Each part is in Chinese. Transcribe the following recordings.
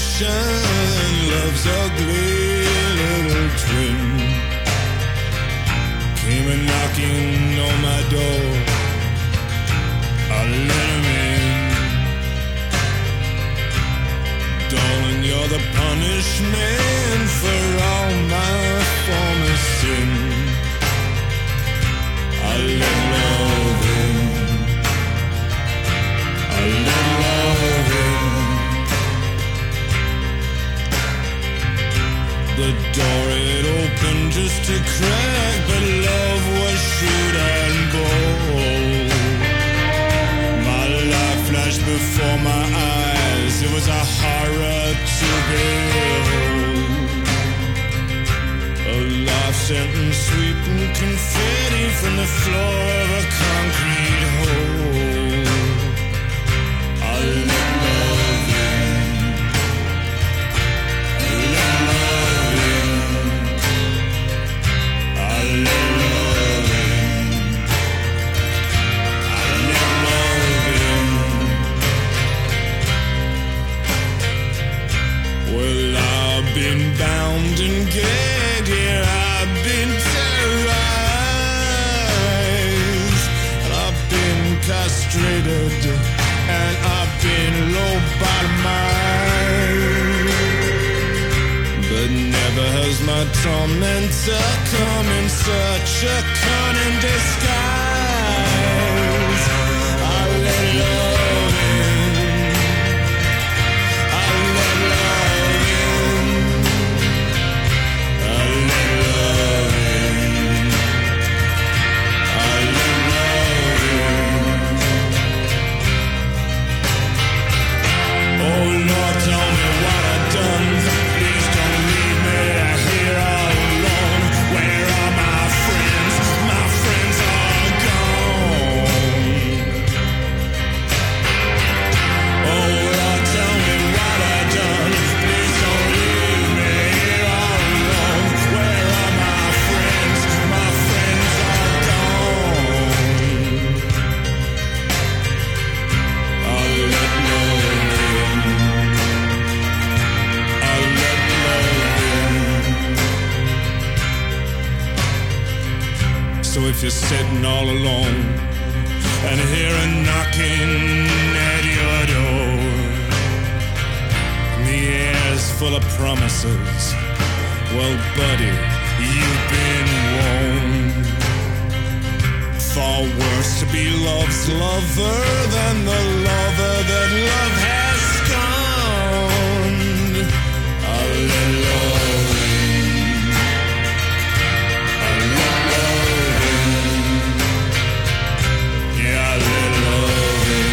ocean loves ugly little twin came a knocking on my door. I let him in. Darling, you're the punishment for all my former sin. I let love in. I let love in. The door it opened just a crack, but love was shoot and bold. My life flashed before my eyes. It was a horror to behold. A life sentence sweeping confetti from the floor of a concrete hole. I let love in. I let love in. I let love in. I let love in. Well, I've been bound and gagged, yeah, I've been terrorized, and I've been castrated, and I've been lobotomized. But never has my tormentor come in such a cunning disguise. I let love in. I let love in. I let love in. I let love in. Oh Lord, tell me what I've done. Please don't leave me here all alone. Where are my friends? My friends are gone. Oh, Lord, tell me what I've done. Please don't leave me here all alone. Where are my friends? My friends are gone. I'll let love in. I'll let love in. So if you're sitting all alone and hear a knocking at your door. And the air's full of promises. Well, buddy, you've been warned. Far worse to be love's lover than the lover that love has scorned. I'll let love in. I'll let love in. Yeah, I let love in.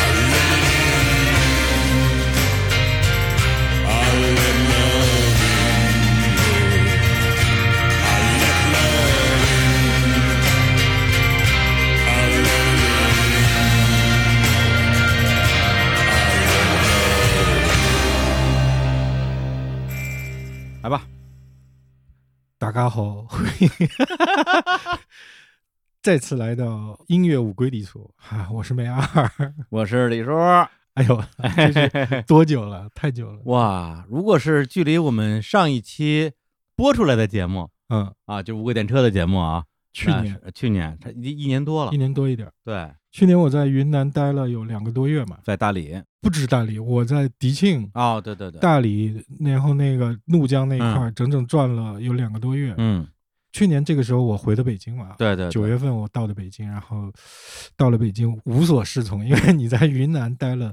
I let it in. I let love in. I let love in. I let love in. 来吧，大家好， 再次来到音乐五龟里说啊，我是梅二。我是李叔。哎呦，这是多久了？太久了。哇，如果是距离我们上一期播出来的节目嗯，啊，就无轨电车的节目啊，去那年是去年它一一年多了一，年多一点儿。对，去年我在云南待了有两个多月嘛，在大理。不止大理，我在迪庆、哦，对对对，大理，然后那个怒江那块儿，整整转了有两个多月。嗯，去年这个时候我回的北京嘛，对对，对九月份我到的北京，然后到了北京无所适从，因为你在云南待了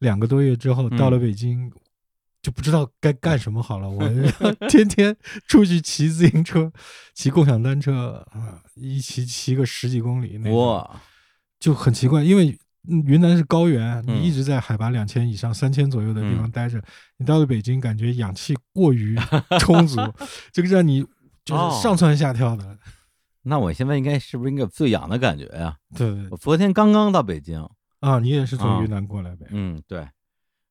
两个多月之后，嗯到了北京就不知道该干什么好 了。我天天出去骑自行车，骑共享单车啊，一骑骑个十几公里，那种哇，就很奇怪，因为。嗯云南是高原，你嗯一直在海拔两千以上、三千左右的地方嗯待着，你到了北京，感觉氧气过于充 足，这个让你就哦是上蹿下跳的。那我现在应该是不是应该有最痒的感觉呀、对对对我昨天刚刚到北京，啊，你也是啊从云南过来呗？嗯，对，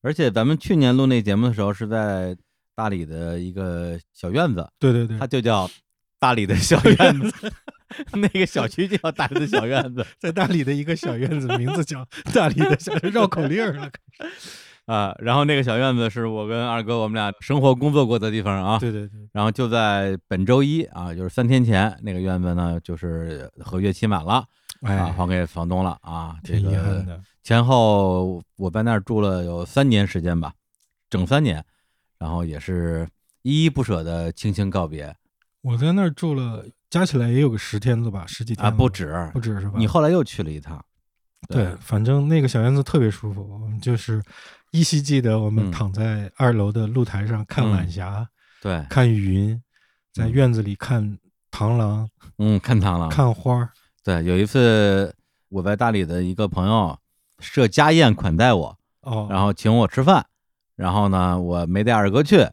而且咱们去年录那节目的时候是在大理的一个小院子，对对对它，就叫大理的小院 子，那个小区就叫大理的小院子。 在大理的一个小院子，名字叫大理的小绕口令儿了。啊，然后那个小院子是我跟二哥我们俩生活工作过的地方啊。对对对，然后就在本周一啊，就是三天前，那个院子呢就是合约期满了啊，哎，还给房东了啊。这挺遗憾个的。前后我在那儿住了有三年时间吧，整三年，然后也是依依不舍的轻轻告别我在那儿住了，加起来也有个十天了吧，十几天啊，了不吧止。不止是吧？你后来又去了一趟，对，反正那个小院子特别舒服，我们就是依稀记得我嗯们躺在二楼的露台上看晚嗯霞、对，看云，在嗯院子里看螳螂、嗯，看堂了，看花儿。对，有一次我在大理的一个朋友设家宴款待我，哦，然后请我吃饭，然后呢我没带二哥 去，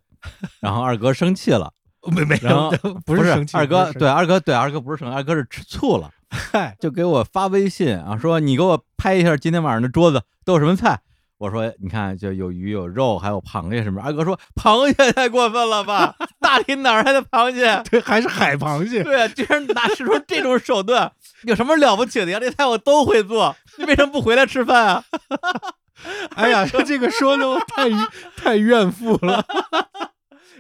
然后二哥生气了，没没然后有，不是是生气，二不是哥生气对，二哥对二哥不是生气，二哥是吃醋了，嗨，就给我发微信啊说你给我拍一下今天晚上的桌子都有什么菜。我说，你看，就有鱼有肉，还有螃蟹什么。二哥说，螃蟹太过分了吧？大理哪儿来的螃蟹？对，还是海螃蟹，对，啊居然拿使出这种手段，有什么了不起的呀？这菜我都会做，你为什么不回来吃饭啊？ 哎呀，这个说的我太 太怨妇了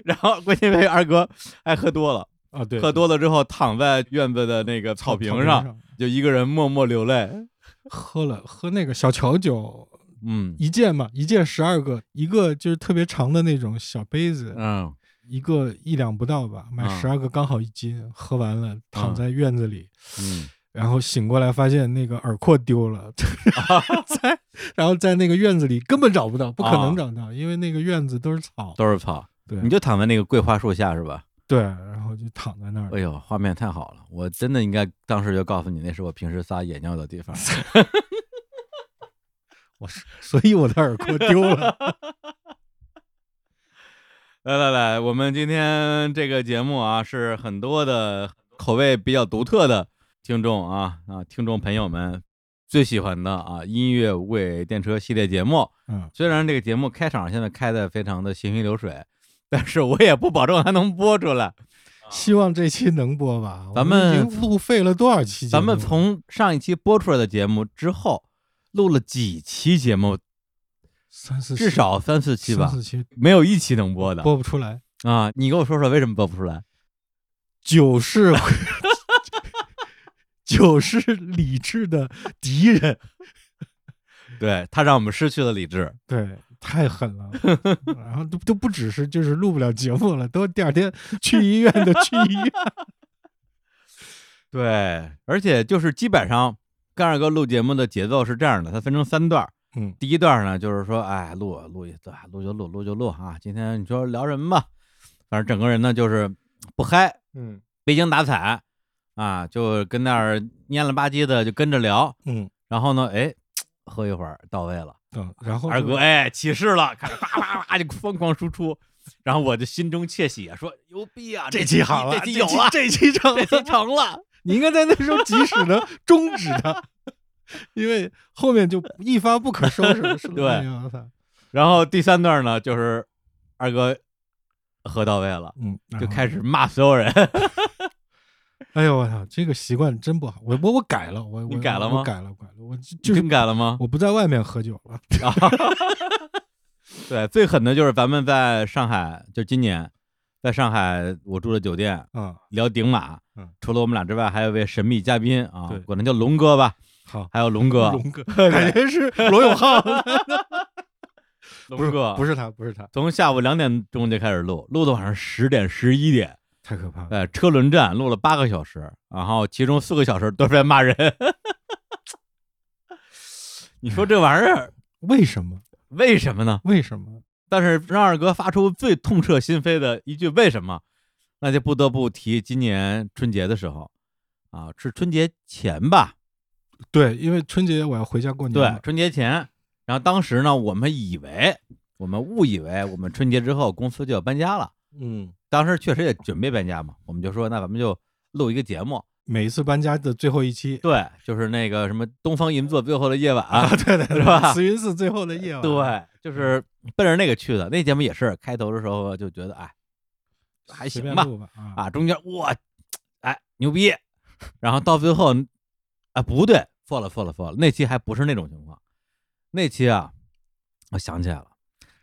然后关键为二哥还喝多了，啊！对，喝多了之后躺在院子的那个草坪上，就一个人默默流泪。喝了喝那个小乔酒，嗯一件嘛，一件十二个，一个就是特别长的那种小杯子，嗯，一个一两不到吧，买嗯十二个刚好一斤，喝完了躺嗯在院子里，嗯然后醒过来发现那个耳廓丢 了， 在然后在那个院子里根本找不到，不可能啊找到，因为那个院子都是草，都是草，对你就躺在那个桂花树下是吧？对，然后就躺在那儿哎，呦，画面太好了，我真的应该当时就告诉你，那是我平时撒野尿的地 方。我是所以我的耳廓丢了，来来来，我们今天这个节目啊，是很多的口味比较独特的听众啊啊，听众朋友们最喜欢的啊音乐无轨电车系列节目。 嗯，虽然这个节目开场现在开的非常的行云流水，但是我也不保证它能播出来。希望这期能播吧，我咱已们经录废了多少期节咱目了？们从上一期播出来的节目之后，录了几期节目，三四至期少三四期吧三，四期没有一期能播的播不出来。啊！你给我说说为什么播不出来？酒是酒是理智的敌人，对它让我们失去了理智。对，太狠了。然后都都不只是就是录不了节目了，都第二天去医院的去医院。对，而且就是基本上干二哥录节目的节奏是这样的，它分成三段儿。嗯第一段儿呢，就是说，哎，录啊录一段，录就录，录就录啊。今天你说聊什么吧，反正整个人呢就是不嗨，嗯背景打彩啊，就跟那儿蔫了吧唧的就跟着聊，嗯然后呢，哎，喝一会儿到位了，嗯，然后二就哥哎起势了，开始叭叭叭就疯狂输出，然后我就心中窃喜啊，说牛逼啊，这期期好了，这这期有了，这期成这了，期成了，你应该在那时候及时的终止它。因为后面就一发不可收拾了，是吧？对哎呀我操 然后第三段呢，就是二哥喝到位了。嗯，然就后开始骂所有人，哎呦我操，这个习惯真不好。我我我改了，我你我改了我吗改了，改了。我就就是你 改了吗？我不在外面喝酒了。啊， 对，最狠的就是咱们在上海，就今年在上海我住的酒店，嗯，聊顶马。嗯除了我们俩之外，还有一位神秘嘉宾啊对，管他叫龙哥吧，好，还有龙哥，龙哥，感觉是罗永浩，不龙是哥不是是他，不是他，从下午两点钟就开始录，录到晚上十点十一点，太可怕了。在车轮战录了八个小时，然后其中四个小时都是在骂人。 你说这玩意儿为什么？为什么呢？为什么？但是让二哥发出最痛彻心扉的一句“为什么”，那就不得不提今年春节的时候，啊，是春节前吧？对，因为春节我要回家过年对嘛，，春节前。然后当时呢，我们以为，我们误以为我们春节之后公司就要搬家了。嗯，当时确实也准备搬家嘛，我们就说那咱们就录一个节目，每一次搬家的最后一 期，对，就是那个什么东方银座最后的夜晚，对 对是吧慈云寺最后的夜晚，，对，就是奔着那个去的。那节目也是开头的时候就觉得，哎，还行随便吧，录吧啊，啊，中间哇，哎，牛逼，然后到最后，啊，不对，错了，错了，错了，那期还不是那种情况，那期啊，我想起来了，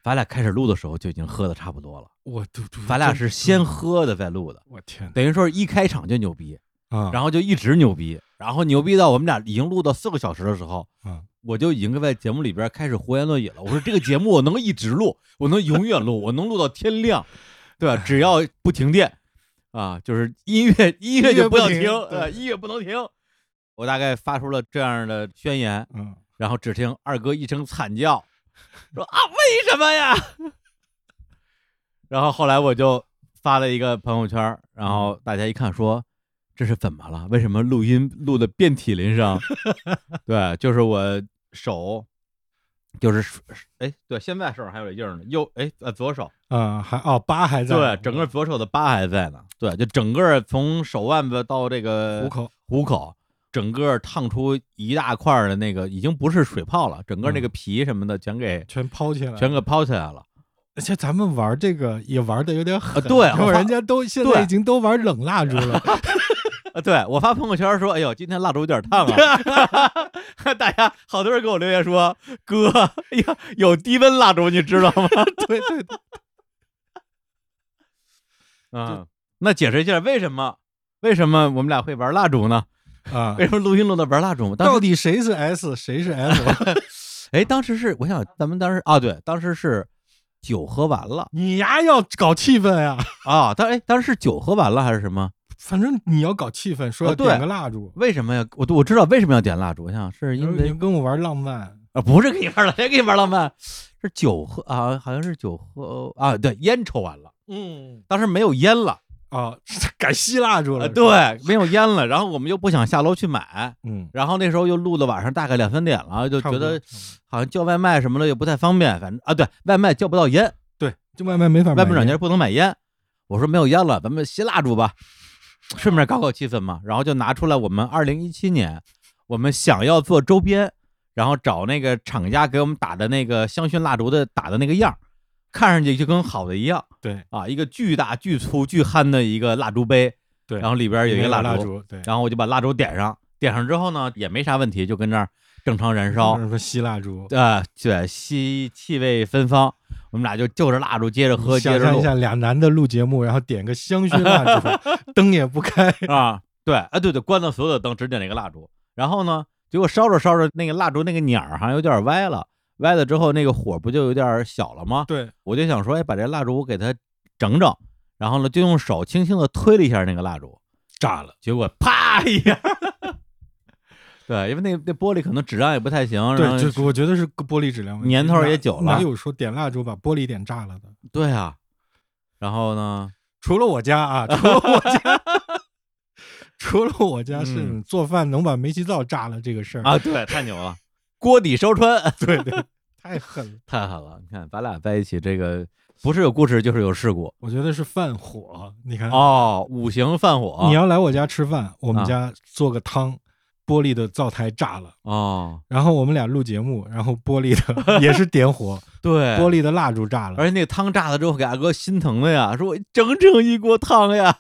咱俩开始录的时候就已经喝的差不多了，我都都咱俩真是先嗯喝的再录的，我天等于说是一开场就牛逼，哪啊，然后就一直牛逼，然后牛逼到我们俩已经录到四个小时的时候，啊我就已经在节目里边开始胡言乱语了。我说这个节目我能一直录， 我能永远录，我能录到天亮，对 吧？只要不停电啊，就是音乐音乐音乐就不要不停停，对呃，音乐不能停。我大概发出了这样的宣言，嗯，然后只听二哥一声惨叫，说啊为什么呀？ 然后后来我就发了一个朋友圈儿，然后大家一看说这是怎么了？为什么录音录的遍体鳞伤？ 对，就是我手，就是哎，对，现在手上还有印儿呢，右哎呃左手，啊，还哦疤还在，对，整个左手的疤还在呢，对，就整个从手腕子到这个虎口，虎口，整个烫出一大块儿的那个，已经不是水泡了，整个那个皮什么的全给、全抛起来嗯了，全给抛起来了。而且咱们玩这个也玩的有点狠，啊对然后我发人家都现对在已经都玩冷蜡 烛了，啊，对我发朋友圈说，哎呦，今天蜡烛有点烫啊！ 大家好多人给我留言说，哥，哎呀，有低温蜡烛，你知道吗？对对对， 嗯，那解释一下为什么？为什么我们俩会玩蜡烛呢？啊为，什么录音录到玩蜡烛？当到时底谁是 S 谁是 M？哎，当时是我想，咱们当时啊，对，当时是酒喝完了你呀要搞气氛呀，啊，当哎，当时是酒喝完了还是什么？反正你要搞气氛，说啊要对点个蜡烛，为什么呀？我我知道为什么要点蜡烛，我想是因你为跟我玩浪漫，啊，不是给你玩了，谁给你玩浪漫？是酒喝啊，好像是酒喝啊，对，烟抽完了，嗯，当时没有烟了，啊，改吸蜡烛啊，了，，对，没有烟了，然后我们又不想下楼去买，嗯，然后那时候又录到晚上大概两三点了，就差觉不多嗯得好像叫外卖什么的也不太方便，反正啊，对外卖叫不到烟，对，这外卖没法买外卖软烟件不能买烟，我说没有烟了，咱们吸蜡烛吧，顺便搞搞气氛嘛，然后就拿出来我们二零一七年我们想要做周边，然后找那个厂家给我们打的那个香薰蜡烛的打的那个样儿，看上去就跟好的一样对啊，一个巨大、巨粗、巨憨的一个蜡烛杯，对，然后里边有一个蜡烛，烛，对，然后我就把蜡烛点上，点上之后呢也没啥问题，就跟那儿正常燃烧或，者说吸蜡烛，啊，对，吸气味芬芳，我们俩就就着蜡烛接着喝，你接想着象录一。下，俩男的录节目，然后点个香薰 蜡烛，灯也不开，啊，对，啊对对，关了所有的灯，只点了一个蜡烛。然后呢，结果烧着烧着，那个蜡烛那个捻儿好像有点歪了，歪了之后那个火不就有点小了吗？ 对，我就想说，哎，把这蜡烛我给它整整，然后呢就用手轻轻的推了一下那个蜡烛，炸了，结果啪一下。 对，因为那那玻璃可能质量也不太行，然后对，这我觉得是个玻璃质量问题，年头儿也哪久了哪有说点蜡烛把玻璃点炸了的？对啊，然后呢，除了我 家啊，除了我家， 除了我家是嗯做饭能把煤气灶炸了这个事儿，啊，对，太牛了，锅底烧穿， 对对，太狠了，太狠了！你看，咱俩在一起，这个不是有故事就是有事故。我觉得是犯火，你 看，哦，五行犯火，你要来我家吃饭，我们啊家做个汤，玻璃的灶台炸了。哦，然后我们俩录节目，然后玻璃的 也是点火， 对，玻璃的蜡烛炸了，而且那汤炸了之后，给二哥心疼的呀，说我整整一锅汤呀，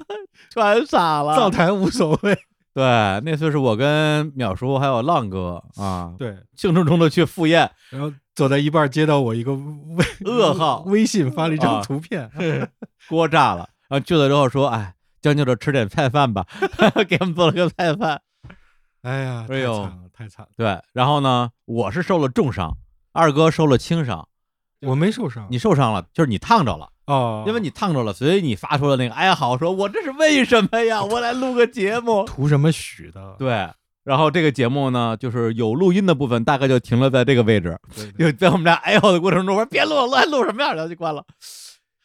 全洒了。灶台无所谓。对，那次是我跟淼叔还有浪哥啊， 对，兴冲冲的去赴宴，然后走到一半儿接到我一个微噩耗 微信发了一张啊图片， 锅炸了，然后去了之后说，哎，将就着吃点菜饭吧， 给我们做了个菜饭。哎呀，哎太呦惨了，太惨了，对，然后呢，我是受了重伤，二哥受了轻伤，我没受伤，你受伤了，就是你烫着了。哦，因为你烫着了，所以你发出了那个哀嚎，说我这是为什么呀？我来录个节目。图什么许的？对，然后这个节目呢，就是有录音的部分，大概就停了在这个位置，对对就在我们俩哀嚎的过程中，我说别录了，乱录什么呀？然后就关了。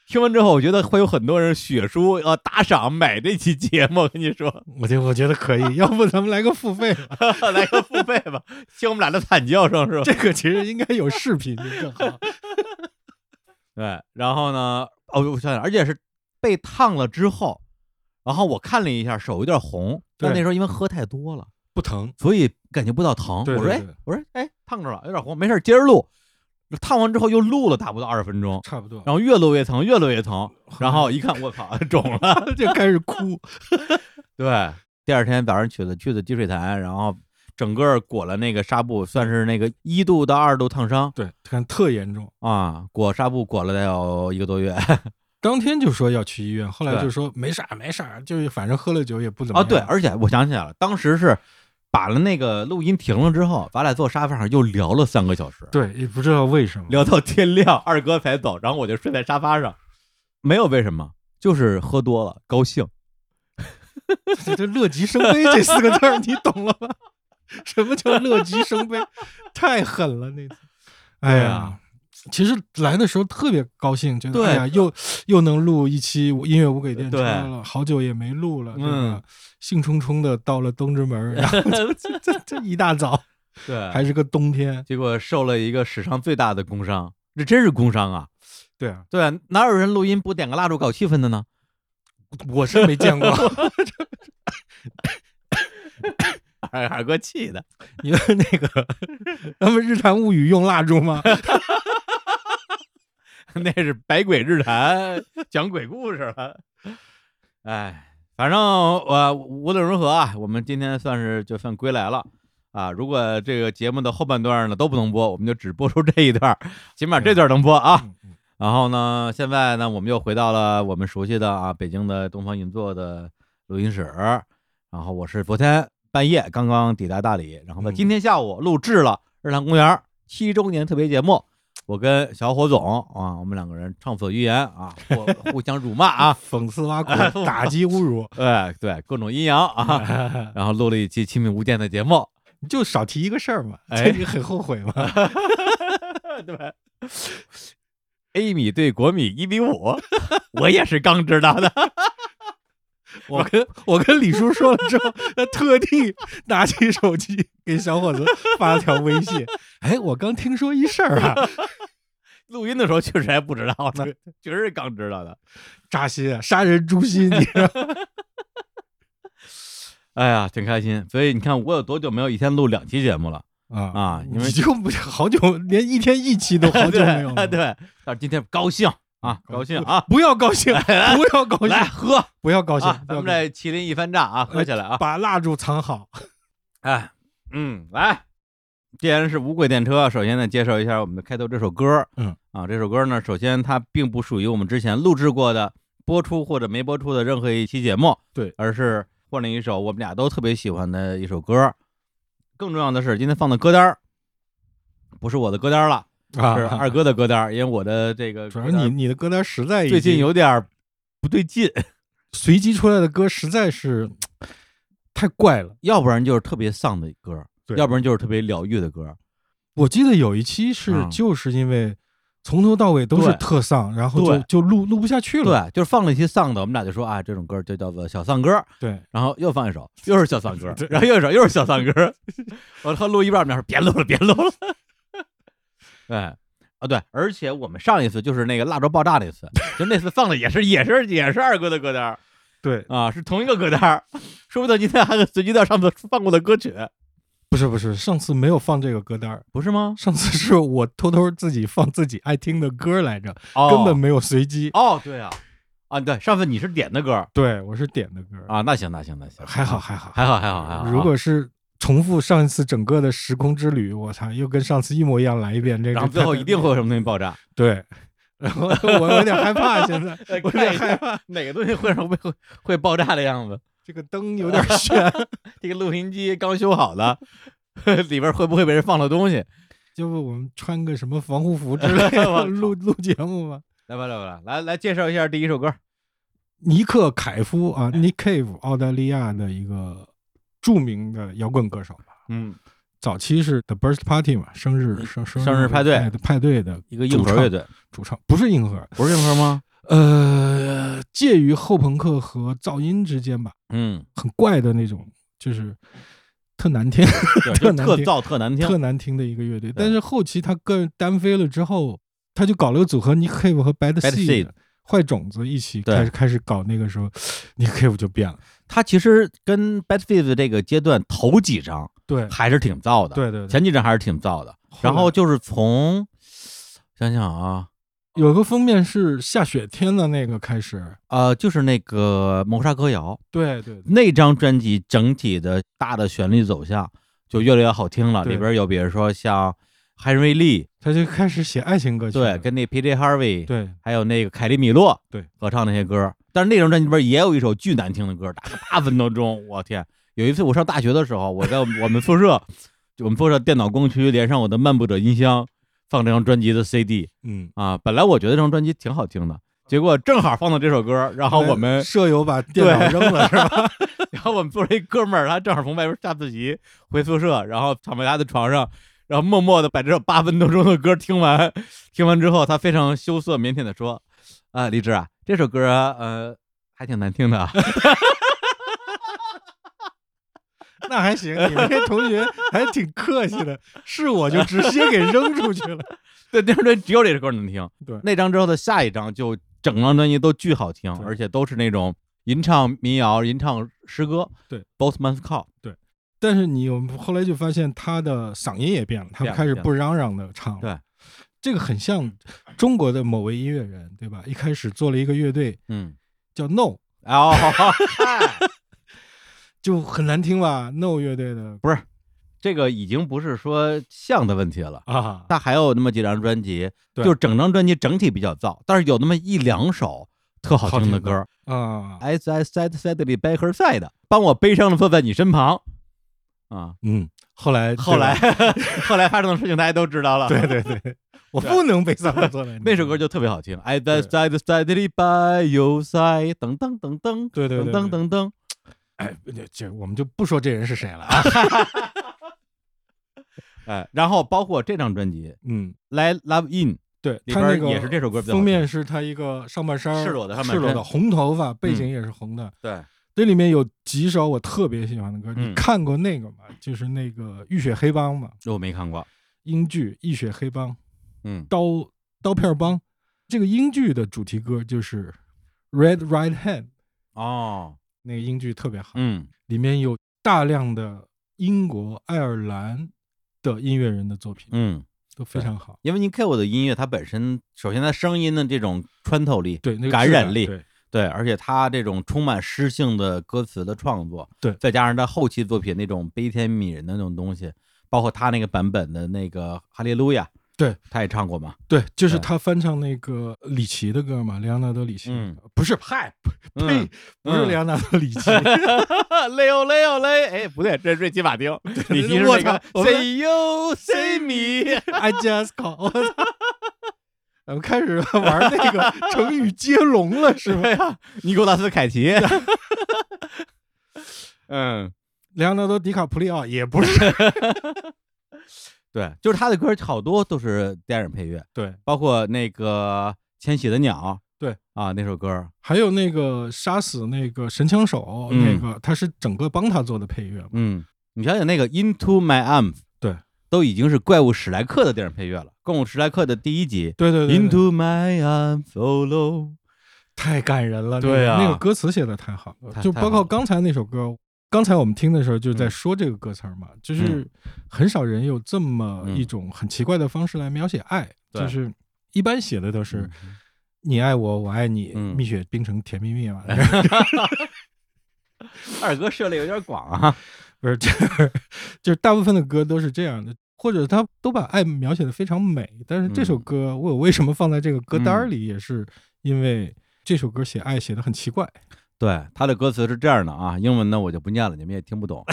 听完之后，我觉得会有很多人血书呃打赏买这期节目。我跟你说， 我觉得我觉得可 以，要不咱们来个付 费吧？来个付费吧，听我们俩的惨叫声是吧？这个其实应该有视频就更好。 对，然后呢，哦，我想想，而且是被烫了之后，然后我看了一下，手有点红，但对那时候因为喝太多了。不疼，所以感觉不到疼。对我说对哎对，我说哎，烫着了，有点红，没事儿，接着录。烫完之后又录了，打不到二十分钟，差不 多。然后越录越疼，越录越 疼，然后一看，我靠，肿了。后就开始哭，对，第二天早上去的去的积水潭，然后整个裹了那个纱布，算是那个一度到二度烫伤 对，看特严重。啊，裹纱布裹了得有一个多月当天就说要去医院，后来对就说没事儿没事儿，就是反正喝了酒也不怎啊。么样对，而且我想起来了，当时是把了那个录音停了之后，咱俩坐沙发上又聊了三个小时，对，也不知道为什么。聊到天亮，二哥才走，然后我就睡在沙发上，没有为什么，就是喝多了高兴。 这这乐极生悲这四个字儿，你懂了吧？ 什么叫乐极生悲？太狠了那次。哎对呀啊，其实来的时候特别高兴，觉得对哎呀，又又能录一期音乐无轨电车对了，好久也没录了，对吧？嗯兴冲冲的到了东直门儿，然后 这这这一大早对，还是个冬天，结果受了一个史上最大的工伤，这真是工伤啊！对啊，对啊，哪有人录音不点个蜡烛搞气氛的 呢？我是没 见过，哎二二哥气的，你们那个他们《日谈物语》用蜡烛 吗？ 那是百鬼日谈，讲鬼故事了。哎，反正呃，无论如何啊，我们今天算是就算归来了啊。如果这个节目的后半段呢都不能播，我们就只播出这一段儿，起码这段能播啊。嗯嗯然后呢，现在呢，我们又回到了我们熟悉的啊北京的东方银座的录音室。然后我是昨天半夜刚刚抵达大理，然后呢，嗯今天下午录制了《日坛公园》七周年特别节目。我跟小火总啊，我们两个人畅所欲言啊，互互相辱骂啊，，讽刺挖苦， 打击侮辱 对哎对，各种阴阳嗯啊，然后录了一期《亲密无间》的节目，你就少提一个事儿嘛，哎这你很后悔吗？ 对，A 米对国米一比五， 我也是刚知道的， 我跟我跟李叔说了之后，他特地拿起手机给小伙子发了条微信。哎，我刚听说一事儿啊，录音的时候确实还不知道呢，确实是刚知道的。扎心啊，杀人诛心，你知道吗？哎呀，挺开心。所以你看，我有多久没有一天录两期节目了？ 啊啊因为你就不好久，连一天 一期都好久没有了。对对，但是今天高兴啊，高兴啊，不要高兴， 不要高兴，来喝啊！不要高兴，不咱要们高这兴麒麟一番战啊，喝起来啊！把蜡烛藏好。哎，嗯，来，既然是无轨电车，首先呢，介绍一下我们的开头这首歌。嗯，啊，这首歌呢，首先它并不属于我们之前录制过的、播出或者没播出的任何一期节目，对而是换了一首我们俩都特别喜欢的一首歌。更重要的是，今天放的歌单儿不是我的歌单儿了，啊是二哥的歌单儿，因为我的这个 主歌要单你儿你的歌单实在已最近经有点儿不对劲， 随机出来的歌实在是太怪了。要不然就是特别丧的歌儿，对要不然就是特别疗愈的歌儿。我记得有一期是嗯就是因为从头到尾都是对特丧，然后就对就录录不下去了。对，就是放了一些丧的，我们俩就说啊，这种歌就叫做小丧歌，对然后又放一 首，又是小丧歌对，然后又一首又是小丧歌， 我他录一半，我们俩说别录了，别录了。 哎，啊对，而且我们上一次就是那个蜡烛爆炸那次，就那次放的也是也是也是二哥的歌单儿对，啊，是同一个歌单儿，说不定今天还能随机到上次放过的歌曲，不是不是，上次没有放这个歌单儿，不是吗？上次是我偷偷自己放自己爱听的歌来着，哦根本没有随机。哦，对啊，啊对，上次你是点的歌儿对，我是点的歌，啊，那行那行那行， 还好还好。还好还好还好，如果是重复上一次整个的时空之旅，我操，又跟上次一模一样来一遍这个，然后最后一定会有什么东西爆炸。对。 然后我有点害怕，现 在呃我有看点一害下怕， 哪个东西会让会会会爆炸的样 子？这个灯有点悬。这个录音机刚修好的，里边会不会被人放了东西？要不我们穿个什么防护服之 类我的靠录录节目吧？来吧来吧来来来介绍一下第一首歌。尼克凯夫啊，Nick 哎 Cave，澳大利亚的一个著名的摇滚歌手吧。嗯，早期是 The Birth Party 嘛，生日生生生日派对派派对的一个硬核乐队，主唱，不是硬核，不是硬核吗？呃，介于后朋克和噪音之间吧，嗯，很怪的那种，就是特难听。对，特就难特听燥特难听特。难听的一个乐队。但是后期他个人单飞了之后，他就搞了个组合 Nick Cave 和 Bad Bad Seed Seed 坏种子一起对开始开始搞那个时候，Nick Cave 就变了。他其实跟 Bad f i z 这个阶段头几张对还是挺燥的，对对对，前几张还是挺燥的。后来然后就是从想想啊，有个封面是下雪天的那个开始。呃，就是那个谋杀歌谣，对对对那张专辑整体的大的旋律走向就越来越好听了。对里边有比如说像 Henry Lee，他就开始写爱情歌曲对，了，跟那 P.J. Harvey，对还有那个凯利米洛，对，合唱那些歌。但是那张专辑里边也有一首巨难听的歌，大概八分多钟。我天！有一次我上大学的时候，我在我们宿舍，就我们宿舍电脑工区连上我的漫步者音箱，放这张专辑的 CD 嗯，啊。本来我觉得这张专辑挺好听的，结果正好放到这首歌，然后我们舍友把电脑扔了是吧？ 然后我们宿舍一哥们儿，他正好从外边下自习回宿舍，然后躺在他的床上，然后默默的把这首八分多钟的歌听完。听完之后，他非常羞涩腼腆的说：“啊，李志啊，这首歌啊呃还挺难听 的啊。那还行，你们这同学还挺客气的，是我就直接给扔出去了。对，那张专辑只有这首歌能听。对那张之后的下一张就整张专辑都巨好听，对而且都是那种吟唱民谣、吟唱诗歌。对，Both Man's Call。但是你我们后来就发现他的嗓音也变了，他变了开始变了不嚷嚷的唱了。对，这个很像中国的某位音乐人，对吧？一开始做了一个乐队嗯，叫 No，哦， 就很难听吧？No 乐队的这个已经不是说像的问题了。啊，他还有那么几张专辑，对就是整张专辑整体比较燥，但是有那么一两首特好听的歌儿啊， ，As I sat sadly by her side，帮我悲伤的坐在你身旁，啊，嗯，后来后来 后来发生的事情大家都知道了，对吧对对 对，我不能被萨克做那首歌就特别好听，As I sat sadly by your side，噔噔噔噔，对对对噔噔噔噔，哎，这我们就不说这人是谁了啊，哎，然后包括这张专辑嗯， 《Let Love In》，对，里他边那个也是这首歌比较好封面是他一个上半身儿赤裸的上半赤裸身嗯的红头发，背景也是红的。对，这里面有几首我特别喜欢的歌，嗯你看过那个吗？就是那个《浴血黑帮》嘛，我没看过，英剧《浴血黑帮》嗯，刀刀片帮，这个英剧的主题歌就是《Red Right Hand》，哦，那个英剧特别好，嗯，里面有大量的英国、爱尔兰的音乐人的作品，嗯。都非常好。因为您 K 我的音乐，它本身首先它声音的这种穿透力，对，那个感质染感力对对，而且它这种充满诗性的歌词的创作，对再加上他后期作品那种悲天悯人的那种东西，包括他那个版本的那个《哈利路亚》，对，他也唱过嘛，对，就是对他翻唱那个李琦的歌嘛，莱昂纳德·里奇的嗯歌，不是，嗨，呸嗯，不是嗯莱昂纳德·里 奇，嘞哦嘞哦嘞，哎，不对，这是瑞奇马丁，你 对提示我那个操我们 Say you say me， I just call，我 操！我们开始玩那个成语接龙了，是吧？对呀， 尼古拉斯凯 奇， 嗯，莱昂纳多·迪卡普里奥也不是， 对，就是他的歌好多都是电影配乐，对，包括那个千禧的鸟，对啊，那首歌儿，还有那个杀死那个神枪手，嗯那个他是整个帮他做的配乐嘛，嗯，你想想那个 Into My Arms，对，都已经是怪物史莱克的电影配乐了，怪物史莱克的第一集对对对对 Into My Arms oh, Solo，太感人了，那个对啊那个歌词写的太好了太就太包好括了刚才那首歌。刚才我们听的时候就在嗯说这个歌词儿嘛，就是很少人有这么一嗯种很奇怪的方式来描写爱，对就是一般写的都是、嗯你爱我，我爱你，嗯蜜雪冰城甜蜜蜜嘛， 二哥涉猎有点广啊， 不是，就是就是大部分的歌都是这样的，或者他都把爱描写的非常美，但是这首嗯歌我为什么放在这个歌单嗯里，也是因为这首歌写爱写的很奇怪，对，他的歌词是这样的啊，英文呢我就不念了，你们也听不懂，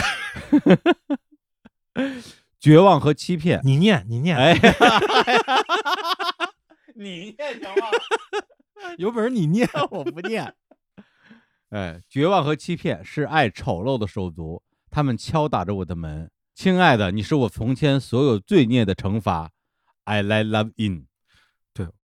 绝望和欺骗， 你念你念，哎， 你念行吗？有本事你念， 我不念。哎，绝望和欺骗是爱丑陋的手足，他们敲打着我的门。亲爱的，你是我从前所有罪孽的惩罚。I let love in。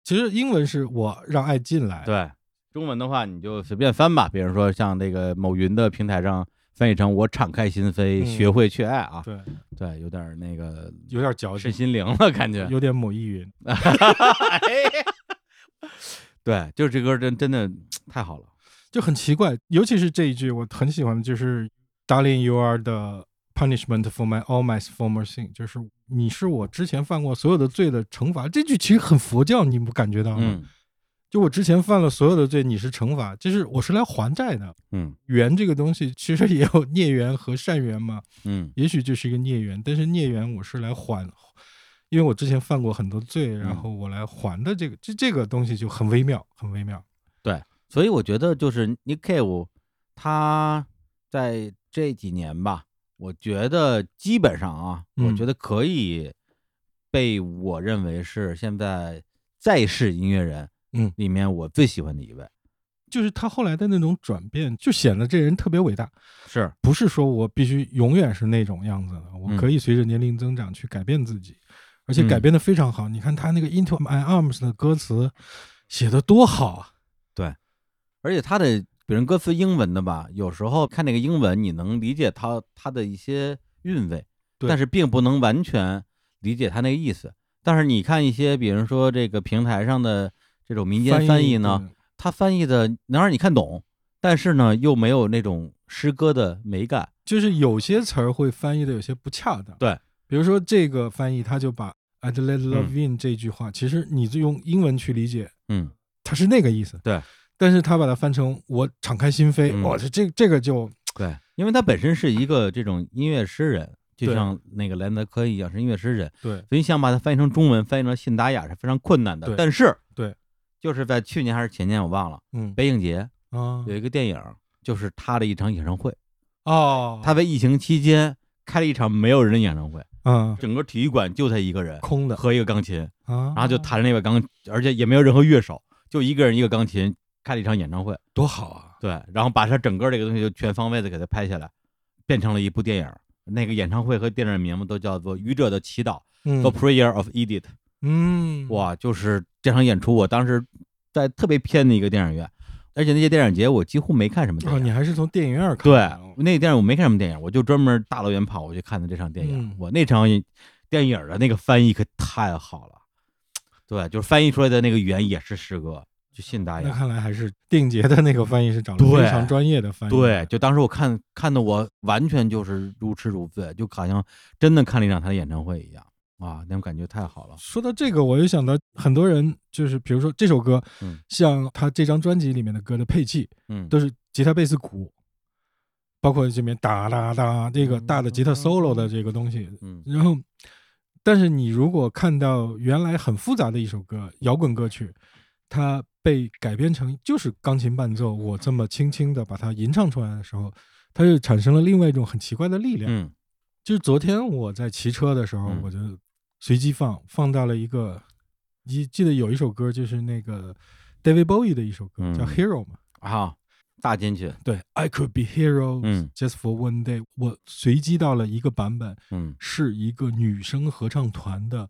其实英文是我让爱进来，对，哎中文的话你就随便翻吧，比如说像那个某云的平台上翻译成“我敞开心扉，嗯学会去爱”啊。对，对，有点儿那个有点矫身情，心灵了，感觉。有点某意 云， 对，就是这歌真真的太好了。就很奇怪，尤其是这一句我很喜欢的，就是 “Darling, you are the punishment for my all my former sin”，就是你是我之前犯过所有的罪的惩罚。这句其实很佛教，你不感觉到吗？嗯，就我之前犯了所有的罪，你是惩罚，就是我是来还债的。嗯缘这个东西其实也有孽缘和善缘嘛，嗯也许就是一个孽缘，但是孽缘我是来还，因为我之前犯过很多罪，然后我来还的这个，这这个东西就很微妙，很微妙。所以我觉得就是 Nick Cave，他在这几年吧，我觉得基本上啊，我嗯觉得可以被我认为是现在在世音乐人嗯里面我最喜欢的一位。就是他后来的那种转变，就显得这人特别伟大。是，不是说我必须永远是那种样子的，我嗯可以随着年龄增长去改变自己，而且改嗯变的非常好。你看他那个 Into My Arms 的歌词写的多好啊！而且他的比如歌词英文的吧，有时候看那个英文，你能理解他他的一些韵味，对但是并不能完全理解他那个意思。但是你看一些，比如说这个平台上的这种民间翻译呢，嗯他翻译的能让你看懂，但是呢又没有那种诗歌的美感。对，就是有些词儿会翻译的有些不恰当。对，比如说这个翻译，他就把 "I'd let love in" 这句话，其实你就用英文去理解，嗯，它是那个意思。对，但是他把它翻成“我敞开心扉”，嗯哇，这这这个就对，因为他本身是一个这种音乐诗人，就对像那个兰德科一样是音乐诗人，对所以想把它翻译成中文，翻译成信达雅是非常困难的。对但是，对，就是在去年还是前年我忘了，嗯北影节啊有一个电影，就是他的一场演唱会，哦，他在疫情期间开了一场没有人的演唱会，嗯整个体育馆就他一个人空的和一个钢琴，啊，然后就弹着那把钢，而且也没有任何乐手，就一个人一个钢琴开了一场演唱会。多好啊！对，然后把他整个这个东西就全方位的给他拍下来，变成了一部电影。那个演唱会和电影名字都叫做《愚者的祈祷》嗯 The Prayer of Edith》。嗯，哇，就是这场演出，我当时在特别偏的一个电影院，而且那些电影节我几乎没看什么电哦，影。你还是从电影院看对的哦，那个电影我没看什么电影，我就专门大老远跑过去看的这场电影。嗯我那场电影的那个翻译可太好了，对，就是翻译出来的那个语言也是诗歌，就信达那雅。看来还是电影节的那个翻译是找了对非常专业的翻译。对，，就当时我看看的我完全就是如痴如醉，就好像真的看了一场他的演唱会一样啊，那种感觉太好了。说到这个，我又想到很多人就是，比如说这首歌，嗯像他这张专辑里面的歌的配器嗯，都是吉他、贝斯、鼓，包括这边哒哒哒这个大的吉他 solo 的这个东西。嗯然后，但是你如果看到原来很复杂的一首歌，摇滚歌曲，它被改编成就是钢琴伴奏，我这么轻轻的把它吟唱出来的时候，它就产生了另外一种很奇怪的力量。嗯就是昨天我在骑车的时候，嗯我就随机放放到了一个，你记得有一首歌就是那个 David Bowie 的一首歌、叫嗯 Hero 嘛？啊，大金曲，对，I could be hero、嗯 just for one day。我随机到了一个版本，嗯是一个女声合唱团的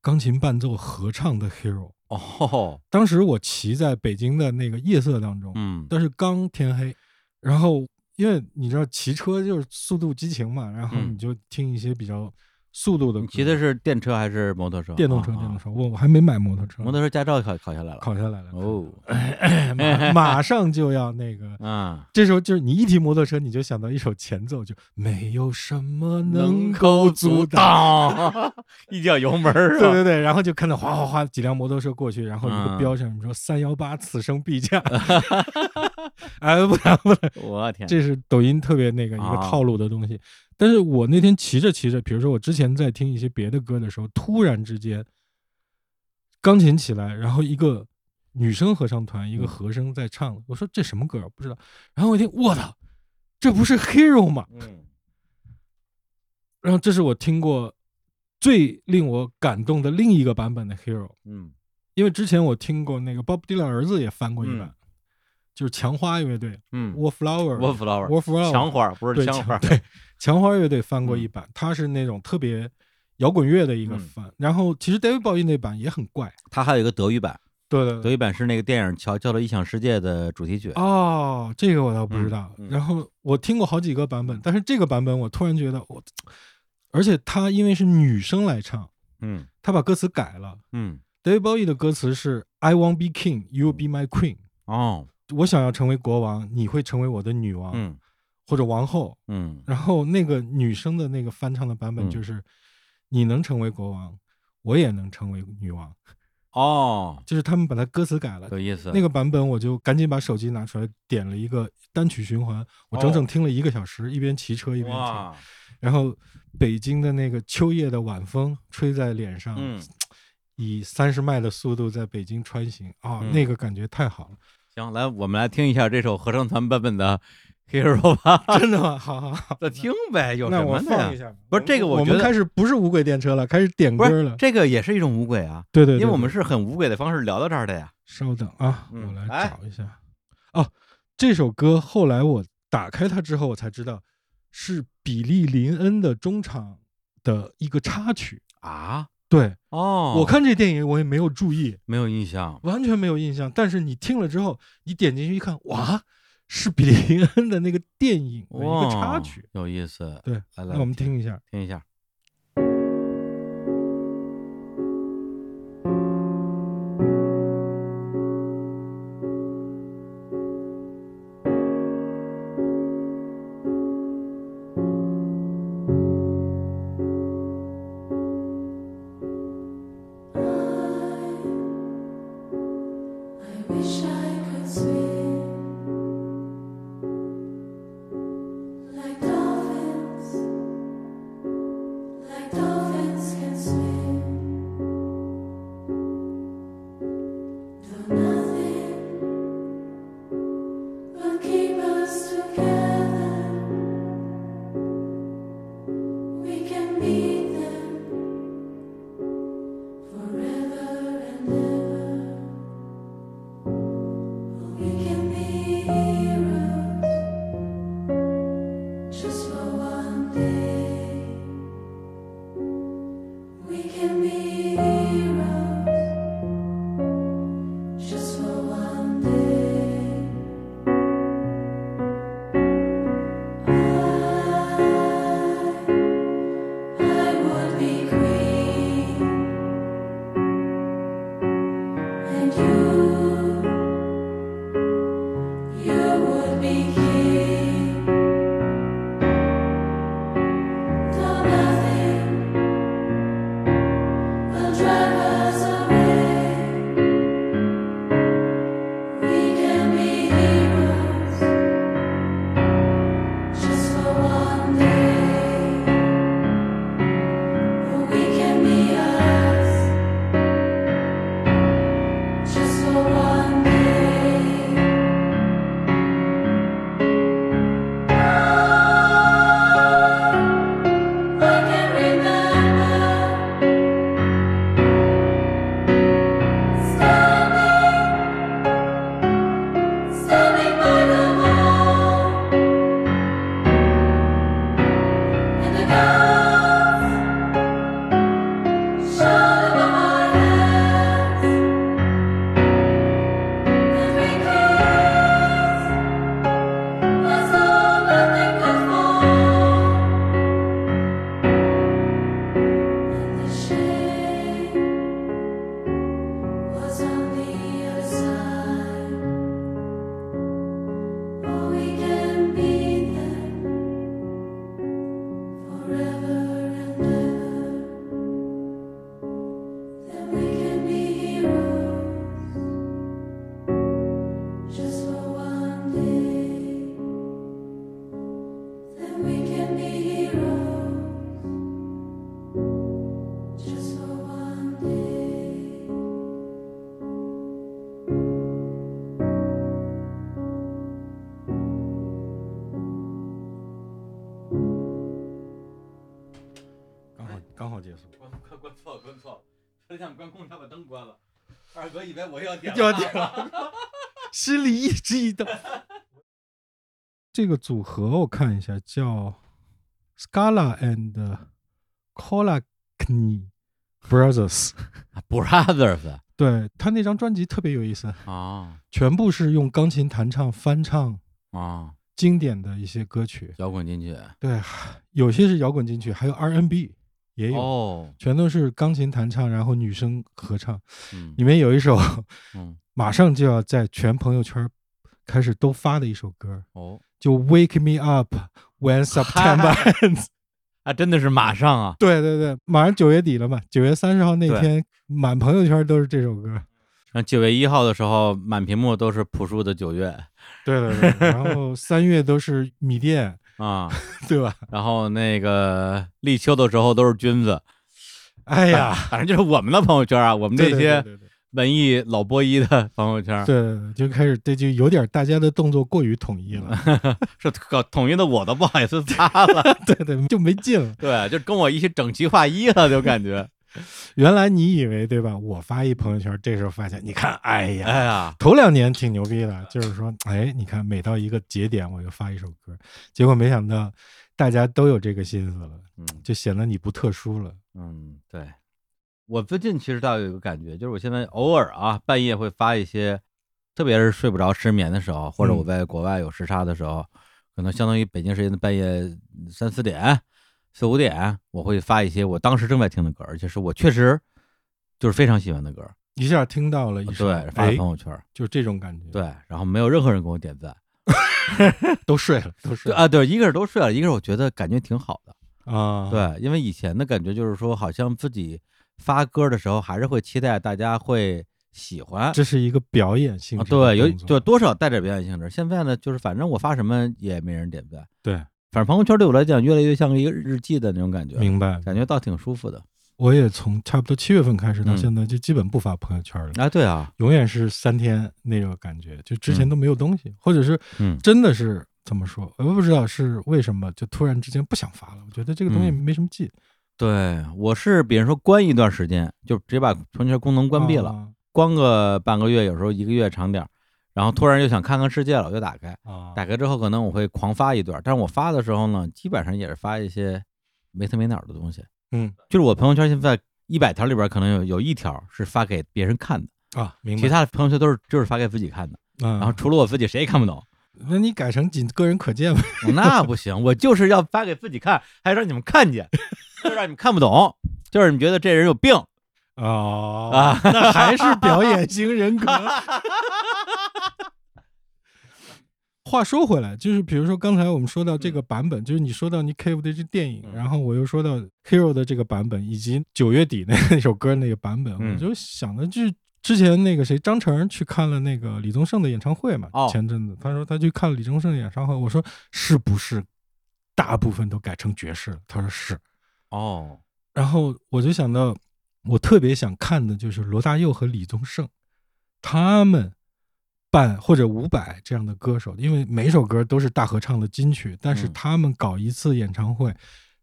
钢琴伴奏合唱的 Hero。哦，当时我骑在北京的那个夜色当中，嗯但是刚天黑，然后因为你知道骑车就是速度激情嘛，然后嗯你就听一些比较速度的你歌。骑的是电车还是摩托车？电动车，啊电动啊车，我我还没买摩托车，摩托车驾照考考下来了。考下来了，哦， 马马上就要那个。嗯，这时候就是你一提摩托车，你就想到一首前奏，就没有什么能够阻挡。挡， 一脚油门儿对是吧？对对，然后就看到哗哗哗几辆摩托车过去，然后一嗯个标上面说三幺八，此生必 驾。哎，不然不然，我天，这是抖音特别那个一个啊套路的东西。但是我那天骑着骑着，比如说我之前在听一些别的歌的时候，突然之间钢琴起来，然后一个女生合唱团，一个嗯和声在唱，我说这什么歌不知道。然后我一听，我操，这不是 Hero 吗？嗯然后这是我听过最令我感动的另一个版本的 Hero，嗯因为之前我听过那个 Bob Dylan 儿子也翻过一版，嗯就是墙花乐队嗯 Wallflower ，Wolf flower， Wallflower 墙花不是对枪花，对墙花乐队翻过一版，它是那种特别摇滚乐的一个嗯翻。然后其实 David Bowie 那版也很怪，它还有一个德语版，对对德语版是那个电影《乔乔的异想世界》的主题曲。哦，这个我倒不嗯知道。嗯然后我听过好几个版本，但是这个版本我突然觉得我，而且他因为是女生来唱，嗯他把歌词改了。嗯， David Bowie 的歌词是 "I won't be king, you be my queen"，哦，我想要成为国王，你会成为我的女王、嗯或者王后。嗯然后那个女生的那个翻唱的版本嗯就是，你能成为国王，我也能成为女王。哦，就是他们把它歌词改了。有意思。那个版本我就赶紧把手机拿出来点了一个单曲循环，我整整听了一个小时，一边骑车一边听。哦哇，然后北京的那个秋夜的晚风吹在脸上，嗯，以三十迈的速度在北京穿行啊，嗯那个感觉太好 了，行，来，我们来听一下这首合唱团版本的《Hero》吧， 真的吗？好好好，再听呗，有那什我么放的一呀？下吧。不是这个我我觉们得开始不是无轨电车了，开始点不歌是了。这个也是一种无轨啊，对对对，因为我对们是很无轨的方式聊到这儿的呀。稍等啊，嗯我来来找一下。哦，这首歌后来我打开它之后，我才知道是比利林恩的中场的一个插曲。啊，对、哦，我看这电影，我也没有注意，没有印象，完全没有印象。但是你听了之后，你点进去一看，哇，是比利林恩的那个电影的一个插哇曲。有意思，对，来来那我们听一下。听一下。 I wish I could swim like dolphins, like dolphins can swim. Do nothing but keep us together. We can beat them forever and ever. We can be heroes just for one day. We can be heroes just for one day. I, I would be queen, and you. You would be king. Though nothing will drive us away, we can be heroes just for one day. Or we can be us just for one day. I can remember standing, standing by the wall, and the guns shot over my head, and we kissed as though nothing could fall. And the shame was on the other side. Oh, we can be there forever and ever. Then we can be heroes just for one day. Then we can be heroes just for one day. 嗯刚好刚好结束。关关关错了，关错了，他想关空调，把灯关了。二哥以为我要 点要点了，心里一直一动。这个组合我看一下，叫 Scala and c o l a k n i Brothers。啊 Brothers 对他那张专辑特别有意思，啊全部是用钢琴弹唱翻唱啊，经典的一些歌曲。摇滚金曲对，有些是摇滚金曲，还有 R&B 也有，哦，全都是钢琴弹唱，然后女声合唱。嗯里面有一首嗯马上就要在全朋友圈开始都发的一首歌，哦， 就 Wake Me Up When September Ends。啊，真的是马上啊，对对对，马上九月底了嘛，九月三十号那对天，满朋友圈都是这首歌。然后九月一号的时候，满屏幕都是朴树的《九月对对对，然后 三月都是米店，》 啊，对吧？然后那个立秋的时候都是君子，哎哎 呀，反正就是我们的朋友圈啊，我们对这对些对对对文艺老波一的朋友圈，对对对就开始这就有点大家的动作过于统一了，是搞统一的我都不好意思发了， 对对，就没劲了。对，就跟我一起整齐划一了，就感觉，原来你以为对吧？我发一朋友圈，这时候发现，你看，哎呀，哎呀，头两年挺牛逼的，就是说，哎，你看每到一个节点我就发一首歌，结果没想到大家都有这个心思了，嗯就显得你不特殊了。嗯，对。我最近其实倒有一个感觉，就是我现在偶尔啊，半夜会发一些，特别是睡不着、失眠的时候，或者我嗯在国外有时差的时候，可能相当于北京时间的半夜三四点、四五点，我会发一些我当时正在听的歌，而且是我确实就是非常喜欢的歌，一下听到了一首，对，发哎在朋友圈，就这种感觉，对，然后没有任何人给我点赞，都睡了，都睡对了啊，对，一个是都睡了，一个是我觉得感觉挺好的，啊，对，因为以前的感觉就是说，好像自己发歌的时候，还是会期待大家会喜欢。这是一个表演性啊质、对，有对，多少带点表演性质。现在呢，就是反正我发什么也没人点赞，对，反正朋友圈对我来讲越来越像一个日记的那种感觉，明白。感觉倒挺舒服的。我也从差不多七月份开始到嗯现在，就基本不发朋友圈了。啊，对啊，永远是三天那个感觉，就之前嗯都没有东西，或者是嗯真的是怎么说，我也不知道是为什么，就突然之间不想发了。我觉得这个东西嗯没什么劲，对，我是比如说关一段时间，就直接把朋友圈功能关闭了，啊关个半个月，有时候一个月长点儿，然后突然又想看看世界了，我就打开，啊，打开之后可能我会狂发一段，但是我发的时候呢，基本上也是发一些没头没脑的东西，嗯就是我朋友圈现在一百条里边儿可能有有一条是发给别人看的。啊，明白。其他的朋友圈都是就是发给自己看的，嗯，然后除了我自己谁也看不懂，那你改成仅个人可见吧，那不行，我就是要发给自己看，还让你们看 见，就让你们看不懂，就是你们觉得这人有病哦啊，那还是表演型人 格。话说回来，就是比如说刚才我们说到这个版本，就是你说到你 Cave 的这电影，嗯然后我又说到 Hero 的这个版本，以及九月底那那首歌那个版本，嗯我就想的就是之前那个谁张成去看了那个李宗盛的演唱会嘛，哦前阵子他说他去看了李宗盛的演唱会，我说是不是大部分都改成爵士了？他说是，哦，然后我就想到，我特别想看的就是罗大佑和李宗盛，他们办或者伍佰这样的歌手，因为每首歌都是大合唱的金曲，但是嗯他们搞一次演唱会，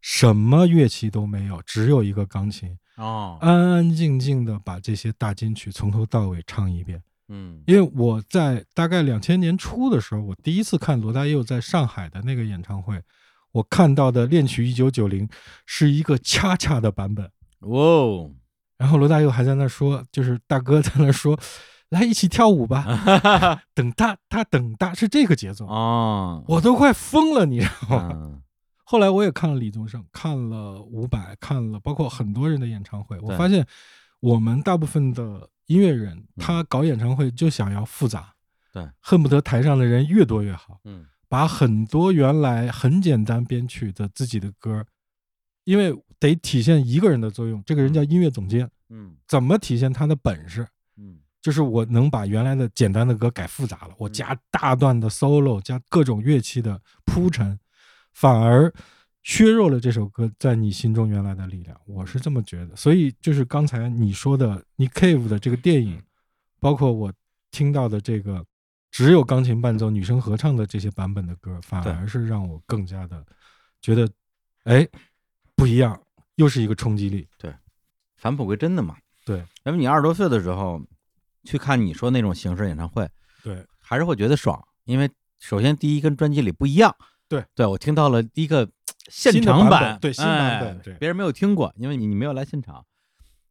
什么乐器都没有，只有一个钢琴，哦，安安静静的把这些大金曲从头到尾唱一遍。嗯因为我在大概两千年初的时候，我第一次看罗大佑在上海的那个演唱会，我看到的《恋曲一九九零》是一个恰恰的版本。哇哦，然后罗大佑还在那说，就是大哥在那说，来一起跳舞吧， 等大他等大是这个节奏，哦，我都快疯了，你知道吗？嗯后来我也看了李宗盛，看了伍佰，看了包括很多人的演唱会，我对嗯发现我们大部分的音乐人，他搞演唱会就想要复杂，对，恨不得台上的人越多越好。嗯把很多原来很简单编曲的自己的歌，因为得体现一个人的作用，这个人叫音乐总监，嗯怎么体现他的本事？嗯就是我能把原来的简单的歌改复杂了，我加大段的 solo，加各种乐器的铺陈，反而削弱了这首歌在你心中原来的力量。我是这么觉得，所以就是刚才你说的你 Cave 的这个电影，包括我听到的这个只有钢琴伴奏、女声合唱的这些版本的歌，反对而是让我更加的觉得，哎，不一样，又是一个冲击力。返璞归真的嘛。对，要不你二十多岁的时候去看你说那种形式演唱会，对，还是会觉得爽，因为首先第一跟专辑里不一样，对，对我听到了一个现新的场版本版对新版本哎对别人没有听过，因为你你没有来现场。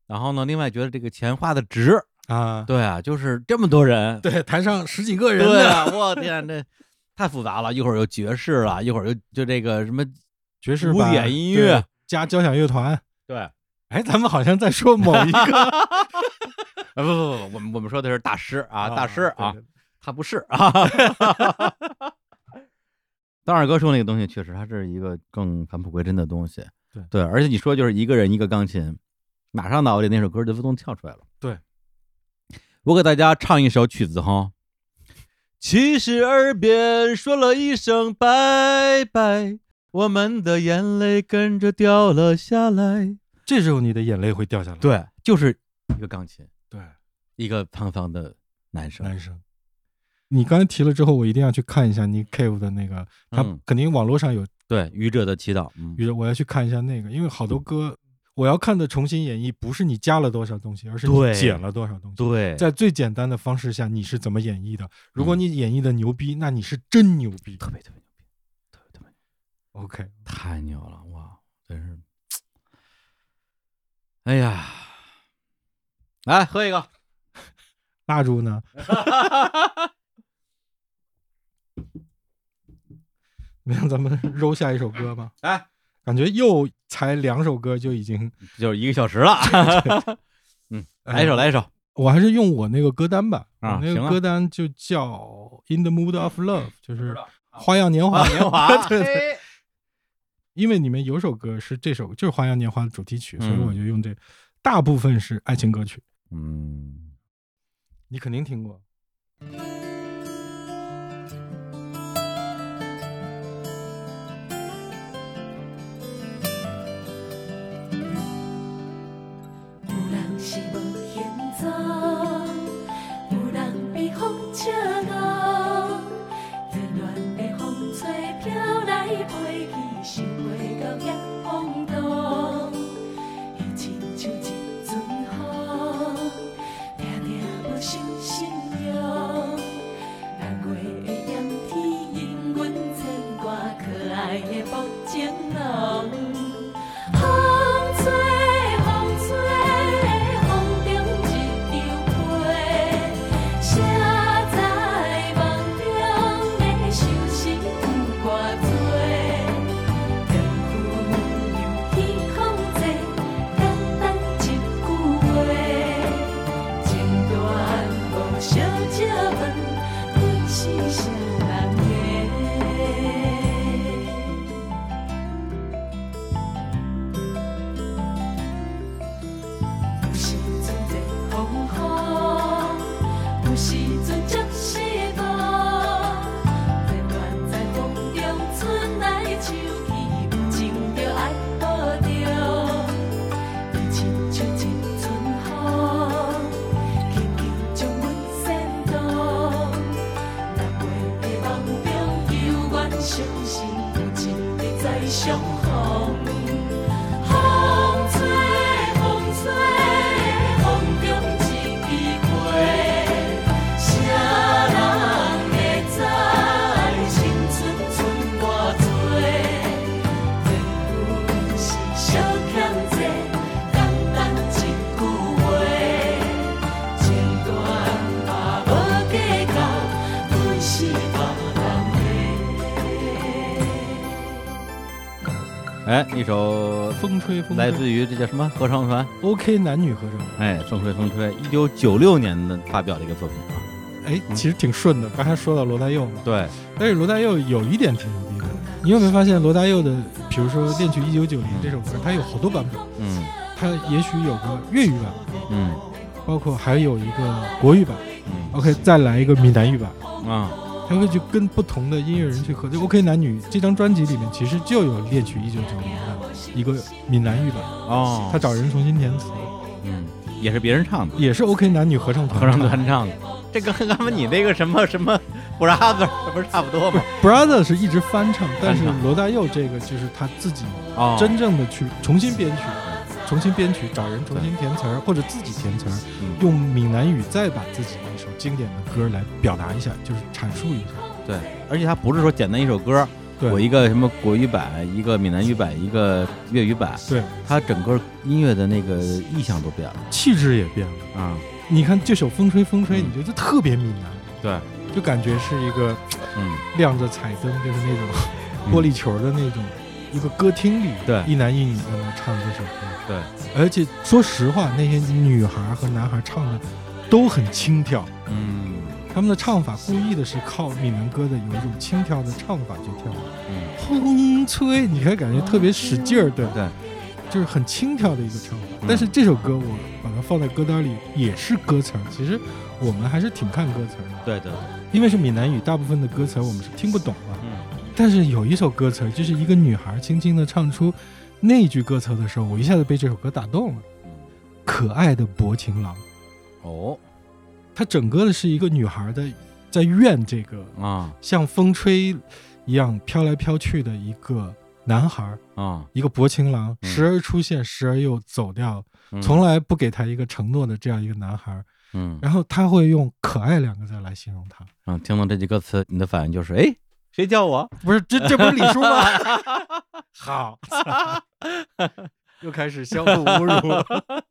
然后呢，另外觉得这个钱花的值，啊，对啊，就是这么多人， 对，台上十几个人对呢，啊，我天，这太复杂了，一会儿又爵士了，啊一会儿又就这个什么，爵士古版典音对乐加交响乐团。对，啊哎，咱们好像在说某一个不不不，我们我们说的是大师啊，大师啊，对对他不是啊。 当二哥说那个东西，确实它是一个更返璞归真的东西。对对，而且你说就是一个人一个钢琴，马上脑子里那首歌就自动跳出来了。对，我给大家唱一首曲子哈。其实耳边说了一声拜拜，我们的眼泪跟着掉了下来。这时候你的眼泪会掉下来。对，就是一个钢琴，对，一个胖胖的男生。男生。你刚才提了之后，我一定要去看一下 Nick Cave 的那个，他嗯肯定网络上有，对，愚者的祈祷。嗯，于是我要去看一下那个，因为好多歌我要看的重新演绎，不是你加了多少东西，而是你对减了多少东西。对，在最简单的方式下，你是怎么演绎的？如果你演绎的牛逼，那你是真牛逼。嗯特别特别牛逼，特别特别 OK，太牛了哇！真是，哎呀，来喝一个。蜡 烛呢？让咱们揉下一首歌吧。来，感觉又才两首歌就已经，呃就是一个小时了。嗯， 来一首，来一首。我还是用我那个歌单吧。啊我那行个啊歌单就叫《In the Mood of Love》，就是《啊花样年华》。年华， 对对，因为里面有首歌是这首，就是《花样年华》的主题曲，所以嗯我就用这。大部分是爱情歌曲，嗯，你肯定听过。有人是无闲做，有人被风吹到，热恋的风吹飘来飞去，想袂到也风动。伊亲像一阵风，定定无心心用。六月的炎天，引阮牵挂可爱的薄情郎。风吹，风吹，风中一张被，写在梦中的相思有偌多。丈夫有去控制，简单一句话，情段无小借问，阮是啥人的？有时阵热风雨，有时阵足失望。热恋在风中，春来秋去，有情就爱抱着。伊亲像一阵风，轻轻将阮牵动。六月的梦中，犹原相信有一日再相逢。风吹，风吹，风中一支花，谁人会知青春剩偌多？缘分是小欠债，简单一句话，情段也无计较，阮是别人的。哎，一首风吹风吹，来自于这叫什么合唱团？ OK 男女合唱，哎，风吹风吹，一九九六年的发表的一个作品啊。哎，其实挺顺的。刚才说到罗大佑嘛，对，但是罗大佑有一点挺牛逼的，你有没有发现罗大佑的，比如说《恋曲一九九零》这首歌，它有好多版本，嗯它也许有个粤语版，嗯包括还有一个国语版嗯，OK，再来一个闽南语版，啊，他会去跟不同的音乐人去合作。OK，男女这张专辑里面其实就有《恋曲一九九零》的一个闽南语版，哦，他找人重新填词，嗯也是别人唱的。也是 OK 男女合唱团合唱团唱的， 这跟刚刚你那个什么什么 brother 这不是差不多吗？ Brother 是一直翻唱，但是翻唱罗大佑这个就是他自己哦真正的去重新编曲，重新编曲，找人重新填词儿，或者自己填词儿，嗯用闽南语再把自己一首经典的歌来表达一下，就是阐述一下。对，而且它不是说简单一首歌，对，我一个什么国语版，一个闽南语版，一个粤语版，对它整个音乐的那个意象都变了气质也变了。啊。你看这首《风吹风吹》，嗯你觉得特别闽南，对，就感觉是一个嗯，亮着彩灯，就是那种嗯玻璃球的那种。一个歌厅里，对一男一女在那唱这首歌，对，而且说实话，那些女孩和男孩唱的都很轻佻，嗯他们的唱法故意的是靠闽南歌的有一种轻佻的唱法去跳，嗯，风吹，你还感觉特别使劲儿，对吧？对，就是很轻佻的一个唱法。嗯但是这首歌我把它放在歌单里，也是歌词儿。其实我们还是挺看歌词儿的，对对，因为是闽南语，大部分的歌词儿我们是听不懂的。嗯，但是有一首歌词儿，就是一个女孩轻轻地唱出那句歌词儿的时候，我一下子被这首歌打动了。嗯可爱的薄情郎，哦它整个的是一个女孩的在怨这个啊像风吹一样飘来飘去的一个男孩儿，啊，一个薄情郎，嗯时而出现，时而又走掉，嗯从来不给他一个承诺的这样一个男孩儿。嗯然后他会用“可爱”两个字来形容他，啊，听到这句歌词，你的反应就是，哎，谁叫我？不是这这不是李叔吗？ 好， 又开始相互侮辱。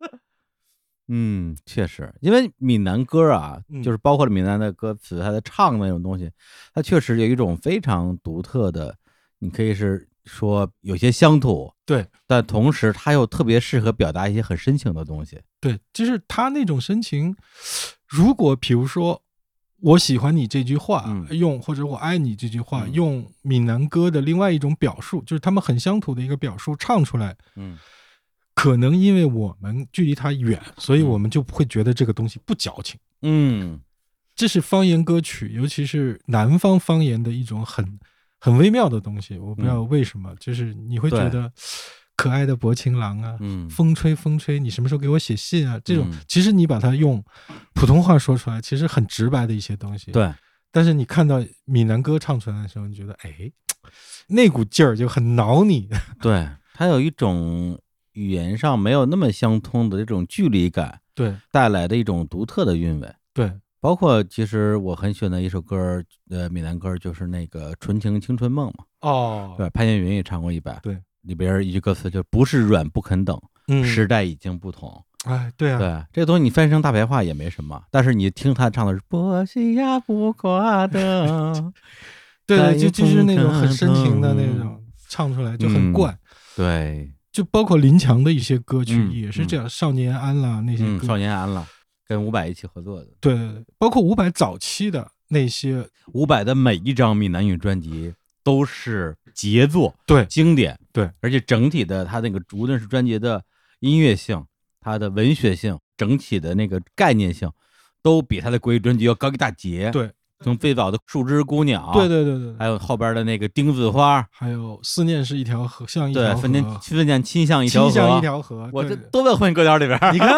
嗯，确实，因为闽南歌啊，嗯就是包括了闽南的歌词，它的唱的那种东西，它确实有一种非常独特的，你可以是说有些乡土，对，但同时它又特别适合表达一些很深情的东西。对，就是他那种深情。如果比如说“我喜欢你”这句话，嗯用或者“我爱你”这句话，嗯用闽南歌的另外一种表述，就是他们很乡土的一个表述唱出来，嗯可能因为我们距离它远，所以嗯我们就会觉得这个东西不矫情。嗯这是方言歌曲，尤其是南方方言的一种很很微妙的东西。我不知道为什么，就是你会觉嗯对得可爱的薄情郎啊，嗯风吹风吹，你什么时候给我写信啊？这种、嗯其实你把它用普通话说出来，其实很直白的一些东西。，对，但是你看到闽南歌唱出来的时候，你觉得哎，那股劲儿就很挠你。对，它有一种语言上没有那么相通的这种距离感 对带来的一种独特的韵味。对，包括其实我很喜欢的一首歌儿，呃，闽南歌儿就是那个《纯情青春梦》嘛，哦，对，潘越云也唱过一版，对，里边儿一句歌词就不是软不肯等，嗯，时代已经不同。哎，对啊，对，这东西你翻成大白话也没什么，但是你听他唱的是波西亚不挂 灯，对在对，就就是那种很深情的那一种种，唱出来就嗯很怪。对，就包括林强的一些歌曲嗯也是这样，少年安啦那些嗯，歌，少年安了，跟伍佰一起合作的，对对对，包括伍佰早期的那些，伍佰的每一张闽南语专辑都是杰作，对经典，对，而且整体的它那个无论是专辑的音乐性、它的文学性、整体的那个概念性，都比它的国语专辑要高一大截。对，从最早的《树枝姑娘》，对，对对对还对，有后边的那个《钉子花》，还有思念是一条河，像一对条，河，分间分间亲向一条清河，啊像一条河，我这对对都在混歌单里边儿。你看，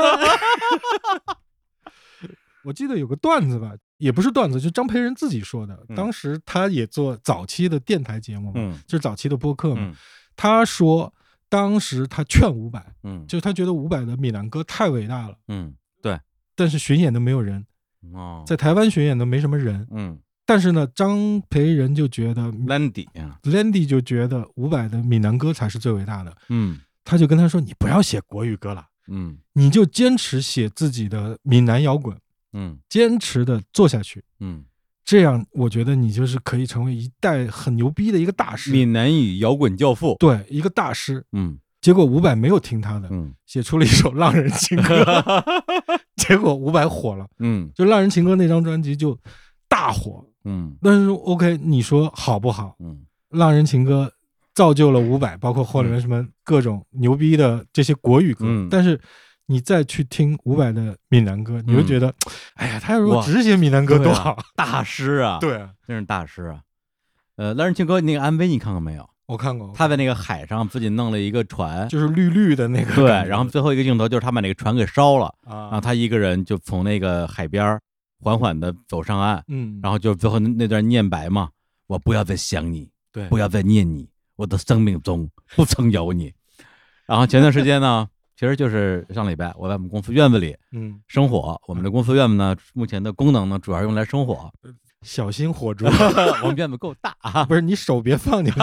我记得有个段子吧，也不是段子，就张培仁自己说的，嗯当时他也做早期的电台节目嘛，嗯就是早期的播客嘛，嗯他说当时他劝伍佰，嗯就是他觉得伍佰的闽南歌太伟大了，嗯但是巡演都没有人，哦，在台湾巡演都没什么人。嗯但是呢，张培仁就觉得 Landy 啊， ，Landy 就觉得伍佰的闽南歌才是最伟大的，嗯他就跟他说：“你不要写国语歌了，嗯你就坚持写自己的闽南摇滚，嗯坚持的做下去。嗯，这样，我觉得你就是可以成为一代很牛逼的一个大师，闽南语摇滚教父。对，一个大师。”嗯结果伍佰没有听他的，嗯写出了一首《浪人情歌》， 结果伍佰火了，嗯就《浪人情歌》那张专辑就大火。嗯但是 OK，你说好不好？嗯《浪人情歌》造就了伍佰，包括后面什么各种牛逼的这些国语歌。嗯但是你再去听伍佰的闽南歌，你会觉得，哎呀，他如嗯果哇啊只写闽南歌多好。，大师啊，，对啊，真是大师啊。呃，浪人情歌那个 MV 你看过没有？我看过，他在那个海上自己弄了一个船，就是绿绿的那个感对，觉。然后最后一个镜头就是他把那个船给烧了，然后啊，他一个人就从那个海边儿缓缓的走上岸，嗯，然后就最后那那段念白嘛，我不要再想你，对，不要再念你，我的生命中不曾有你。然后前段时间呢， 其实就是上礼拜我在我们公司院子里嗯，生火，我们的公司院子呢，目前的功能呢主要用来生 火，小心 火烛，我们院子够大啊。不是你手别放进去。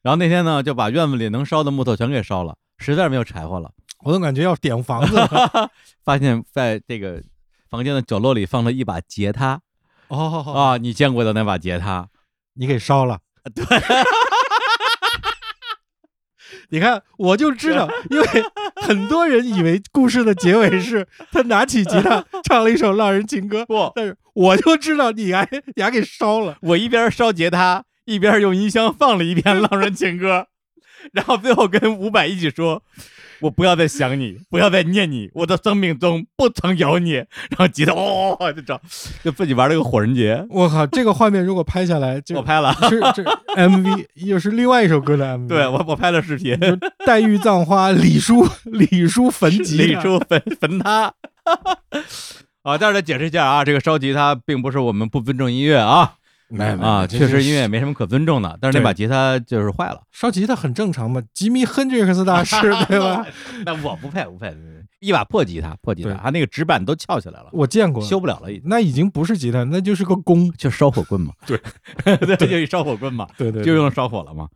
然后那天呢，就把院子里能烧的木头全给烧了，实在是没有柴火了。我总感觉要点房 子了。发现在这个房间的角落里放了一把吉他哦，啊，你见过的那把吉他。你给烧了。 对。你看，我就知道，因为很多人以为故事的结尾 是他拿起吉他唱了一首《浪人情歌》，不，但是我就知道你还你还给烧了。我一边烧吉他，一边用音箱放了一遍《浪人情歌》，然后最后跟伍佰一起说：“我不要再想你，不要再念你，我的生命中不曾有你。”然后急得哦，就找就自己玩了个火人节，我靠，这个画面如果拍下来，这我拍了，这 这 MV 又是另外一首歌的 MV。对我我拍了视频，就黛玉葬花，李叔李叔焚啊集，李叔焚焚他。啊，但是得解释一下啊，这个烧吉他并不是我们不尊重音乐啊没没啊，这确实是音乐也没什么可尊重的，但是那对把吉他就是坏了。烧吉他很正常嘛，吉米亨德克斯大 师对吧？？ 那我不配，不配，一把破吉他，破吉他，啊对他那个指板都翘起来了，我见 过，修不了了，已经那已经不是吉他，那就是个弓。就烧火棍 嘛。对，对，就一烧火棍嘛，对对，就对用烧火了嘛。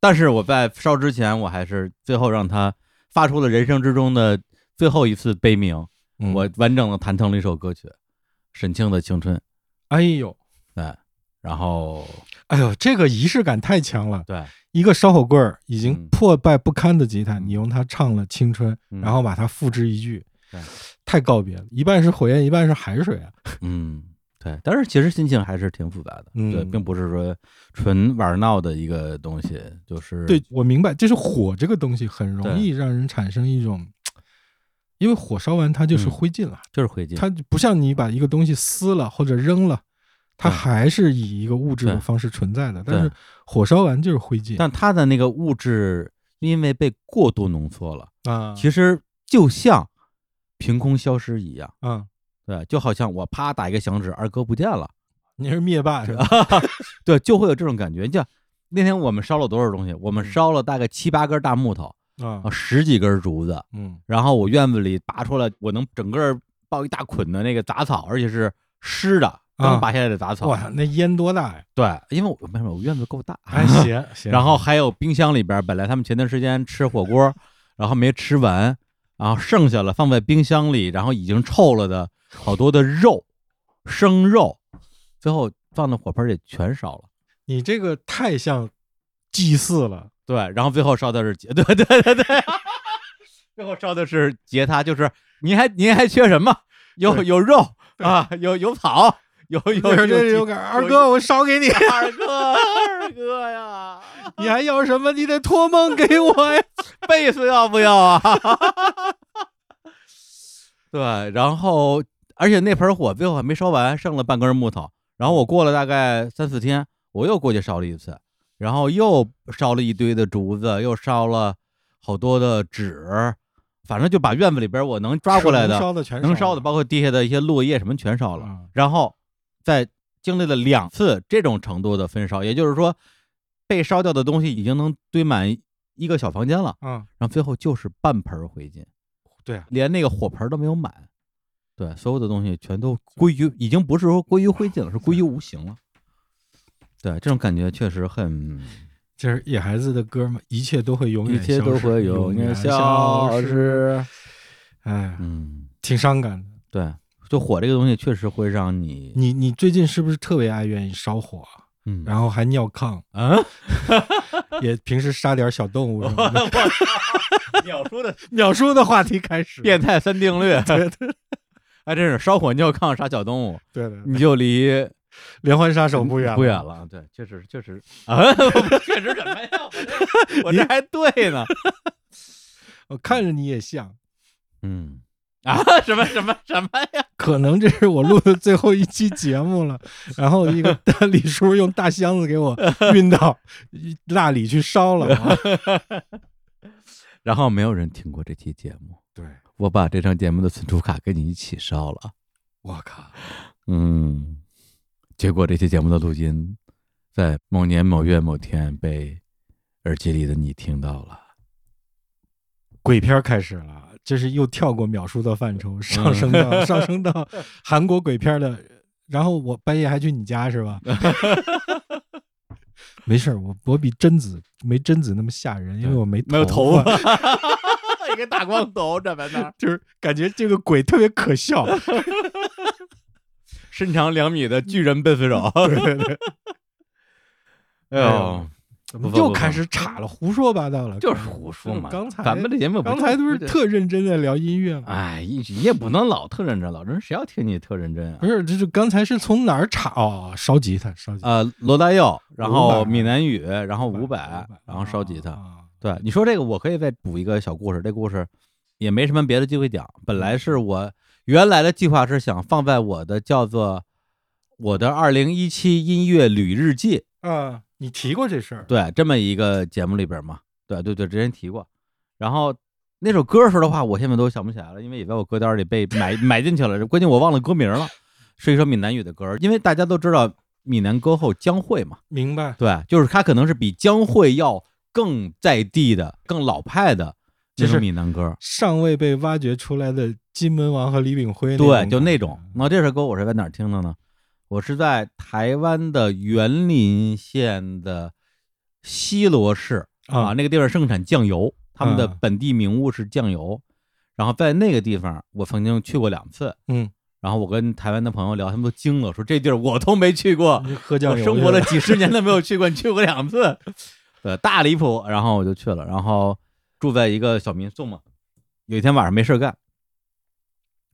但是我在烧之前，我还是最后让他发出了人生之中的最后一次悲鸣，嗯我完整的弹唱了一首歌曲，沈庆的《青春》。哎呦哎，然后哎呦，这个仪式感太强了。对，一个烧火棍儿已嗯经破败不堪的吉他，你用它唱了青春，嗯然后把它付之一炬对，太告别了，一半是火焰，一半是海水啊。嗯，对，但是其实心情还是挺复杂的，嗯对，并不是说纯玩闹的一个东西，就是对，我明白，就是火这个东西很容对易让人产生一种，因为火烧完它就是嗯灰烬了，就是灰烬，它不像你把一个东西撕了或者扔了，它对还是以一个物质的对方式存在的。对但是火烧完就是灰烬但它的那个物质因为被过度浓缩了，啊，其实就像凭空消失一样，啊，对，就好像我啪打一个响指，二哥不见了，你是灭霸 是吧？啊对，就会有这种感觉。就那天我们烧了多少东西？我们烧了大概七八根大木头，嗯啊啊，，十几根竹子，嗯然后我院子里拔出了我能整个抱一大捆的那个杂草，而且是湿的，刚啊拔下来的杂草。哇，那烟多 大呀！对，因为我没有我院子够大，还行行。然后还有冰箱里边儿，本来他们前段时间吃火 锅，然后没吃完，然后剩下了放在冰箱里，然后已经臭了的好多的肉，生肉，最后放到火盆里全烧了。你这个太像祭祀了，对，然后最后烧的是吉， 对对对对，最后烧的是吉他，就是您还您还缺什么？有对有肉啊，有有草，有 有这吉有感。二有哥，我烧给你，二哥二哥 呀，你还要什么？你得托梦给我 呀！贝斯要不要啊？ 对，然后而且那盆火最后还没烧完，剩了半根木头。然后我过了大概三四天，我又过去烧了一次，然后又烧了一堆的竹子，又烧了好多的纸，反正就把院子里边我能抓过来能的、烧的全能烧烧的，了包括地下的一些落叶什么全烧了。嗯然后在经历了两次这种程度的焚烧，也就是说，被烧掉的东西已经能堆满一个小房间了。嗯，然后最后就是半盆儿灰烬，对啊，连那个火盆儿都没有满，对，所有的东西全都归于，已经不是说归于灰烬了，是归于无形了。对，这种感觉确实很，这是野孩子的歌嘛，一切都会永一远切消都失会永永远消消。失。哎，嗯，挺伤感的。对，就火这个东西确实会让你，你你最近是不是特别爱愿意烧火，啊嗯，然后还尿炕，啊， 也平时杀点小动物什么 的？鸟叔的鸟叔的话题开始，变态三定律， 对对，还真是烧火尿炕杀小动 物，对的，你就离连环杀手不远不远了，对，确实确 实啊，确实什么呀？我这我这还对呢，我呃看着你也像， 嗯 啊，什么什么什么呀？可能这是我录的最后一期节目了。然后一个大李叔用大箱子给我运到大理去烧了 啊。然后没有人听过这期节目，对，我把这张节目的存储卡跟你一起烧了，我靠，嗯，结果这期节目的录音在某年某月某天被耳机里的你听到了。鬼片儿开始了，这是又跳过秒叔的范畴，上升到、嗯上升到韩国鬼片儿的。然后我半夜还去你家是吧？ 没事儿，我我比贞子没贞子那么吓人，因为我没没有头头发， 一个大光头站在那 儿，就是感觉这个鬼特别可笑。 身长两米的巨人贝斯手。 对对对，哎呦，怎么不错又不错开始岔了，胡说八道了？就是胡说嘛。刚才咱们这节目不刚才都是特认真在聊音乐嘛。哎，一你也不能老特认真，老认真谁要听你特认真啊不？是，这就刚才是从哪儿岔？哦，烧啊吉他，烧吉他，呃，罗大佑，然伍后佰闽南语，然后伍佰啊百，然后烧吉他，啊对，你说这个，我可以再补一个小故事。这故事也没什么别的机会讲。本来是我原来的计划是想放在我的叫做我的二零一七音乐旅日记，啊，你提过这事儿，对，这么一个节目里边嘛。对对对，之前提过。然后那首歌说的话，我现在都想不起来了，因为也在我歌单里被埋埋进去了。关键我忘了歌名了，是一首闽南语的歌。因为大家都知道闽南歌后江蕙嘛，明白？对，就是他可能是比江蕙要更在地的、更老派的这就是种闽南歌。尚未被挖掘出来的金门王和李炳辉，对，就那种。啊那这首歌我是在哪儿听的呢？我是在台湾的园林县的西罗市啊，啊，那个地方盛产酱油，他们的嗯本地名物是酱油。然后在那个地方，我曾经去过两次。嗯，然后我跟台湾的朋友聊，他们都惊了，说这地儿我都没去过，你喝酱我油生去活了几十年都没有去过，你去过两次，对，大离谱。然后我就去了，然后住在一个小民宿嘛。有一天晚上没事儿干，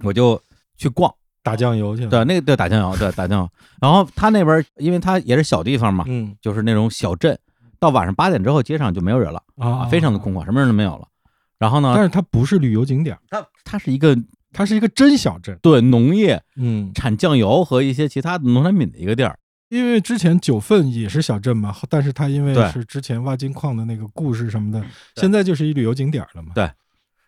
我就去逛，打酱油去了，对，那个对打酱油，对打酱油。然后他那边儿，因为他也是小地方嘛，嗯就是那种小镇，到晚上八点之后街上就没有人了啊，啊非常的。空旷，什么人都没有了。然后但呢，是它不是旅游景点儿，它它是一个它是一个真小镇。对农业嗯，产酱油和一些其他的农产品的一个地儿，因为之前九份也是小镇嘛，后但是它因为对嗯是之前挖金矿的那个故事什么的，现在就是一旅游景点儿了嘛。对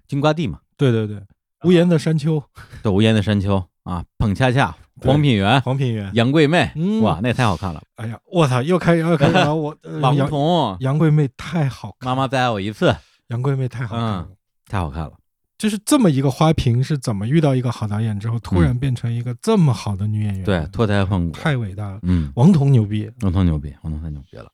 金瓜 地嘛，对对对，无言的山丘、对，无烟的山丘啊，捧恰恰、黄品源、黄品源，杨贵妹，嗯哇，那也太好看了。哎呀，我操，又开又开始 聊我呃王杨彤杨贵妹太好看，妈妈再爱我一次，杨贵妹太好看了。嗯太好看了。就是这么一个花瓶是怎么遇到一个好导演之后，突然变成一个这么好的女演员？嗯对，脱胎换骨，太伟大了。嗯，王彤牛逼，王彤牛逼，王彤太牛逼了。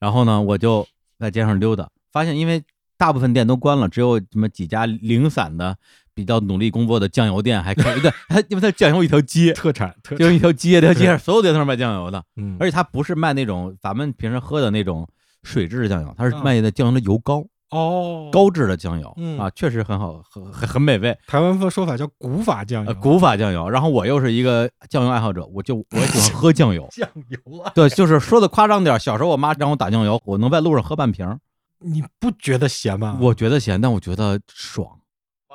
然后呢，我就在街上溜达，发现因为大部分店都关了，只有什么几家零散的、比较努力工作的酱油店还开。对，它因为它酱油一条街，特产 特就是一条街，这条街对上所有店都是卖酱油的，嗯，而且它不是卖那种咱们平时喝的那种水制的酱油，它是嗯卖的酱油的油膏。哦，高质的酱油、嗯哎啊，确实很好，很很很美味，台湾说法叫古法酱油，。呃，古法酱油。然后我又是一个酱油爱好者，我就我也喜欢喝酱油 酱油啊！对，就是说的夸张点儿，小时候我妈让我打酱油，我能在路上喝半瓶儿，你不觉得咸吗？我觉得咸，但我觉得爽。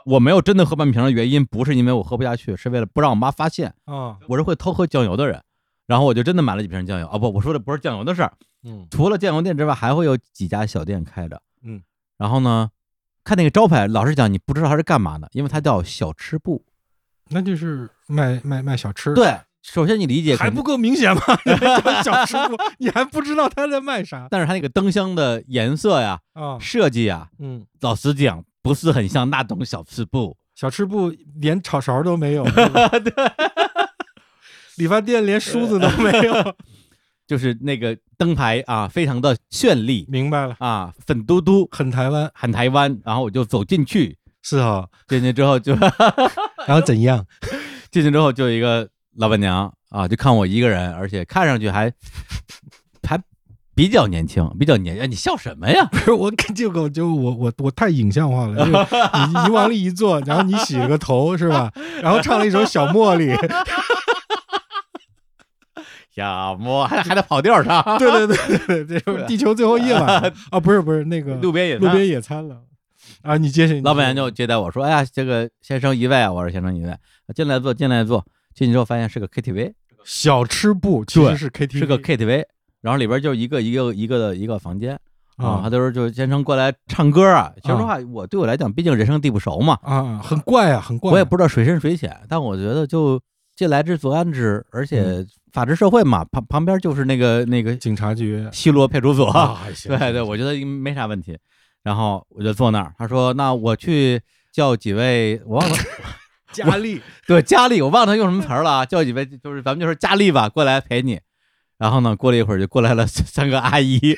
我没有真的喝半瓶儿的原因，不是因为我喝不下去，是为了不让我妈发现，啊，我是会偷喝酱油的人。然后我就真的买了几瓶酱油啊，不，我说的不是酱油的事儿，嗯除了酱油店之外，还会有几家小店开着。嗯，然后呢，看那个招牌，老实讲，你不知道它是干嘛的，因为它叫小吃部。那就是卖卖卖小吃，，对，首先你理解还肯不定，够明显吗？ 那叫小吃部，你还不知道他在卖啥但是它那个灯箱的颜色呀、啊？设计呀，嗯，老实讲不是很像那种小吃部。小吃部连炒勺都 没有，对吧理发店连梳子都没 有，就是那个灯牌啊，非常的绚丽明白了，啊，粉嘟嘟，很台湾很台湾。然后我就走进去，是哈。进去之后就哎然后怎样？ 进去之后就有一个老板娘啊，就看我一个人，而且看上去还 还比较年轻，比较年。哎，你笑什么 呀？不是我跟这个我就我我我太影像化了，就是你你往里一坐，然后你洗了个头是吧？然后唱了一首《小茉莉》， 小莫还还得跑调儿 上，对对对对对，这是地球最后夜 晚了啊，不是不是那个啊路边野路餐边野餐了啊，你接着，你老板接娘着就接待我说：“哎呀，这个先生一位啊，我说先生一位，进来坐，进来坐。”进去之后发现是个 KTV，小吃部其对实是 KTV，是个 KTV，然后里边就一个一个一个的一个房间啊。他啊就说：“就先生过来唱歌啊。”其实说话，我对我来讲，毕竟人生地不熟嘛，啊，很怪啊，很怪啊，我也不知道水深水浅，但我觉得就既来之则安之，而嗯且法治社会嘛，旁旁边就是那个那个警 察局西罗派出所，啊，行对对，，我觉得应没啥问题。然后我就坐那儿，他说：“那我去叫几位，我忘了。” 行佳丽对，佳丽，我忘了他用什么词儿了啊，叫几位，就是咱们就说佳丽吧，过来陪你。然后呢，过了一会儿就过来了三三个阿姨，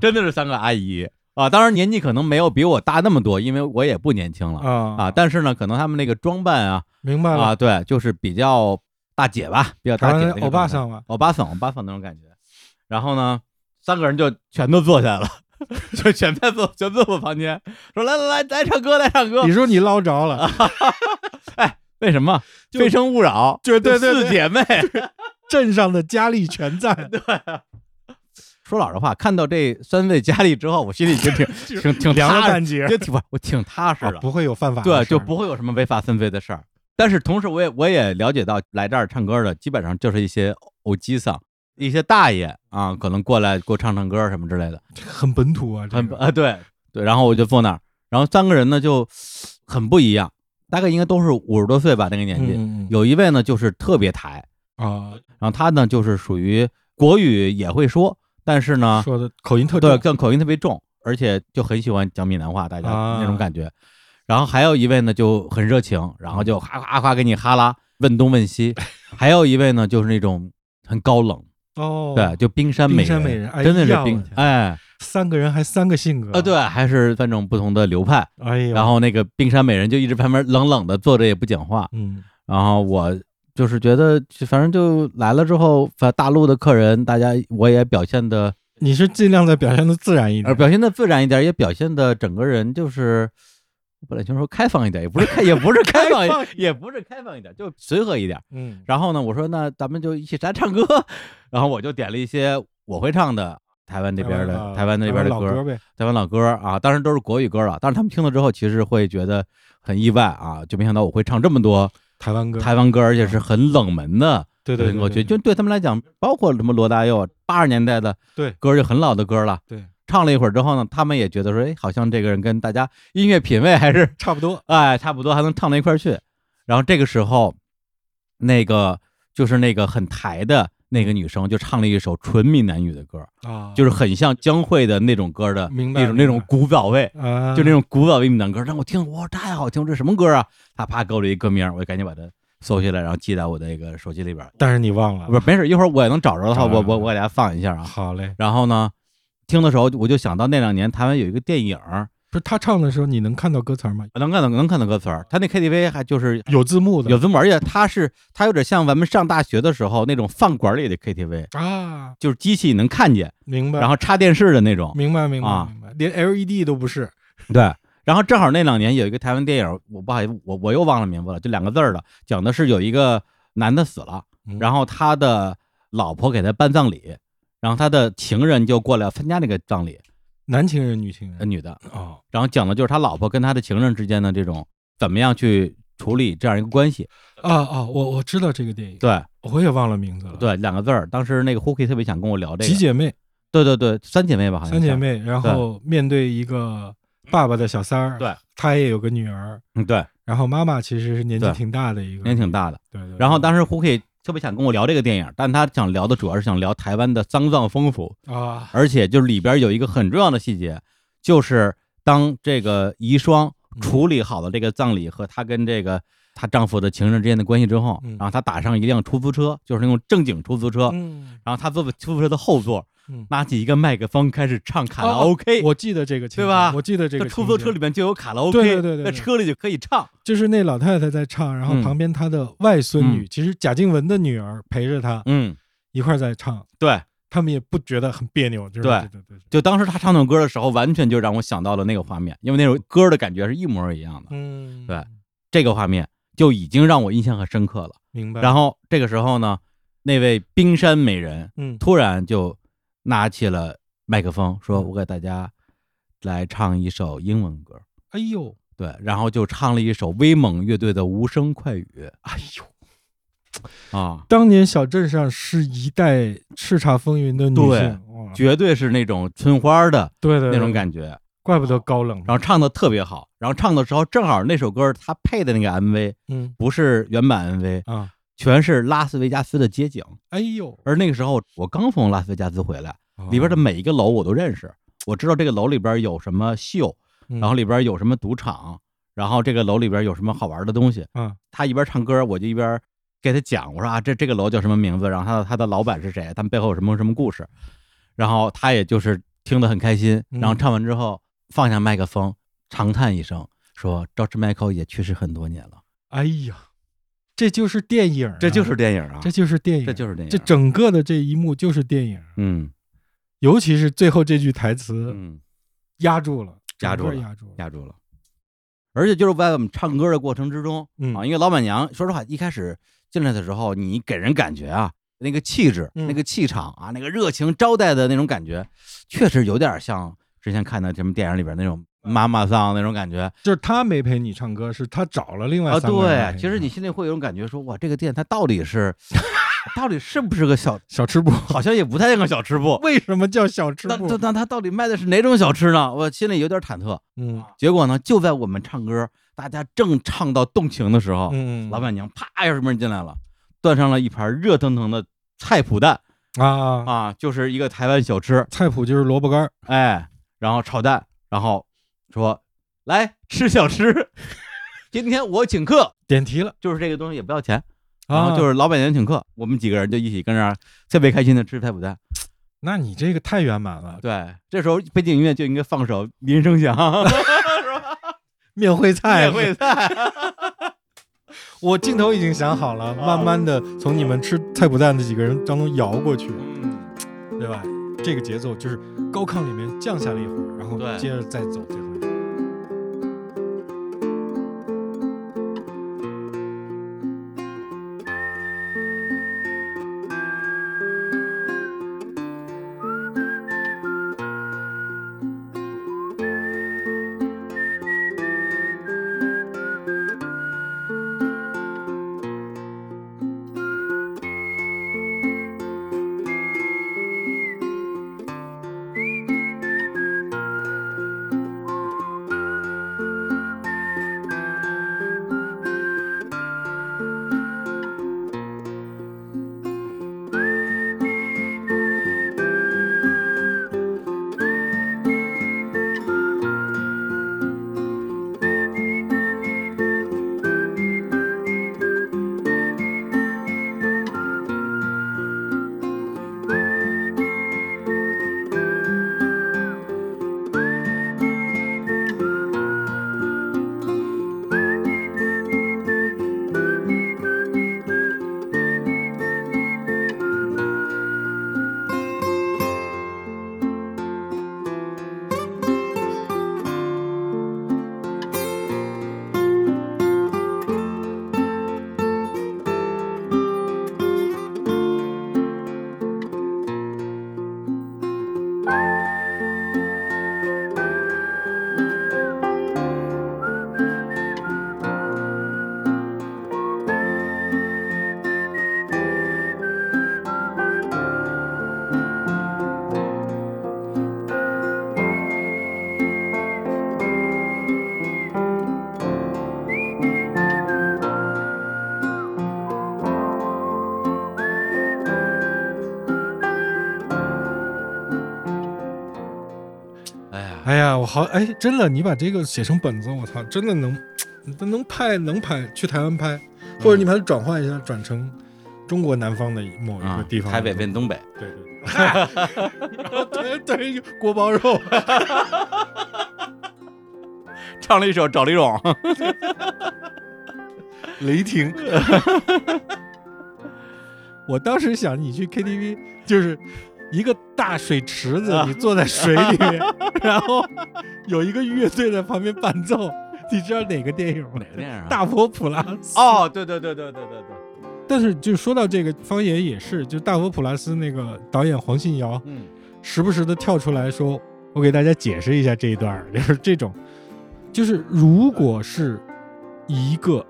真的是三个阿姨啊。当然年纪可能没有比我大那么多，因为我也不年轻了啊啊。，但是呢，可能他们那个装扮啊明白了，啊，对，就是比较大姐吧，比较大台姐湾的一个欧状巴态桑嘛，欧巴桑，欧巴桑那种感觉。然后呢，三个人就全都坐下了， 就全在坐全坐我房间，说来来来来唱歌来唱歌你。说你捞着了，啊为什么？就非诚勿扰，就对对四对姐妹。 镇上的佳丽全在，说老实话，看到这三位佳丽之后，我心里就挺挺挺凉了踏实半截就挺不我挺踏实啊的，不会有犯法的对，事儿就不会有什么违法分飞的事儿。但是同时，我也我也了解到，来这儿唱歌的基本上就是一些偶机桑，一些大爷啊，可能过来给我唱唱歌什么之类的，很本土啊，这很个啊对对。然后我就坐那儿，然后三个人呢就很不一样，大概应该都是五十多岁吧那个年纪。嗯嗯嗯有一位呢就是特别台，啊，然后他呢就是属于国语也会说，但是呢说的口音特啊对，重，更口音特别重，而且就很喜欢讲闽南话，大家啊那种感觉。然后还有一位呢就很热情，然后就哈哈哈给你哈拉，问东问 西；还有一位呢就是那种很高冷，哦，对，，就冰山冰美人，山美人哎真的是呀冰我天哎三个人还三个性格呃对，，还是三种不同的流派。哎呀，然后那个冰山美人就一直旁边冷冷的坐着也不讲话，嗯，然后我就是觉得，反正就来了之后，反大陆的客人，大家我也表现的，你是尽量在表现的自然一呃，点，表现的自然一点，也表现的整个人就是，我本来想说开放一点，也不是开，也不是开放，开放也不是开放一点，就随和一点。嗯然后呢，我说那咱们就一起来唱歌，然后我就点了一些我会唱的台湾这边台湾的啊台湾那边的台湾老歌呗，台湾老歌啊，当然都是国语歌了，但是他们听了之后，其实会觉得很意外啊，就没想到我会唱这么多台湾歌，台湾歌，而且是很冷门的。啊对流对对行歌对，曲，对就对他们来讲，包括什么罗大佑八十年代的对歌就很老的歌了。对，唱了一会儿之后呢，他们也觉得说，哎，好像这个人跟大家音乐品味还是 差不多，哎差不多，还能唱到一块儿去。然后这个时候，那个就是那个很台的那个女生就唱了一首纯闽南语的歌，啊，就是很像江蕙的那种歌的明白那种明白那种古早味。啊，就那种古早味闽南歌，让我听，哇，太好听！这什么歌啊？他啪给我了一歌名儿，我就赶紧把它搜下来，然后记在我的那个手机里边儿。但是你忘了，不是，没事，一会儿我也能找着的话，找着我我了嗯我给大家放一下啊。好嘞，然后呢，听的时候我就想到那两年台湾有一个电影儿，不是他唱的时候你能看到歌词儿吗？能看到能看到歌词儿，他那 KTV 还就是有字幕的，有字幕，而且他是他有点像咱们上大学的时候那种饭馆里的 KTV，啊，就是机器能看见，明白，然后插电视的那种。明白明白啊明白，连 LED 都不是，对。然后正好那两年有一个台湾电影，我不好意思，我我又忘了名字了，就两个字儿的，讲的是有一个男的死了嗯，然后他的老婆给他办葬礼，然后他的情人就过来参加那个葬礼，男情人女情呃，人女的，哦，然后讲的就是他老婆跟他的情人之间的这种怎么样去处理这样一个关系。啊啊，我我知道这个电影，对我也忘了名字了，，对，两个字儿。当时那个 Huki 特别想跟我聊这几个，姐妹。对对对，三姐妹吧，好像三姐是，妹，然后面对一个爸爸的小三儿，对，他也有个女儿，嗯，对，然后妈妈其实是年纪对挺大的一个，年纪挺大的。对对。然后当时时 Huki 特别想跟我聊这个电影，但他想聊的主要是想聊台湾的丧葬风俗，啊，而且就是里边有一个很重要的细节，就是当这个遗孀嗯处理好了这个葬礼和她跟这个她丈夫的情人之间的关系之后嗯，然后她打上一辆出租车，就是那种正经出租车，嗯，然后她坐在出租车的后座嗯，拿起一个麦克风开始唱卡拉 OK。哦我记得这个情节，对吧我记得这这个出租情车节里面就有卡拉 OK，对对对对在对车里就可以唱。就是那老太太在唱，然后嗯旁边她的外孙女，其实贾静雯的女儿陪着她嗯，一块儿在唱，对，他们也不觉得很别扭，就是对对对对，就当时她唱那首歌的时候，完全就让我想到了那个画面，因为那首歌的感觉是一模一样的。嗯，对，这个画面就已经让我印象很深刻了。明白。然后后这个时候呢，那位冰山美人嗯，突然就拿起了麦克风，说：“嗯我给大家来唱一首英文歌。哎呦，”对，然后就唱了一首威猛乐队的《无声快语哎呦，》啊，当年小镇上是一代叱咤风云的女对性，哇绝对是那种村花的对嗯对那种觉。感觉。怪不得高冷。然后唱的特别好，然后唱的时候正好那首歌它配的那个 MV 嗯不是原版 MV，啊，全是拉斯维加斯的街景。哎呦，而那个时候我刚从拉斯维加斯回来，哦里哦边的每一个楼我都认识，我知道这个楼里边有什么秀，嗯，然后里边有什么赌场，然后这个楼里边有什么好玩的东西。嗯他一边唱歌，我就一边给他讲，我说啊，这这个楼叫什么名字，然后他的他的老板是谁，他们背后有什么什么故事。然后他也就是听得很开心，嗯然后唱完之后放下麦克风，长叹一声，说 George Michael 也去世很多年了，哎呀，这就是电影啊，这就是电影啊，这就是电影，这就是电影，这整个的这一幕就是电影，嗯尤其是最后这句台词嗯压住了，压住整个了压住了，压住了。而且就是在我们唱歌的过程之中，嗯啊，因为老板娘说实话，一开始进来的时候，你给人感觉啊，那个气质、嗯那个气场啊，那个热情招待的那种感觉，确实有点像之前看的什么电影里边那种嗯妈妈桑那种感觉就是他没陪你唱歌，是他找了另外啊。三个人来对，陪你其实你心里会有种感觉说，哇，这个店它到底 是到底是不是个小，小吃部 好像也不太像个小吃部。为什么叫小吃那部那？那他到底卖的是哪种小吃呢？我心里有点忐忑。嗯结果呢，就在我们唱歌，大家正唱到动情的时候，嗯，老板娘啪一下门进来了，端上了一盘热腾腾的菜脯蛋啊，啊，就是一个台湾小吃，菜谱就是萝卜干儿，哎，然后炒蛋，然后说来吃小吃， 今天我请客，点题了就是这个东西也不要钱，然啊，。后就是是老板娘请客，我们几个人就一起跟那儿特别开心的吃菜脯蛋。那你这个太圆满了，对，这时候背景音乐就应该放首林声 祥，面会菜也会菜。 我镜头已经想好嗯了，慢慢的从你们吃菜脯蛋的几个人当中摇过去，对吧？这个节奏就是高亢里面降下了一会儿，然后对接着再走最后一步。哎呀，哎呀，我好哎，真的，你把这个写成本子，我操，真的能，能能拍能拍，去台湾拍，或者你把它转换一下，转成中国南方的某一个啊地方，台北变东北，对对，然后对对锅包肉，唱了一首找李荣。 雷霆。我当时想，你去 KTV 就是一个大水池子，你坐在水里面，然后有一个乐队在旁边伴奏。你知道哪个电影吗？哪个电影啊大佛普拉斯。哦，对对对对对对对，但是就说到这个方言也是，就大佛普拉斯那个导演黄信尧，嗯，时不时的跳出来说：“我给大家解释一下这一段儿，就是这种，就是如果是一个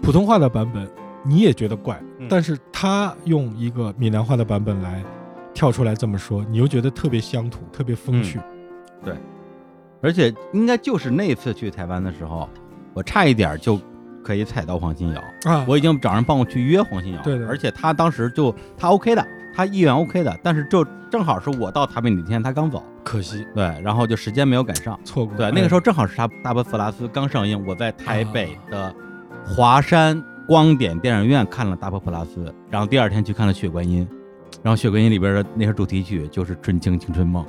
普通话的版本，你也觉得怪，嗯但是他用一个闽南话的版本来跳出来这么说，你又觉得特别乡土，特别风趣。而且应该就是那次去台湾的时候，我差一点就可以踩到黄新尧，啊嗯我已经找人帮我去约黄新尧，对对对而且他当时就他 OK 的，他意愿 OK 的，但是就正好是我到台北那天他刚走，可惜对，然后就时间没有赶上，错过。对，那个时候正好是他《大佛普拉斯》刚上映，我在台北的华山光点电影院看了《大佛普拉斯》，然后第二天去看了《血观音》，然后《血观音》里边的那首主题曲就是《春情青春梦》，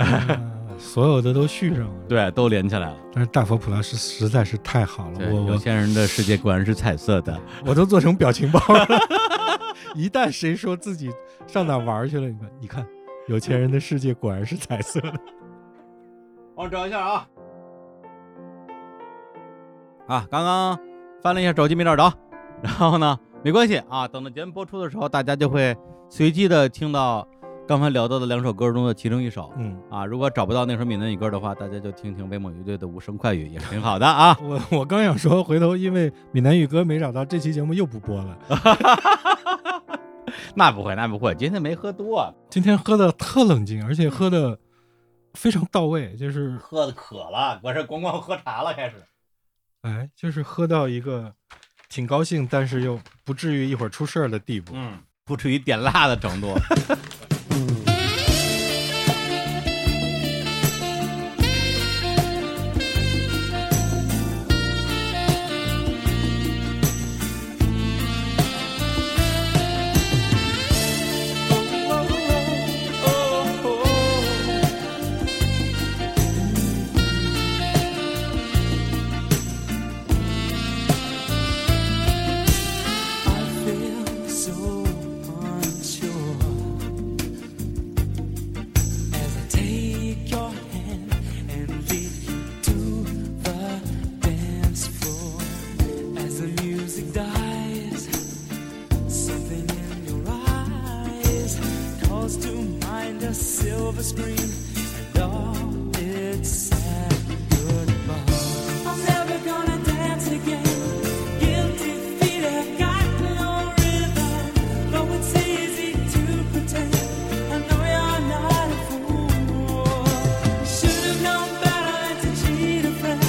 啊，所有的都续上了。， 对，都连起来了。但是大佛普拉斯实在是太好了，对，我有我些人的世界果然是彩色的。我都做成表情包了。一旦谁说自己上哪玩去了，你看，你看，有钱人的世界果然是彩色的。我找一下啊。啊，刚刚翻了一下手机没找着，然后呢，没关系啊，等到节目播出的时候，大家就会随机的听到刚才聊到的两首歌中的其中一首。嗯，啊，如果找不到那首闽南语歌的话，大家就听听威猛乐队的《无声快语》，也是挺好的啊。 我我刚想说，回头因为闽南语歌没找到，这期节目又不播了。那不会，那不会，今天没喝多，今天喝的特冷静，而且喝的非常到位，就是喝的渴了，我这光光喝茶了，开始。哎，就是喝到一个挺高兴，但是又不至于一会儿出事儿的地步。嗯，不至于点辣的程度。 I feel so unsure as I take your hand and lead you to the dance floor. As the music dies, something in your eyes calls to mind a silver screen and all its sad goodbye. I'm never gonna dance again. Guilty feet have got no rhythm. Though it's easy to pretend, I know you're not a fool. Should have known better to cheat a friend.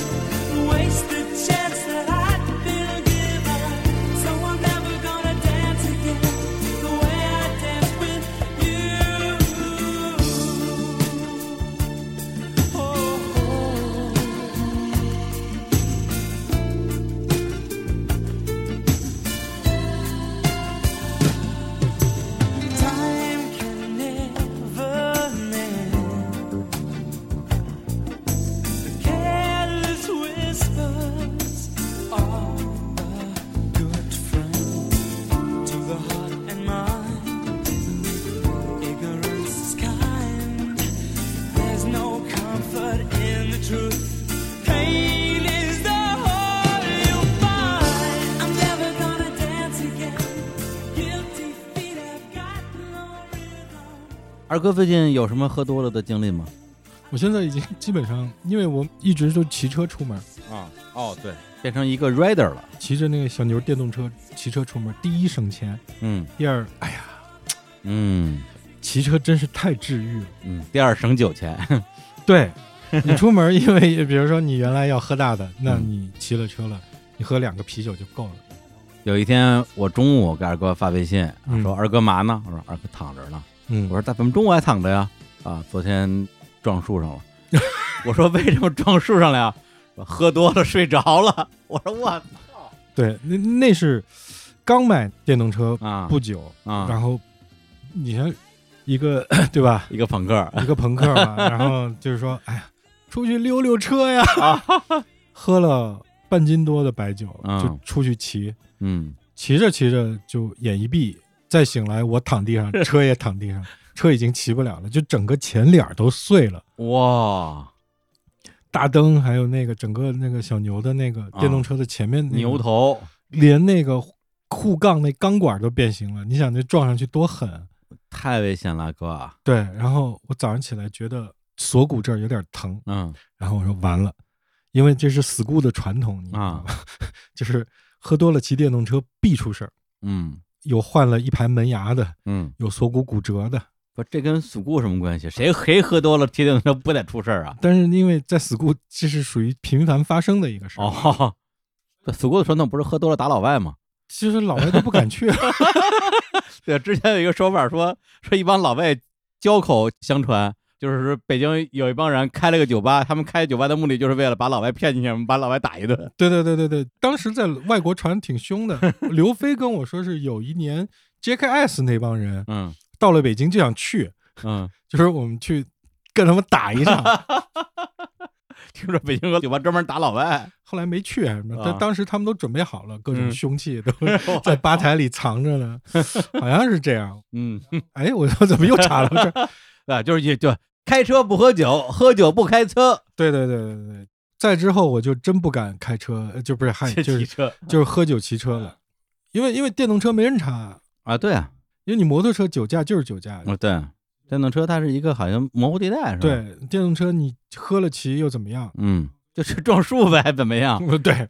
Waste the chance that I'd been given. So I'm never gonna dance again the way I danced with you. oh. Time can never mend the careless whispers of a good friend to the heart and mind. Ignorance is kind. There's no comfort in the truth. Pain is the whole you find. I'm never gonna dance again. Guilty feet have got no rhythm. 二哥最近有什么喝多了的经历吗？我现在已经基本上，因为我一直都骑车出门，啊，哦，对，变成一个 rider 了。骑着那个小牛电动车骑车出门，第一省钱，嗯第二，哎呀，嗯骑车真是太治愈了。嗯，第二省酒钱。 对你出门，因为比如说你原来要喝大的，那你骑了车了，你喝两个啤酒就够了。有一天我中午给二哥发微信，嗯说二哥嘛呢？我说二哥躺着呢。嗯我说大怎么中午还躺着呀？啊，昨天撞树 上了。我说为什么撞树上了呀？说喝多了睡着了。我说我对，那那是刚买电动车啊不久，啊，然后你像一个 对吧，一个朋克，一个朋克嘛，然后就是说，哎呀，出去溜溜车呀， 喝了半斤多的白酒嗯就出去骑，嗯骑着骑着就眼一闭，再醒来我躺 地上，车也躺地上，车已经骑不了了，就整个前脸儿都碎了。哇，大灯，还有那个整个那个小牛的那个电动车的前面、那个牛，头，连那个护杠那钢管都变形了。你想这撞上去多狠？太危险了，哥。对。然后我早上起来觉得锁骨这儿有点疼，嗯然后我说完了，因为这是 school 的传统，你知道吗？啊 就是喝多了骑电动车必出事儿，嗯有换了一盘门牙的，嗯，有锁骨骨折的。不，这跟宿故什么关系？谁谁喝多了骑电动车不得出事儿啊？但是因为在 school 这是属于频繁发生的一个事儿，哦，不宿故的传统不是喝多了打老外吗？其实老外都不 敢去。对，之前有一个说法说说一帮老外交口相传，就是说北京有一帮人开了个酒吧，他们开酒吧的目的就是为了把老外骗进去，把老外打一顿。对对对对对，当时在外国传挺凶的。刘飞跟我说是有一年 JKS 那帮人嗯到了北京就想去，嗯，就是我们去跟他们打一场， 听说北京有酒吧专门打老外，后来没去还是什么啊但当时他们都准备好了，各种嗯凶 器都在吧台里藏着呢，好像是这样。嗯，哎，我 说怎么又查到这儿？啊，就是也就开车不喝酒，喝酒不开车，对对对对对。再之后我就真不敢开车，呃就不是 还这就骑是车啊就是喝酒骑车了，因为因为电动车没人查，啊，对啊，因为你摩托车酒驾就是酒驾，哦，对，电动车它是一个好像模糊地带，是吧？，对，电动车你喝了骑又怎么样？嗯，就是撞树呗，怎么样？ 对，啊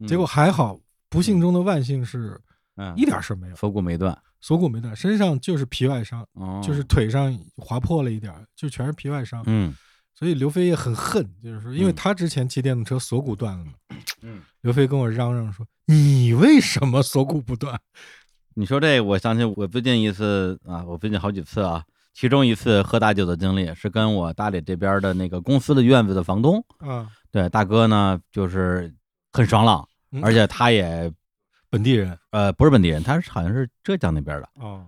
嗯结果，还好，不幸中的万幸是嗯，一点事儿没有，锁骨没断，锁骨没断，身上就是皮外伤，哦，就是，腿上划破了一点儿，就全是皮外伤。嗯所以刘飞也很恨，就是说，因为嗯他之前骑电动车锁骨断了嘛。嗯，刘飞跟我嚷嚷说：“你为什么锁骨不断你说这，我想起我最近一次啊，我最近好几次啊，其中一次喝大酒的经历是跟我大理这边的那个公司的院子的房东，？”啊，对大哥呢，就是很爽朗，嗯而且他也本地人呃不是本地人，他是好像是浙江那边的，哦，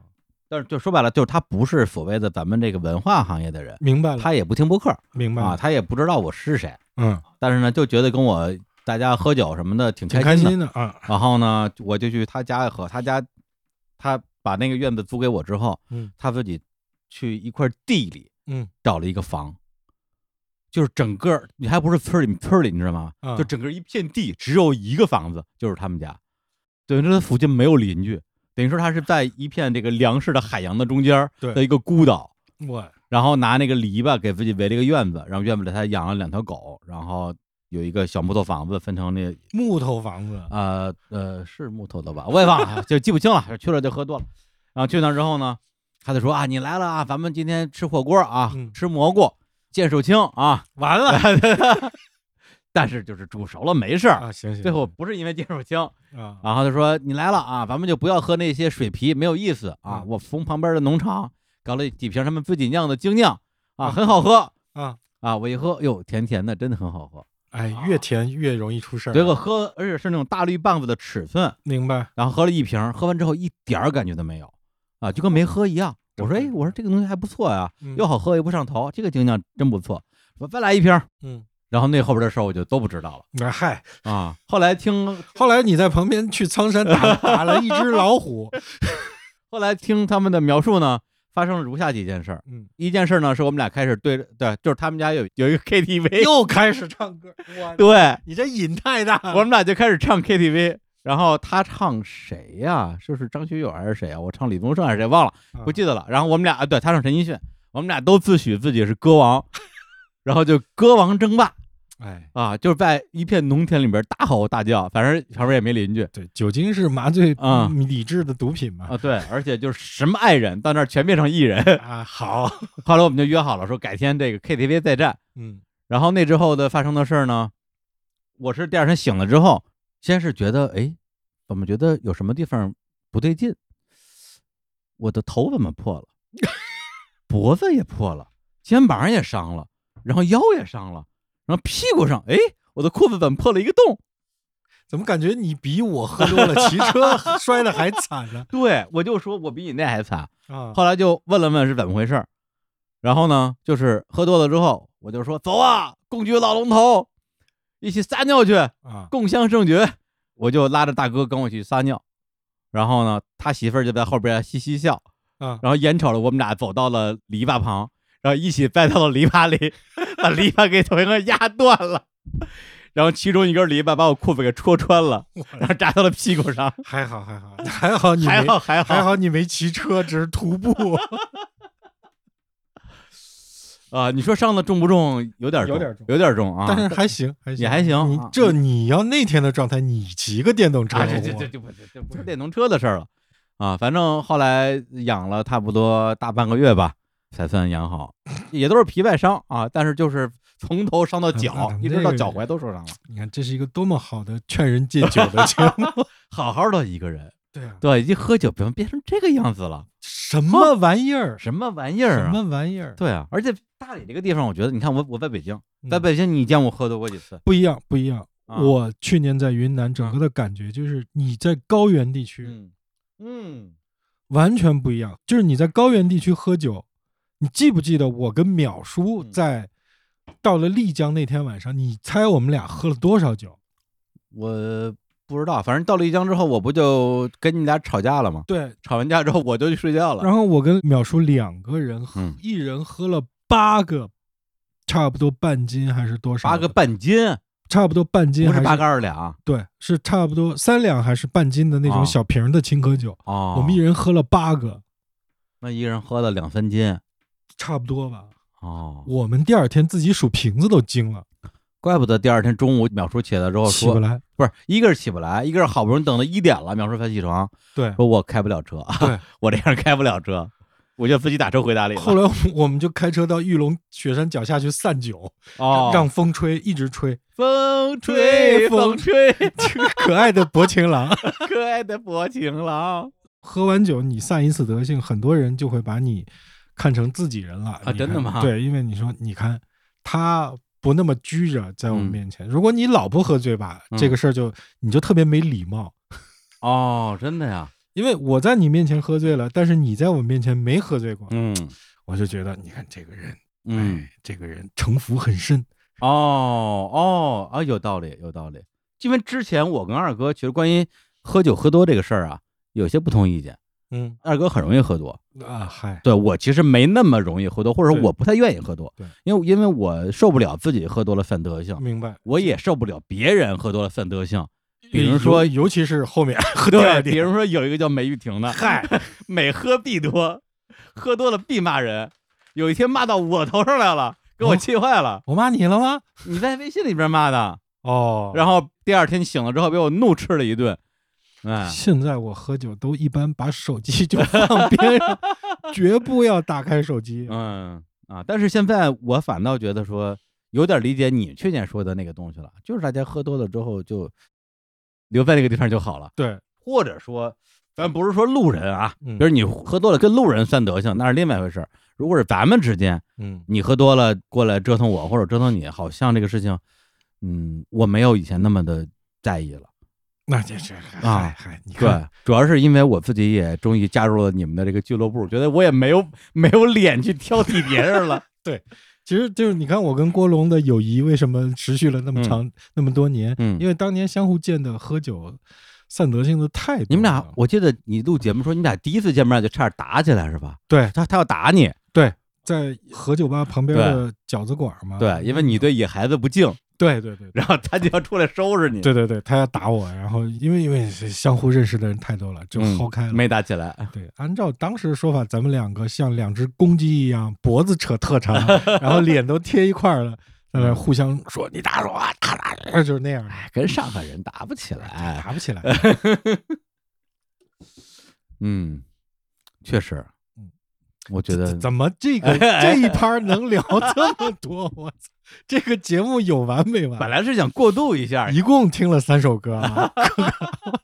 但是就说白了，就是他不是所谓的咱们这个文化行业的人，明白了，他也不听播客明白了啊，，他也不知道我是谁，嗯，但是呢，就觉得跟我大家喝酒什么的挺挺开开心的。心的啊， 然后呢，我就去他家喝，他家他把那个院子租给我之后，嗯他自己去一块地里嗯找了一个房，就是整个儿你还不是村里村里，你知道吗？啊就整个一片地只有一个房子，就是他们家，等于说他附近没有邻居，等于说他是在一片这个粮食的海洋的中间儿对的一个孤岛。我然后拿那个篱笆给自己围了一个院子，然后院子里他养了两条狗，然后有一个小木头房子，分成那木头房子，呃呃是木头的吧，我也忘了， 就记不清了。去了就喝多了，然后去那之后呢，他就说啊，你来了啊，咱们今天吃火锅啊，嗯吃蘑菇，见手青啊。 完了 但是就是煮熟了没事儿，啊，行行，最后不是因为见手青，行啊然后他说你来了啊，咱们就不要喝那些水啤，没有意思啊。嗯我从旁边的农场搞了几瓶他们自己酿的精酿嗯啊，很好喝。啊，啊，我一喝，哟，甜甜的，真的很好喝。哎，越甜越容易出事儿，啊结果喝，而且是那种大绿棒子的尺寸，明白，然后喝了一瓶，喝完之后一点儿感觉都没有，啊，就跟没喝一样。我说，哎，我说这个东西还不错呀，哦嗯又好喝又不上头，这个精酿真不错。我再来一瓶儿，嗯，然后那后边的事儿我就都不知道那嗨，了啊。后来听，后来你在旁边去苍山打打了一只老虎，后来听他们的描述呢，发生了如下几件事儿。嗯，一件事儿呢，是我们俩开始对着对，就是他们家有有一个 KTV，又开始唱歌，我对，你这瘾太大我们俩就开始唱 KTV，然后他唱谁呀、就是张学友还是谁啊？我唱李宗盛还是谁忘了，不记得了。然后我们俩，啊对他唱陈奕迅，我们俩都自诩自己是歌王， 然后就歌王争霸哎，啊，就是在一片农田里边大吼大叫，反正旁边也没邻居对，酒精是麻醉啊嗯理智的毒品嘛 啊，，对，而且就是什么爱人到那儿全变成艺人。 啊，好，后来我们就约好了，说改天这个 KTV 再战。嗯然后那之后的发生的事儿呢，我是第二天醒了之后，先是觉得哎，怎么觉得有什么地方不对劲？我的头怎么破了？脖子也破了，肩膀也伤了，然后腰也伤了，然后屁股上哎，我的裤子怎么破了一个洞？怎么感觉你比我喝多了骑车摔的还 惨呢？对我就说我比你那还惨。啊，后来就问了问是怎么回事儿，然后呢，就是喝多了之后，我就说走啊，共举老龙头，一起撒尿去。啊，共襄盛举，我就拉着大哥跟我去撒尿，然后呢，他媳妇儿就在后边嘻嘻笑，啊然后眼瞅着我们俩走到了篱笆旁，然后一起栽到了篱笆里， 把篱笆给头上压断了，然后其中一根篱笆把我裤子给戳穿了，然后扎到了屁股上，还好还好还好你没还好还好还好你没骑车，只是徒步，啊、你说伤的重不重？有点有点重有点重啊！但是还行还行也还行你啊这你要那天的状态，你骑个电动车，啊，这这这这不这这不是电动车的事儿了啊！反正后来养了差不多大半个月吧，才算养好，也都是皮外伤啊，但是就是从头伤到脚，嗯嗯一直到那个脚踝都受伤了，你看这是一个多么好的劝人戒酒 的节目，好好的一个人，对啊，对，一喝酒变变成这个样子了，什么玩意儿？什么玩意什儿么啊？玩意儿？对啊，而且大理这个地方，我觉得，你看我我在北京，在嗯北京你见我喝多过几次？不一样，不一样。啊我去年在云南，整个的感觉就是你在高原地区嗯嗯，完全不一样。就是你在高原地区喝酒，你记不记得我跟淼叔嗯在到了丽江那天晚上，你猜我们俩喝了多少酒？我不知道，反正到丽江之后，我不就跟你俩吵架了吗？对，吵完架之后我就去睡觉了。然后我跟淼叔两个人喝，嗯一人喝了八个，差不多半斤还是多少八的？个半斤，差不多半斤不还是是八个二两对，是差不多三两还是半斤的那啊种小瓶儿的青稞酒，哦我们一人喝了八个。那一个人喝了两三斤差不多吧。哦，我们第二天自己数瓶子都惊了，怪不得第二天中午淼叔起来之后起不说，来。不是一个是起不来，一个是好不容易等到一点了，淼叔才起床，对，说我开不了车， 对我这样开不了车，我就自己打车回大理了。后来我们我们就开车到玉龙雪山脚下去散酒，哦，让风吹，一直吹。 风吹风吹，这个可爱的薄情郎，可爱的薄情郎喝完酒你散一次德性，很多人就会把你看成自己人了啊你真的看吗对，因为你说，你看他不那么拘着在我们嗯面前，如果你老不喝醉吧，这嗯个事儿就你就特别没礼貌。哦，真的呀，因为我在你面前喝醉了，但是你在我面前没喝醉过，嗯我就觉得你看这个人，哎嗯，这个人城府很深。哦哦啊，有道理有道理，因为之前我跟二哥其实关于喝酒喝多这个事儿啊，有些不同意见。嗯二哥很容易喝多，啊，嗨，对我其实没那么容易喝多，或者说对我不太愿意喝多对，嗯因为因为我受不了自己喝多了犯德性，明白。我也受不了别人喝多了犯德性。比如说尤尤其是后面喝第对，二比点，如说有一个叫梅玉 婷的，嗨，每喝必多，喝多了必骂人。有一天骂到我头上来了，给我哦气坏了。我骂你了吗？你在微信里边骂的，哦，然后第二天醒了之后被我怒斥了一顿。哎，现在我喝酒都一般把手机就放 边上，绝不要打开手机。嗯啊，但是现在我反倒觉得说有点理解你去年说的那个东西了，就是大家喝多了之后就留在那个地方就好了，对，或者说，咱不是说路人啊，嗯比如你喝多了跟路人算德行，那是另外一回事儿。如果是咱们之间，嗯，你喝多了过来折腾我或者折腾你，好像这个事情，嗯，我没有以前那么的在意了。那这这啊嗨嗨，你看对，主要是因为我自己也终于加入了你们的这个俱乐部，觉得我也没有没有脸去挑剔别人了。其实就是你看我跟郭龙的友谊为什么持续了那么嗯长、那么多年，嗯因为当年相互见的喝酒散德性的太多。你们俩，我记得你录节目说你们俩第一次见面就差点打起来是吧？对他他要打你，啊在河酒吧旁边的饺子馆嘛，对，因为你对野孩子不敬，对对对对然后他就要出来收拾你。对对对，他要打我，然后因为因为是相互认识的人太多了，就嗯，薅开了。没打起来。对，按照当时的说法，咱们两个像两只公鸡一样，脖子扯 特长，然后脸都贴一块儿了，在那互相说你打我，打打，打就是那样嗯的，哎，跟上海人打不起来。 打不起来。嗯，确实嗯，我觉得哎怎怎么这个这一趴 能聊这么多？我操，这个节目有完没本完？来是想过渡一下，一共听了三首歌啊，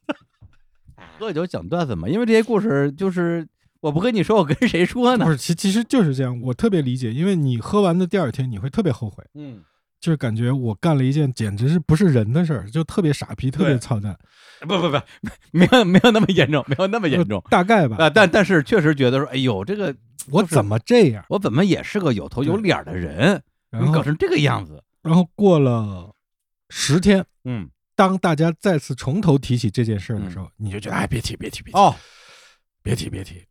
喝酒讲段子嘛，因为这些故事就是我不跟你说，我跟谁说呢不？是，其其实就是这样，我特别理解，因为你喝完的第二天，你会特别后悔，嗯，就是感觉我干了一件简直是不是人的事儿，就特别傻逼，特别对操蛋，不不不，没有没有那么严重，没有那么严重就大概吧。啊，但但是确实觉得说，哎呦，这个我就是怎么这样？我怎么也是个有头有对脸儿的人，然你搞后，成这个样子？然后过了十天，嗯，当大家再次从头提起这件事儿的时候，你就觉得哎，别提，别提，别提，哦，别提，别提。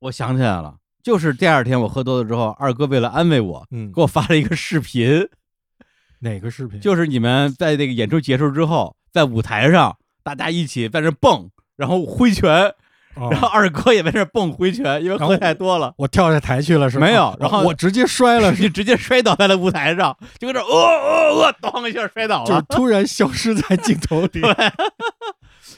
我想起来了，就是第二天我喝多了之后，二哥为了安慰我，嗯给，我发了一个视频，哪个视频？就是你们在这个演出结束之后，在舞台上大家一起在那蹦，然后挥拳，哦然后二哥也在那蹦挥拳，因为然喝后太多了。我跳下台去了，是吧？没有哦然后我直接摔了，是你直接摔倒在了舞台上，就跟这儿哦哦哦，咚一下摔倒就是了。突然消失在镜头 里。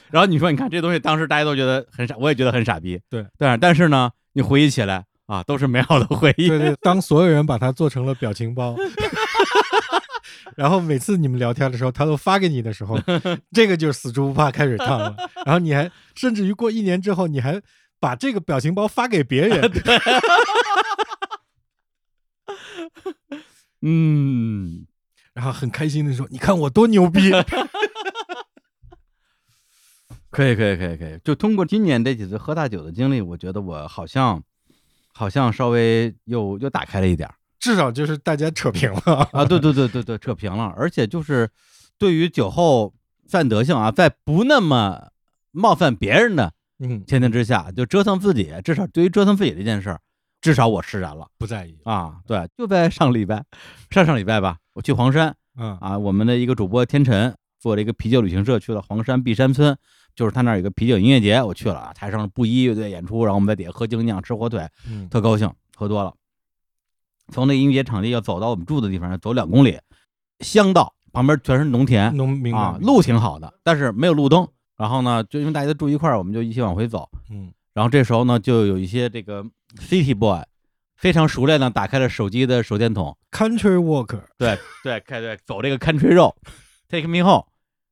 然后你说，你看这东西，当时大家都觉得很傻，我也觉得很傻逼。对，但是但是呢，你回忆起来啊，都是美好的回忆。对对，当所有人把它做成了表情包， 然后每次你们聊天的时候，他都发给你的时 候，这个就是死猪不怕开水烫了。然后你还甚至于过一年之后，你还把这个表情包发给别 人，嗯，然后很开心的说：“你看我多 牛逼可以，可以，可以，可以。就通过今年这几次喝大酒的经历，我觉得我好像，好像稍微又又打开了一点儿！”至少就是大家扯平了。啊。对，对，对，对，对，扯平了。而且就是对于酒后犯德性啊，在不那么冒犯别人的嗯，前提之下，就折腾自己，至少对于折腾自己这件事儿，至少我释然了不在意。啊。对，就在上礼拜，上上礼拜吧，我去黄山嗯啊啊，我们的一个主播天辰做了一个啤酒旅行社，去了黄山璧山村，就是他那儿有个啤酒音乐节，我去了啊，台上是布衣乐队演出，然后我们在底下喝精酿、吃火腿，嗯特高兴，喝多了。从那音乐节场地要走到我们住的地方，走两公里，乡道旁边全是农田，农民啊，路挺好的，但是没有路灯。然后呢，就因为大家都住一块儿，我们就一起往回走。嗯然后这时候呢，就有一些这个 city boy 非常熟练的打开了手机的手电筒， ，country walker， 对对，开对走这个 country road，take me home，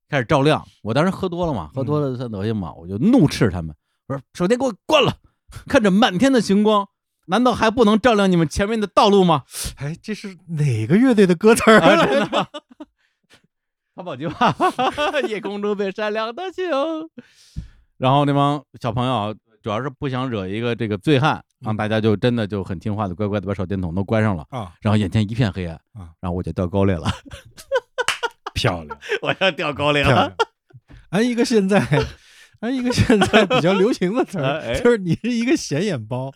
开始照亮。我当时喝多了嘛，喝多了算德行嘛，我就怒斥他们，我说手电给我关了，看着满天的星光，难道还不能照亮你们前面的道路吗？哎，这是哪个乐队的歌词儿啊，来真着？的。汉堡鸡吧，夜空中最闪亮的星。然后那帮小朋友主要是不想惹一个这个醉汉，让嗯大家就真的就很听话的，乖乖的把手电筒都关上了。 啊，然后眼前一片黑暗啊，然后我就掉沟里了，漂亮，我要掉沟里漂 了。亮。安一个 现在，安一个现在比较流行的词哎儿，就是你是一个显眼包，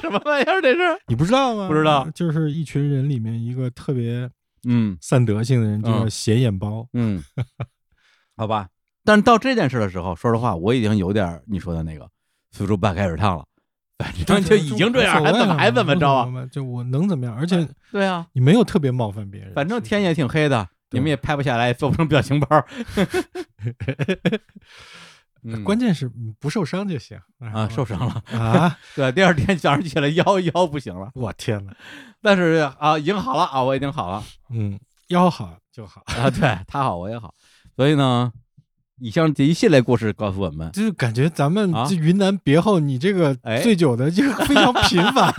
什么 玩意儿这是？你不知道吗？不知道，就是一群人里面一个特别嗯散德性的人，就叫嗯显眼包。嗯，好吧。但是到这件事的时候，说实话，我已经有点儿你说的那个随处半开始烫了，反正就已经这样，还怎么还怎么着啊？啊？就我能怎么样？而且对啊，你没有特别冒犯别人，反正是不是天也挺黑的，你对们也拍不下来，做不成表情包。嗯 关键是嗯不受伤就行啊，受伤了，啊！对，第二天早上起来腰腰不行了，我天哪，但是啊，已经好了啊，我已经好了 嗯，腰好就好，啊，对他好我也好，所以呢，以上这一系列故事告诉我们，就是感觉咱们啊这云南别后，你这个哎醉酒的就非常频繁。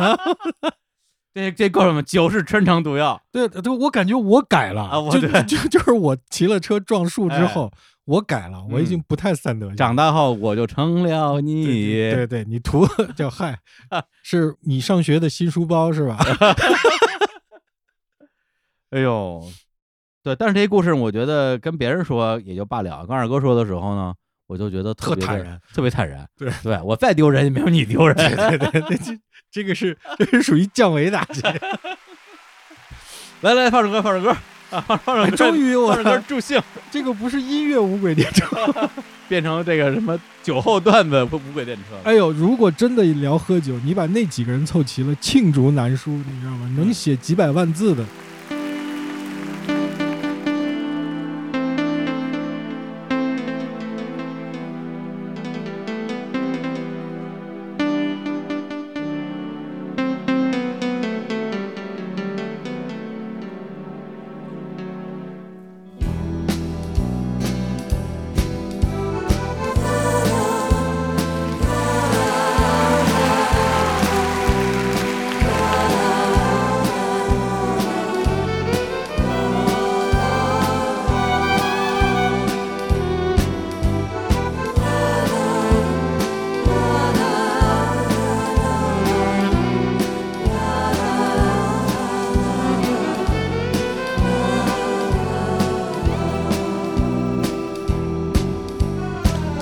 这这告诉我们酒是穿肠毒药，对对，我感觉我改了啊我就对就就是我骑了车撞树之哎嗯后，我改了，我已经不太散德性了。长大后我就成了对你啊对，对，你图 叫嗨，是你上学的新书包是吧？哎呦，对，但是这些故事我觉得跟别人说也就罢了，跟二哥说的时候呢。我就觉得特特别坦的然，特别坦然。对，对我再丢人也没有你丢人。对对对，这这个是这是属于降维打击。来来，放首歌，放首歌啊，放放首歌，终于我放首歌助兴，这个不是音乐无轨电车。变成这个什么酒后段子不不轨电车。哎呦，如果真的聊喝酒，你把那几个人凑齐了，罄竹难书，你知道吗？能写几百万字的。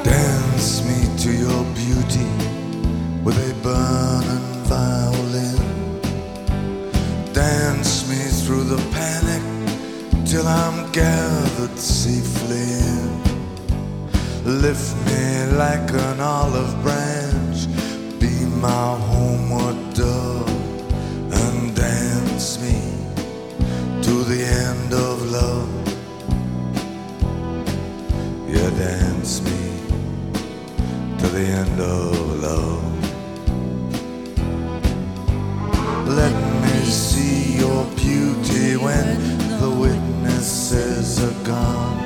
Dance me to your beauty with a burning violin. Dance me through the panic till I'm gathered safely in. Lift me like an olive branch, be my homeward dove, and dance me to the end of love. Yeah, dance me to the end of love. Let me see your beauty when the witnesses are gone.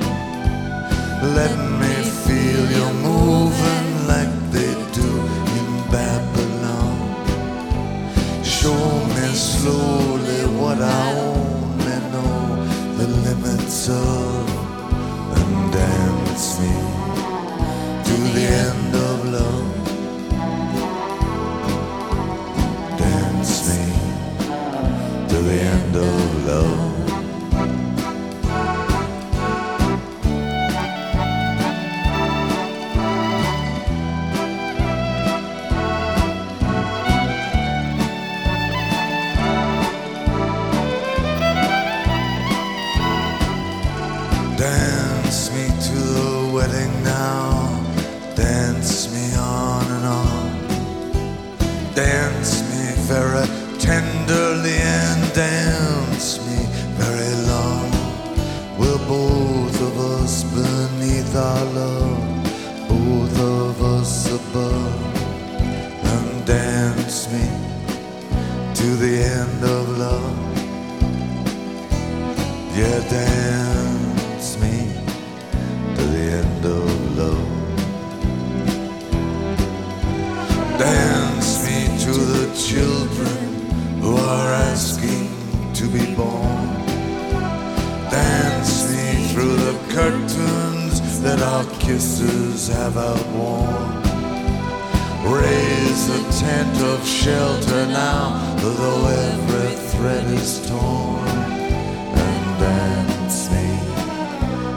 Let me feel you moving like they do in Babylon. Show me slowly what I only know the limits of, and dance me to the end of love. Dance me to the end of love. Dance me to the wedding now. Dance me on and on. Dance me very tenderly and dance me very long. We're both of us beneath our love, both of us above. And dance me to the end of love. Yeah, dance me to the end of love. Dance me to the children who are asking to be born. Dance me through the curtains that our kisses have outworn. Raise the tent of shelter now, though every thread is torn. And dance me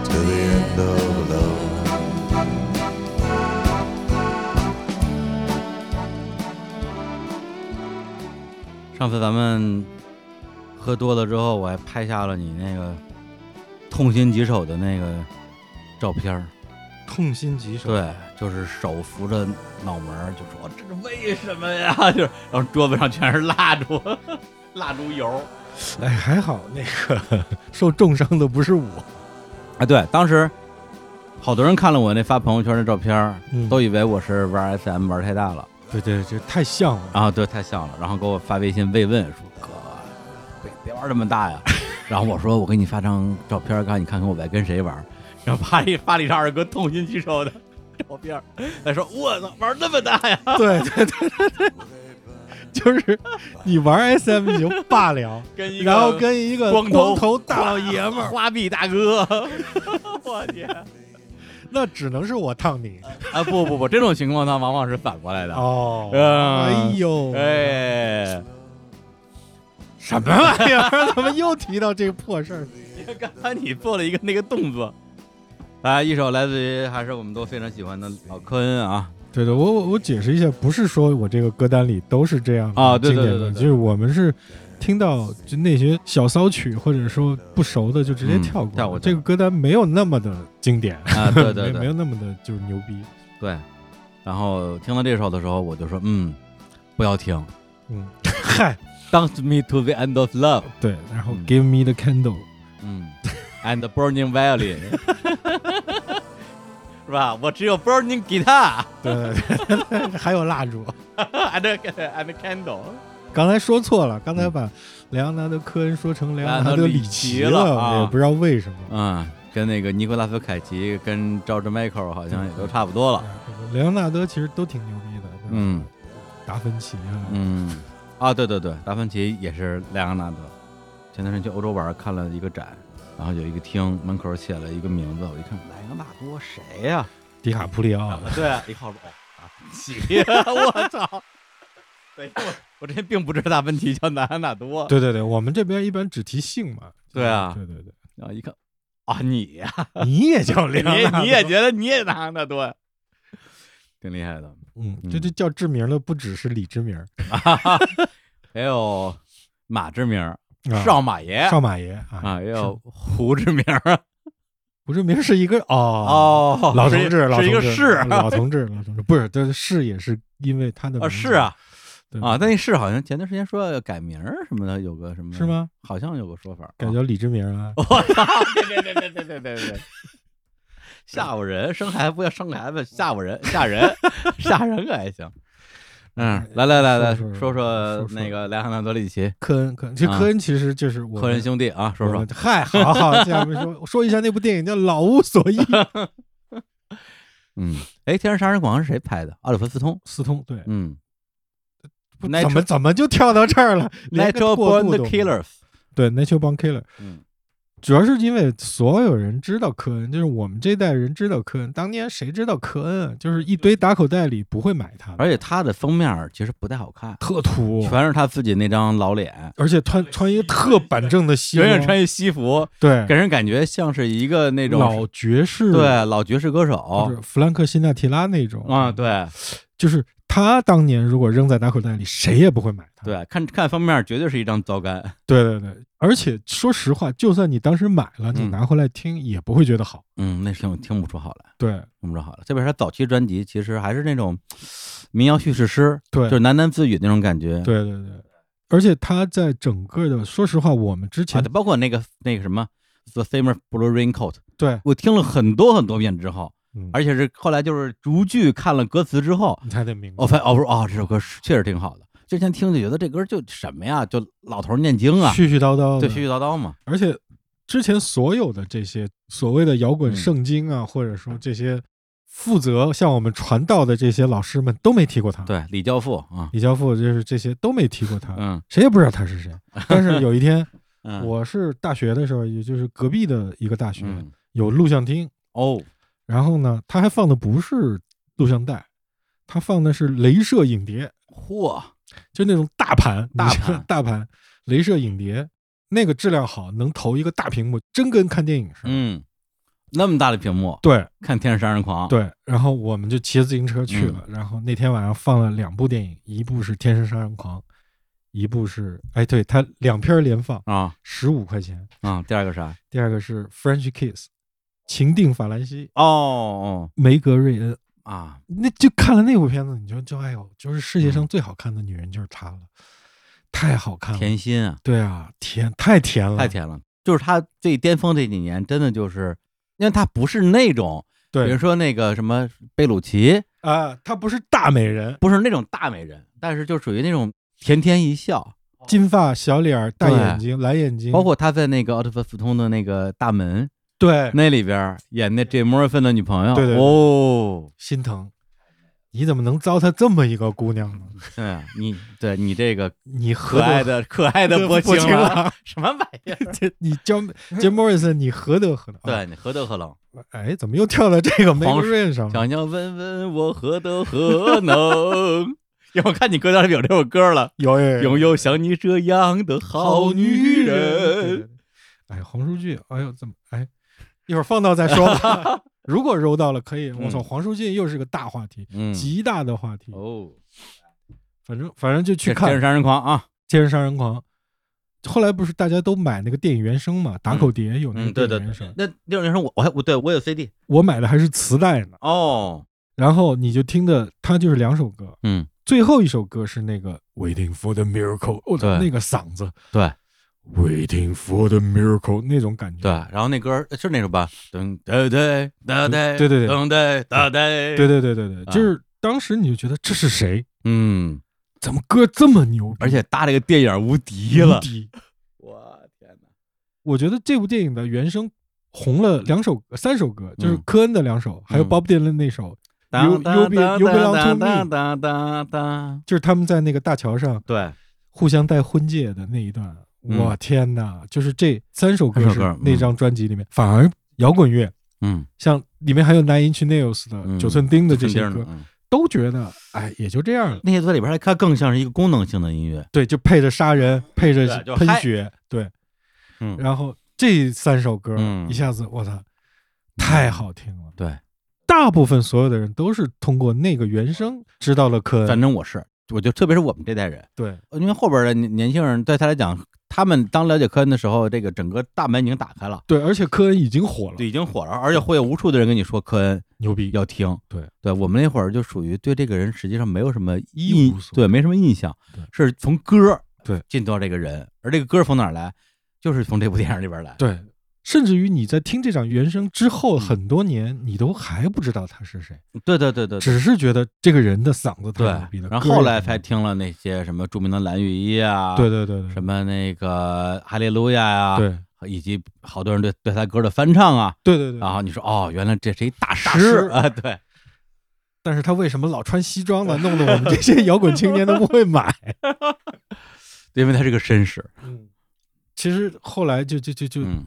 to the end of love. 上次咱们喝多了之后，我还拍下了你那个痛心疾首的那个照片儿。痛心疾首。对，就是手扶着脑门儿，就说这是为什么呀？ 就是然后桌子上全是蜡烛， 蜡烛油。哎，还好那个 受重伤的不是我，啊，对，当时好多人看了我那发朋友圈的照片儿，嗯都以为我是玩 SM 玩太大了对对，这太像了。啊，对，太像了，然后给我发微信慰问说哥，别别玩这么大 呀。然后我说我给你发张照片儿，看你看看我在跟谁玩儿。然后发一发了一张二哥痛心疾首的 照片儿，他说我操，玩那么大呀？对对对对 对，就是你玩 SM 已经罢了，跟一个然后 跟一个光头光头大老爷们儿，花臂大 哥，我天！ 那只能是我烫 你啊，不不不，这种情况它往往是反过来的。哦。嗯哎呦，哎，什么玩意儿？ 怎么又提到这个破事儿？刚才你做了一个那个动作。来，一首来自于还是我们都非常喜欢的老科恩啊，对的，我我我解释一下，不是说我这个歌单里都是这样的啊对对经典对对的对就是我们是听到就那些小骚曲或者说不熟的就直接嗯跳过，跳过这个歌单没有那么的经典， 啊，对对没没对有那么的就是牛逼，对。然后听到这首的时候，我就说，嗯，不要听嗯，嗨， ，Dance Me to the End of Love，对，然后嗯 Give Me the Candle，嗯，and Burning Violin，是吧？我只有 Burning Guitar 对， 还有蜡烛， and and Candle。刚才说错了，刚才把莱昂纳德·科恩说成莱昂莱昂纳纳德德·里里奇奇了啊我也不知道为什么。嗯，跟那个尼古拉斯凯奇跟赵治迈克尔好像也都差不多了。莱昂纳德其实都挺牛逼的，对吧嗯，达芬奇啊，嗯，啊，对对对，达芬奇也是莱昂纳德。前段时间去欧洲玩，看了一个展，然后有一个厅门口写了一个名字，我一看莱昂纳多谁呀、迪卡普里奥，对啊，一看 我说哦，达芬奇，我操！对，我我之前并不知道达芬奇叫莱昂纳多。对对对，我们这边一般只提姓嘛。对啊对对对，然后一看，啊，你呀、你也 叫你梁啊也 大你也觉得你也莱昂纳多呀，挺厉害的。嗯嗯，这这叫志明的不只是李志明，还有马志明儿、啊少马爷少马爷啊，啊，还有胡志明儿啊胡志明是一个哦哦老是同一志，老嗯是一同个志市老同志，老同志不是，这是也是因为他的啊名是字啊，对啊，但那是好像前段时间说要改名儿什么的，有个什么嗯是？吗？好像有个说法儿，改叫李志明啊，啊别别别别别别别别，吓唬人，生孩子不要生孩子，吓唬人，吓人， 吓人可还行。嗯，来来来来，哎说说说说说那个莱昂纳多里奇、科恩科恩，其实啊科恩其实就是我科恩们兄弟啊，说我说们嗨，好好，这样说说一下那部电影叫《老无所 依》，嗯，哎，《天上杀人狂》是谁拍的？奥利弗·斯通。思通对，嗯哎不，Natural- 怎么怎么就跳到这儿了？连个，Natural 过 Born 渡 the 都没有 Killers。对 n a t u r a Born Killer，嗯主要是因为所有人知道科恩，就是我们这代人知道科恩，当年谁知道科恩啊？就是一堆打口袋里不会买它的，而且他的封面儿其实不太好看，特土，全是他自己那张老脸，而且穿穿一个特板正的西远装，远穿一西服，对给人感觉像是一个那种嗯老爵士，对老爵士歌就手啊是弗兰克辛纳提拉那种啊啊，，对，就是他当年如果扔在打口袋里，谁也不会买它。对，看看封面绝对是一张糟 干。对对对，而且说实话，就算你当时买了，你嗯拿回来听也不会觉得好。嗯，那听听不出好来，对听不出好来。特别是他早期专辑，其实还是那种民谣叙事诗，对就是喃喃自语那种感觉。对对对，而且他在整个的，说实话，我们之啊，前对包括那个那个什么《The Summer Blue Raincoat》，对，我听了很多很多遍之后，嗯而且是后来就是逐句看了歌词之后，你才得明白我，发现哦不是哦，这首歌是确实挺好的。之前听就觉得这歌就什么呀，就老头儿念经啊，絮絮叨叨的，对，絮絮叨叨嘛。而且之前所有的这些所谓的摇滚嗯圣经啊，或者说这些负责向我们传道的这些老师们都没提过他。，对，李教父啊，李教父就是这些都没提过他，嗯谁也不知道他 是谁。但是有一天，嗯，我是大学的时候，也就是隔壁的一个大学、嗯有录像厅，哦，然后呢，他还放的不是录像带，他放的是镭射影碟。嚯，就那种大盘，大你知道盘大盘，镭射影碟，那个质量好，能投一个大屏幕，真跟看电影似的。嗯，那么大的屏幕，对看《天使杀人狂》，，对，然后我们就骑着自行车去嗯了，然后那天晚上放了两部电影，一部是《天生杀人狂》，一部是哎，对，它两片儿连放，啊十五块钱。啊，第二个啥？第二个是《French Kiss》，情定法兰西，哦哦梅格瑞恩。啊，那就看了那部片子，你就就哎呦，就是世界嗯上最好看的女人就是她了，太好看了。甜心啊，对啊，甜太甜了，太甜了。就是他最巅峰这几年，真的就是，因为他不是那种，比对，如说那个什么贝鲁奇，啊，她不是大美人，不是那种大美人，但是就属于那种甜甜一笑。金发小脸儿，大哦对眼睛，蓝眼睛，包括他在那个奥特曼普通的那个大门对那里边儿演那 J. 摩尔芬的女朋友，对对对哦，心疼，你怎么能糟蹋这么一个姑娘呢？对啊你对你这 个你可何德爱的可爱的对薄薄情情郎郎，什么玩意儿？这你教 杰莫瑞森，你何德何能？对，你何德何能？啊，哎，怎么又跳到这个黄 Meg Ryan 上了？想要问问我何德何能？ 因为我看你歌单里有这首歌了。有有拥有像你这样的好女对对人。对哎，黄书记，哎呦，怎么哎？一会儿放到再说吧。 如果揉到了，可以。我操，嗯黄书记又是个大话题，嗯极大的话题。哦，反正反正就去这看天使杀人狂啊！ 《健身杀人狂》，后来不是大家都买那个电影原声嘛，打口碟有那嗯，个对电对影对原声，，那六人生我我还我对我有 CD 我买的还是磁带呢。哦，然后你就听的，它就是两首歌，嗯，最后一首歌是那个《Waiting for the Miracle》，我操，对那个嗓子，对《Waiting for the Miracle》那种感觉，对，然后那歌儿呃是那首吧？噔噔噔噔噔，嗯对对对噔噔噔噔，对，对对对对啊就是当时你就觉得这是谁？嗯，怎么歌这么牛逼？而且搭这个电影无敌无哎了，敌。我天哪！我觉得这部电影的原声红了两首、三首歌，就是嗯科恩的两首，还有嗯 Bob Dylan 那首，You- 当当 you be- you belong 当 to 当当当当，就是他们在那个大桥上对，互相戴婚戒的那一段，嗯我天哪！就是这三首歌三是首歌那张专辑里面，反而摇滚乐嗯，像里面还有 Nine Inch Nails 的嗯九寸钉的这肯定些儿呢歌，嗯都觉得哎也就这样了。那些歌里边儿它更像是一个功能性的音乐，对，就配着杀人，配着对就喷嗨血，对。嗯，然后这三首歌嗯一下子，我操，太好听了！对，大部分所有的人都是通过那个原声知道了科反恩，正我是，我觉得特别是我们这代人。对因为后边的年年轻人对他来讲，他们当了解科恩的时候，这个整个大门已经打开了，对，而且科恩已经火了，对，已经火了，而且会有无数的人跟你说科恩牛逼，要听。对，对我们那会儿就属于对这个人实际上没有什么一印无，所对，没什么印象，是从歌儿对进到这个人，而这个歌儿从哪儿来，就是从这部电影里边来。对，甚至于你在听这场原声之后嗯很多年，你都还不知道他是谁，对对对对对只是觉得这个人的嗓子太对牛逼了。然后歌后也来很才牛逼听了那些什么著名的蓝雨衣啊，对对对对什么那个哈利路亚呀、对以及好多人对对他歌的翻唱啊，对对对然。后你说哦，原来这是一大师 师啊，对，但是他为什么老穿西装呢？弄得我们这些摇滚青年都不会 买。因为他是个绅士，嗯，其实后来就就就就嗯，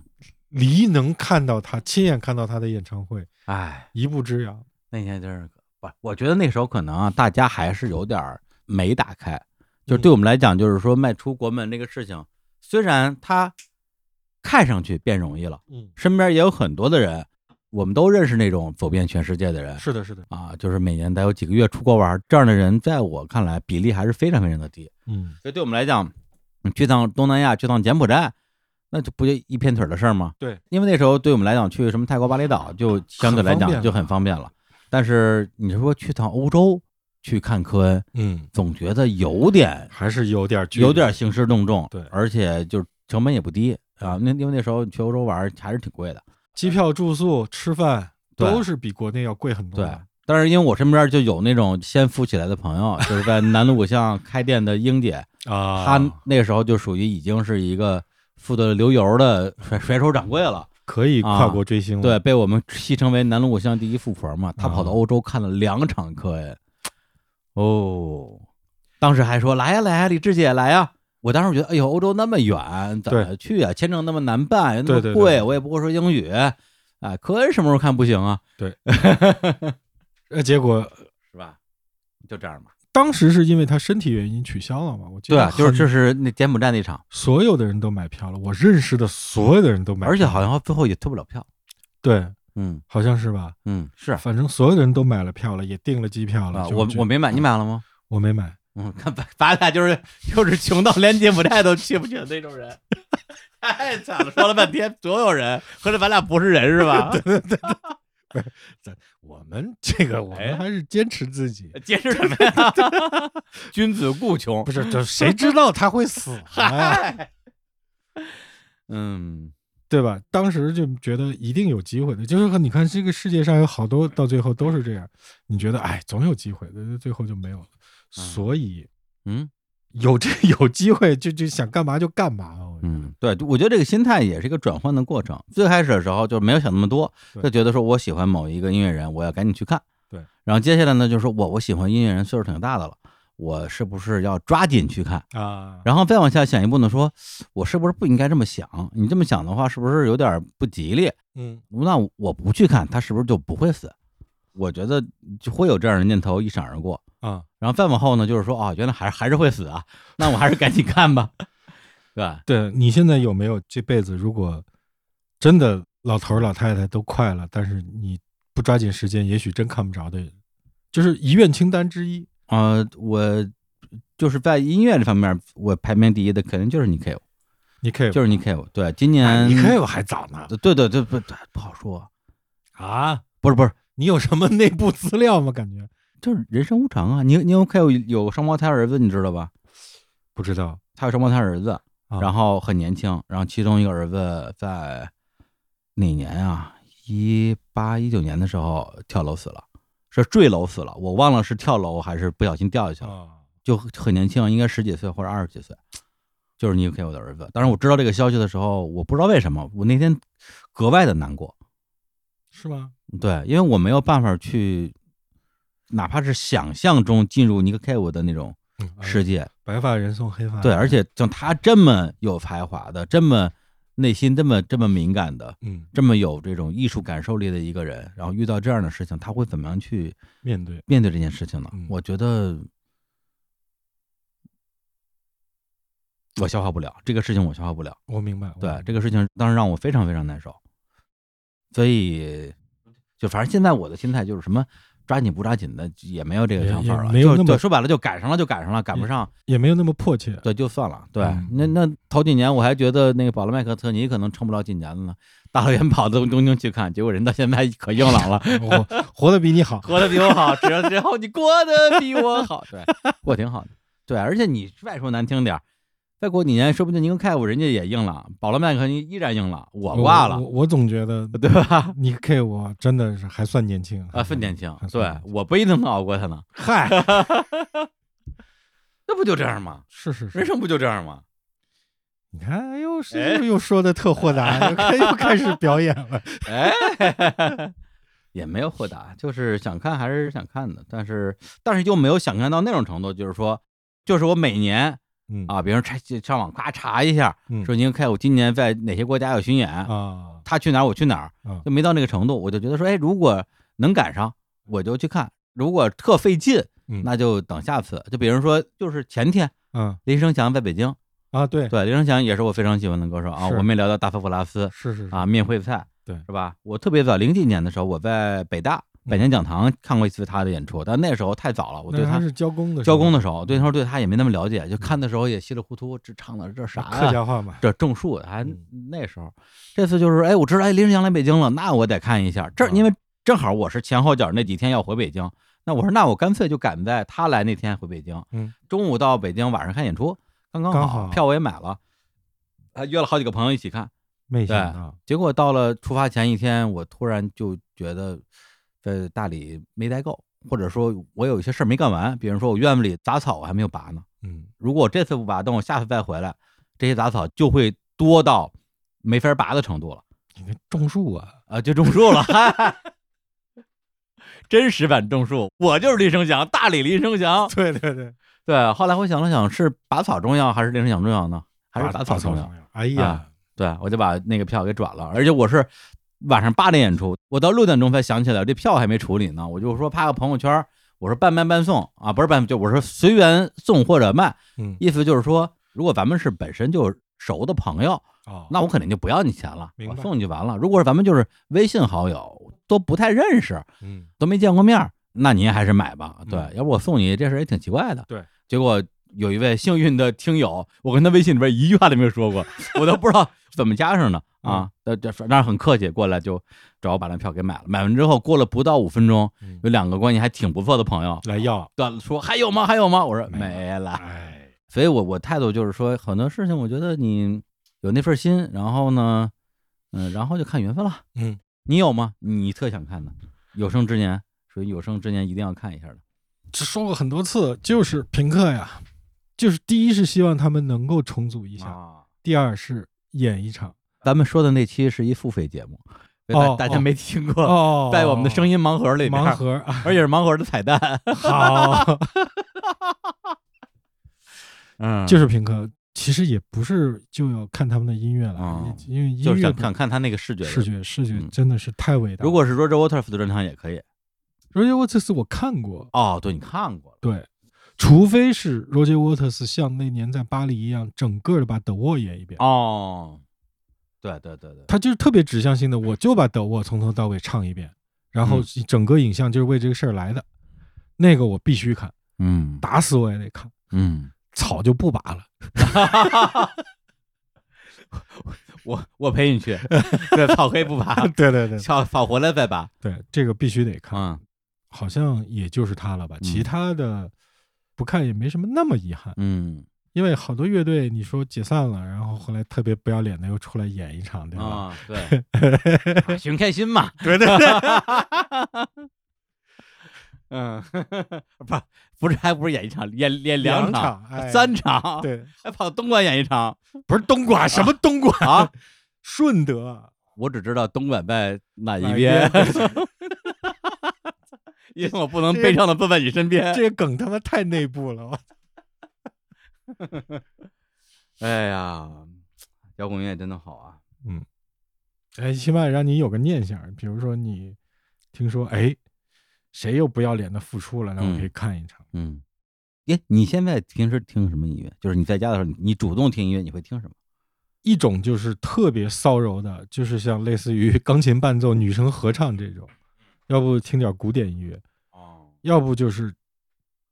离能看到他，亲眼看到他的演唱会，哎，一步之遥。那些就是不，我觉得那时候可能啊，大家还是有点儿没打开，就是对我们来讲，就是说迈出国门这个事情，虽然他看上去变容易了，嗯，身边也有很多的人，我们都认识那种走遍全世界的人是的，是的，啊，就是每年得有几个月出国玩儿，这样的人在我看来比例还是非常非常的低。嗯，所以对我们来讲，你去趟东南亚，去趟柬埔寨，那就不就一片腿儿的事儿吗？对，因为那时候对我们来讲，去什么泰国巴厘 岛就相对来很方讲便就很方便了。但是你说去趟欧洲去看科恩，嗯，总觉得有点还是有点距离有点兴师动众，对而且就是成本也不低啊。那因为那时候去欧洲玩儿还是挺贵的，机票、住宿、吃饭对都是比国内要贵很多对的。。但是因为我身边就有那种先富起来的朋友，就是在南锣鼓 巷开店的英姐，啊，她那时候就属于已经是一个富得流油的甩甩手掌柜了，可以啊跨国追星了。对，，被我们戏称为南锣鼓巷第一富婆嘛。她跑到嗯啊欧洲看了两场科恩，哦，当时还说来呀来呀，李志姐来呀。我当时觉得，哎呦，欧洲那么远，怎么去啊？签证那么难办，又那么对对对贵，对我也不会说英语，哎，科恩什么时候看不行啊？呃，结果是吧？就这样吧。当时是因为他身体原因取消了嘛？我记对得啊，就是很就是那柬埔寨那场，所有的人都买票了，我认识的所有的人都买票了，而且好像最后也退不了票。对，嗯好像是吧？嗯，是啊，反正所有的人都买了票了，也订了机票了。就我这我没买，你买了吗？我没买， 嗯，看咱咱俩就是就是穷到连柬埔寨都去不去的那种 人，太哎惨了。说了半天所有人，合着咱俩不是人是吧？我们这哎个我们还是坚持自 己，解释什么呀？君子 固穷不。是这谁知道他 会死啊？嗯，对吧？当时就觉得一定有机会的，就是和你看这个世界上有好多到最后都是这样，你觉得哎总有机会的，最后就没有了。所以嗯有这 有机会就就想干嘛就干嘛啊。我觉得嗯，对，我觉得这个心态也是一个转换的过程。最开始的时候就没有想那么多，对就觉得说我喜欢某一个音乐人，我要赶紧去看。对，然后接下来呢，就是说我我喜欢音乐人岁数挺大的了，我是不是要抓紧去看？啊，然后再往下想一步呢，说我是不是不应该这么想？你这么想的话，是不是有点不吉利？嗯，那我不去看，他是不是就不会死？我觉得就会有这样的念头一闪而过。啊，然后再往后呢，就是说啊，原来还是还是会死啊，那我还是赶紧看吧，对吧？对你现在有没有这辈子如果真的老头儿老太太都快了，但是你不抓紧时间，也许真看不着的，就是遗愿清单之一。呃，我就是在音乐这方面，我排名第一的肯定就是你 K，你可以，哎就是你 K，对，今年你 K 我还早呢对对对不不好说，啊！不是不是，你有什么内部资料吗？感觉就是人生无常啊。你你有 K 有有双胞胎儿子，你知道吧？不知道。他有双胞胎儿子，啊然后很年轻，然后其中一个儿子在哪年啊？一八一九年的时候跳楼死了，是坠楼死了，我忘了是跳楼还是不小心掉下去了，啊，就很年轻，应该十几岁或者二十几岁，就是尼克 K 我的儿子。当然我知道这个消息的时候，我不知道为什么，我那天格外的难过，是吗？对，因为我没有办法去，哪怕是想象中进入尼克 K 我的那种哎世界，啊白发人送黑发嗯人。对，而且像他这么有才华的，这么内心这么这么敏感的，嗯，这么有这种艺术感受力的一个人，然后遇到这样的事情，他会怎么样去面对面对这件事情呢？嗯我觉得我消化不了这个事情，我消化不了。我明白。我对明白这个事情，当时让我非常非常难受。所以，就反正现在我的心态就是什么抓紧不抓紧的，也没有这个也想也法了。没有就那就么嗯说白了，就赶上了就赶上了，赶不也上。也没有那么迫 切。对，就算了。对，嗯那那头几年我还觉得那个保罗麦克特尼可能撑不了几年了呢，大老远跑到东京去看，结果人到现在可硬朗了，我活得比你好。 活得比我好，只要只要你过得比我好， 对，过得挺好的。对，而且你再说难听点儿，再过几年说不定尼克凯夫人家也硬朗，保罗麦克特尼依然硬朗，我挂了我，我总觉得， 对吧？你 K 我真的是还算年轻啊，分年轻还，算对年轻我不一定能熬过他呢。 嗨，那不就这样吗？是是是人，生不就这样吗？你看，哎呦，是哎又又说的特 豁达，又开又开始表演了。哎， 也没有豁达，就是想看还是想看的，但是但是又没有想看到那种程度，就是说，就是我每年嗯啊，比如拆上网咔查一下，嗯说您看我今年在哪些国家有巡演，啊他去哪儿我去哪儿，啊就没到那个程度，我就觉得说，哎，如果能赶上我就去看，如果特费劲嗯，那就等下次。就比如说，就是前天啊林生祥在北京，啊！对，对，林生祥也是我非常喜欢的歌手啊，是我们也聊到大佛普拉斯是是是啊，面会菜。嗯对嗯是吧？我特别早，零几年的时候，我在北大百年讲堂看过一次他的演出，但那时候太早了，我对那他他是教工的，教工的时候，对那时候对他也没那么了嗯解，就看的时候也稀里糊涂，这唱的这啥呀、客家话嘛，这种树还嗯那时候，这次就是哎，我知道哎林志扬来北京了，那我得看一下。这啊因为正好我是前后脚那几天要回北京，那我说那我干脆就赶在他来那天回北京，嗯，中午到北京，晚上看演出，刚刚刚好，好票我也买了，还约了好几个朋友一起看。没想到，结果到了出发前一天，我突然就觉得在大理没待够，或者说我有一些事儿没干完，比如说我院子里杂草我还没有拔呢。嗯，如果我这次不拔，等我下次再回来，这些杂草就会多到没法拔的程度了，你看种树啊， 啊，就种树了。真实版种树，我就是林声祥，大理林声 祥。对对对，对，后来我想了想，是拔草重要还是林声祥重要呢？还是拔草重要要？？哎呀啊，对，我就把那个票给转了，而且我是晚上八点演出，我到六点钟才想起来这票还没处理呢，我就说发个朋友圈儿，我说半卖半送啊，不是半就我说随缘送或者卖，嗯，意思就是说，如果咱们是本身就熟的朋友，哦，那我肯定就不要你钱了，明我白送你就完了。如果是咱们就是微信好友，都不太认识，嗯，都没见过面儿，那您还是买吧。对，嗯要不我送你这事儿也挺奇怪的。对，结果有一位幸运的听友，我跟他微信里边一句话都没有说过，我都不知道怎么加上 的嗯啊。这这反正很客气，过来就找我把那票给买了。买完之后，过了不到五分钟嗯，有两个关系还挺不错的朋友来要，对说还有吗？还有吗？我说没没了。哎，所以我我态度就是说，很多事情我觉得你有那份心，然后呢，嗯、然后就看缘分了。嗯，你有吗？你特想看的，有生之年属于有生之年一定要看一下的。这说过很多次，就是评课呀，就是第一是希望他们能够重组一下，啊，第二是演一场。咱们说的那期是一付费节目，所以大哦大家哦没听过，哦，嗯在我们的声音音盲盒里边，盲盒啊，而且是盲盒的彩 蛋。 好，嗯，就是评课，其实也不是就要看他们的音乐了哦，因为音乐就是想本看看他那个视觉的。视觉视觉嗯真的是太伟大了。如果是 Roger Waters 的专场也可以。 Roger Waters 我看过，哦，对你看过了。对，除非是 Roger Waters 像那年在巴黎一样，整个的把德沃演一遍，哦，对对对对，他就是特别指向性的，我就把德沃从头到尾唱一遍，然后嗯整个影像就是为这个事儿来的，那个我必须看，嗯打死我也得看，嗯。草就不拔了，我我陪你 去，对，草黑不拔，对对对草草回来再拔。对，这个必须得看，嗯好像也就是他了吧，嗯其他的不看也没什么那么遗憾，嗯因为好多乐队你说解散了，然后后来特别不要脸的又出来演一场，对吧？啊，对， 啊寻开心嘛，对对 对，嗯， 不不是还不是演一场，演演两场，场哎三场，，对，还跑东莞演一场不是东莞，什么东莞？ 啊！顺德啊我只知道东莞在哪哪一一边边，因为我不能悲伤的坐在你身边 这。个梗他妈太内部了，我哎呀，摇滚乐真的好啊！哎，起码让你有个念想，比如说你听说哎，谁又不要脸的复出了，那我可以看一场。嗯，耶，你现在平时听什么音乐？就是你在家的时候，你你主动听音乐，你会听什么？一种就是特别骚柔的，就是像类似于钢琴伴奏、女声合唱这种，嗯要不听点古典音乐，哦，要不就是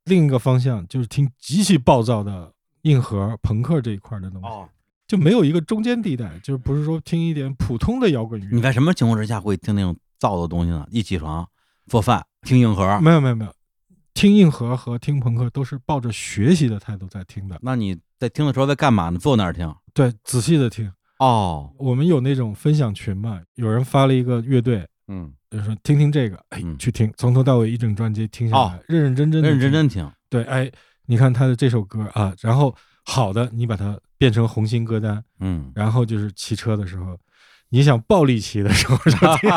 另一个方向就是听极其暴躁的硬核、朋克这一块的东西，哦，就没有一个中间地带，就是不是说听一点普通的摇滚乐。你在什么情况之下会听那种燥的东西呢？一起床做饭听硬核，没有没有没有，听硬核和听朋克都是抱着学习的态度在听的。那你在听的时候在干嘛呢？坐那儿听？对，仔细的听。哦，我们有那种分享群嘛，有人发了一个乐队，嗯，就说听听这个，哎，嗯去听，从头到尾一整专辑听下来，哦认认真真，认认真。真听。对，哎，你看他的这首歌啊，然后好的，你把它变成红心歌单，嗯，然后就是骑车的时候，你想暴力骑的时候就 听，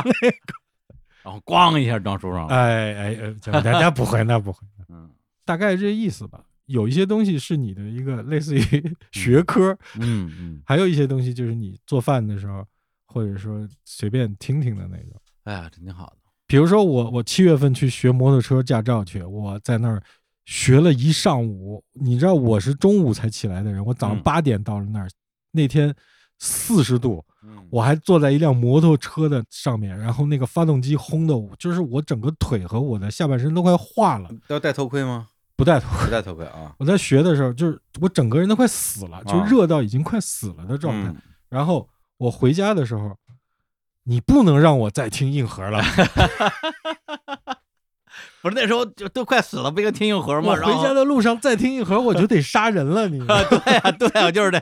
然后咣一下撞树上了。哎哎哎，咱咱家不会，那不会。 嗯大概这意思吧。有一些东西是你的一个类似于学科，嗯嗯，还有一些东西就是你做饭的时候，或者说随便听听的那种。 哎呀，真挺好的。比如说我我七月份去学摩托车驾照去，我在那儿学了一上午。你知道我是中午才起来的人，我早嗯上八点到了那儿，那天四十度，嗯我还坐在一辆摩托车的上面，然后那个发动机轰的我，就是我整个腿和我的下半身都快化了，要戴头盔吗？不戴头盔。不戴头盔 啊，我在学的时候，就是我整个人都快死了，就啊热到已经快死了的状态。嗯然后我回家的时候，你不能让我再听硬核了。不是那时候就都快死了，不应该听硬核吗？我回家的路上再听硬核，我就得杀人了。你知道吗，然 后对啊，对啊，就是得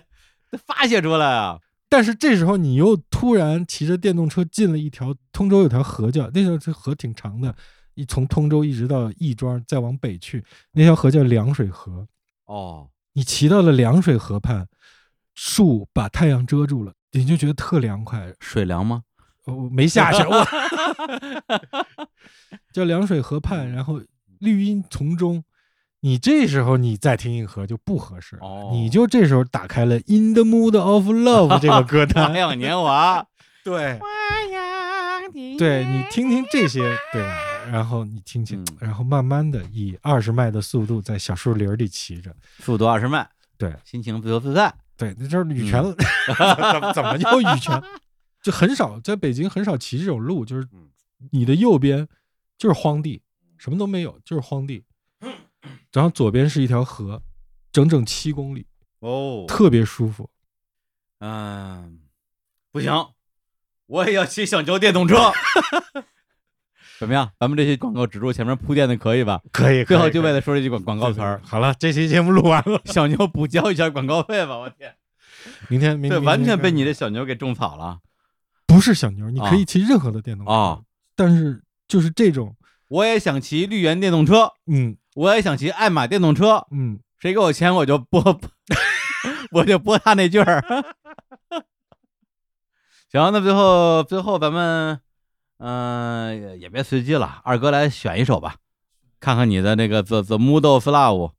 得发泄出来啊。但是这时候你又突然骑着电动车进了一条通州有条河叫那条河挺长的，一从通州一直到亦庄，再往北去，那条河叫凉水河。哦，你骑到了凉水河畔，树把太阳遮住了，你就觉得特凉快。水凉 吗？呃我没下 去，我叫凉水河畔，嗯然后绿荫丛中。你这时候你再听硬核就不合适了，哦你就这时候打开了《In the Mood of Love》这个歌 单花，样哎年华，对，对你听听这些，对，然后你听听，嗯然后慢慢的以二十迈的速度在小树林儿里骑着，速度二十迈，对，心情自由自在。对，那就是嗯羽泉， 怎么怎么叫羽泉？就很少在北京很少骑这种路，就是嗯你的右边就是荒地，什么都没有，就是 荒地，然后左边是一条河，整整七公里，哦特别舒服。嗯，不行，我也要骑小牛电动车。 怎么样？咱们这些广告植入前面铺垫的可以吧？可以，最可后以就可为以了说这句广广告对词对儿对，好了，这期节目录完了，小牛补交一下广告费吧！我天，明天明这明完天全开被始你这小牛给种草了不是小牛，你可以啊骑任何的电动车，啊！但是就是这种，我也想骑绿源电动车，嗯我也想骑爱玛电动车，嗯，谁给我钱我就播， 我就播他那句儿。行，那最后最后咱们，嗯、也也别随机了，二哥来选一首吧，看看你的那个 The The Mood of Love。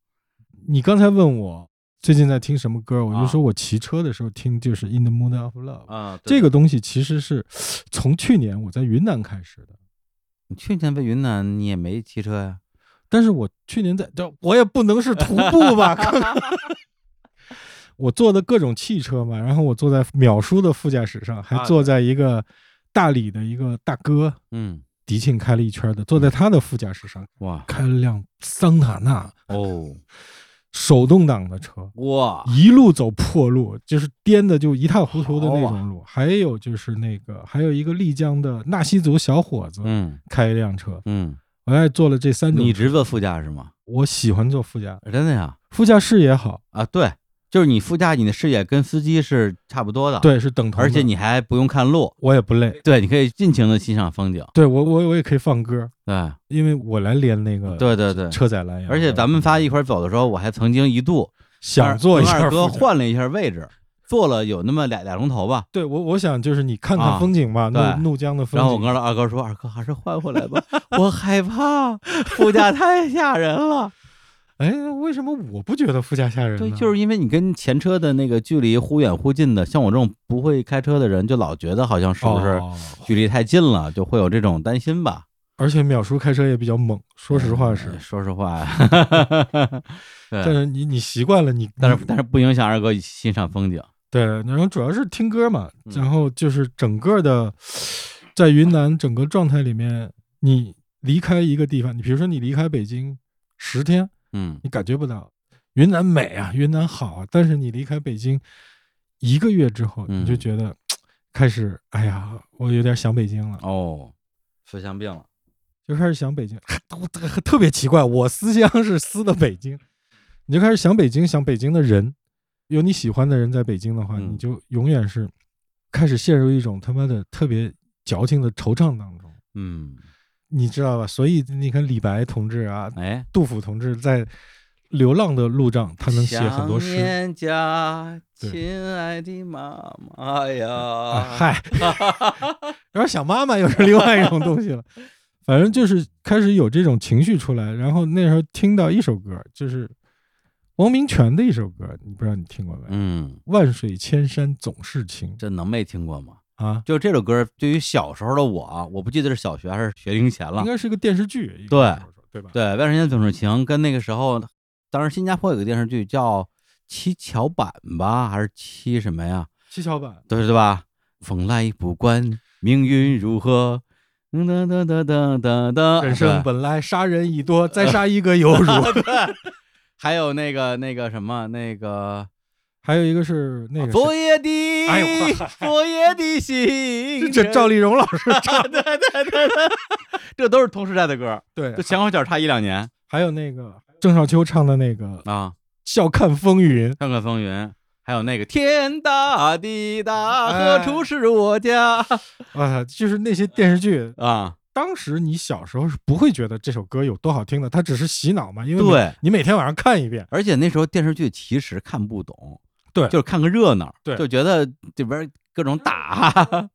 你刚才问我最近在听什么歌，我啊就说我骑车的时候听就是《In the Mood of Love》啊，对这个东西，其实是 从去年我在云南开始的。你去年在云南你也没骑车呀、但是我去年在，这我也不能是徒 步吧？刚刚我坐的各种汽车嘛，然后我坐在淼叔的副驾驶上，还啊坐在一个大理的一个大哥嗯，迪庆开了一圈的，坐在他的副驾驶上， 哇开了辆桑塔纳哦手动挡的车，哇，一路走破路，就是颠的就一塌糊涂的那好啊种路。还有就是那个，还有一个丽江的纳西族小伙子嗯开一辆车，嗯，我也做了这三种你。只坐副驾是吗？我喜欢坐副驾，真的呀？副驾驶也好，啊，对，就是你副驾，你的视野跟司机是差不多的，，对，是等同的。而且你还不用看路，我也不累，对，你可以尽情的欣赏风景，对我我我也可以放歌，对，因为我来连那个对对对。车载蓝牙。而且咱们仨一块儿走的时候，我还曾经一度想坐一跟下二哥副驾换了一下位置，坐了有那么俩俩钟头吧。对我我想就是你看啊看风景吧，对怒怒江的风景。然后我跟二哥说：“二哥，还是换回来吧， 我害怕，副驾太吓人了。哎，为什么我不觉得副驾吓人”呢？对，就是因为你跟前车的那个距离忽远忽近的，像我这种不会开车的人，就老觉得好像是不是哦距离太近了，就会有这种担心吧。而且淼叔开车也比较猛，说实话是哎，说实话， 但对，是你你习惯了，你但是你但是不影响二哥欣赏风景。对，然后主要是听歌嘛，嗯然后就是整个的在云南整个状态里面，你离开一个地方，你比如说你离开北京十天，嗯你感觉不到云南美啊，云南好啊，但是你离开北京一个月之后，嗯你就觉得开始哎呀，我有点想北京了，哦，思想病了。就开始想北京， 我特别奇怪，我思乡是思的北京，你就开始想北京，想北京的人，有你喜欢的人在北京的话，嗯你就永远是开始陷入一种他妈的特别矫情的惆怅当中，嗯，你知道吧？所以你看李白同志啊，哎，杜甫同志在流浪的路上，他能写很多诗想。念家，对亲爱的妈妈啊呀，嗨，然后想妈妈又是另外一种东西了。反正就是开始有这种情绪出来，然后那时候听到一首歌，就是王明泉的一首歌，你不知道你听过没？嗯，万水千山总是情这能没听过吗？啊，就这首歌，对于小时候的我啊，我不记得是小学还是学龄前了应。该是个电视剧，应对该这么说对吧？对，《万水千山总是情》跟那个时候，当时新加坡有个电视剧叫《七巧板》吧，还是七什么呀？七巧板，对对吧？风来不管命运如何，噔噔噔噔噔噔噔，人生啊对啊本来杀人已多，再杀一个又如何？还有那个那个什么那个 还有一个是那个昨谁，夜的、哎呦 昨夜的星这辰，啊赵丽蓉老师唱的，这都是同时代的歌，对这，前后脚差一两年还有那个郑少秋唱的那个《啊。笑看风云》，看看风云，还有那个天大地大，哎何处是我家、 啊，就是那些电视剧，啊？当时你小时候是不会觉得这首歌有多好听的，它只是洗脑嘛，因为对你你每天晚上看一遍，而且那时候电视剧其实看不懂，对就是看个热闹，对就觉得里边各种打，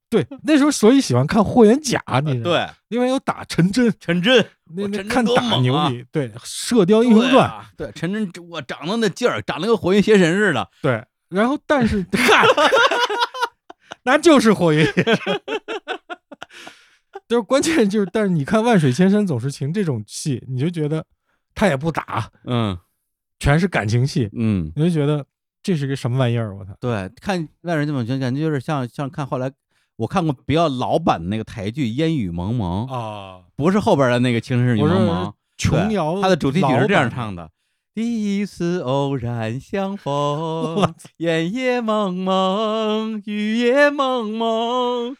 对，那时候所以喜欢看霍元甲，你知道吗，呃对，因为有打陈真，陈真，那我那陈真看多打猛牛啊逼，对，《射雕英雄对传》啊对，陈真，我长得那劲儿，长得跟火云邪神似的，对，然后但是 嗨，那就是火云邪神。 就是关键就是，但是你看《万水千山总是情》这种戏，你就觉得他也不打，嗯全是感情戏，嗯，你就觉得这是个什么玩意儿？啊我操！对，看《外人这么全》，感觉就是像像看后来。我看过比较老版的那个台剧《烟雨蒙蒙》，啊，不是后边的那个《情深深雨我蒙是蒙》，琼对瑶它的主题曲老是这样版唱的：第一次偶然相 逢，烟也蒙蒙，雨也蒙蒙。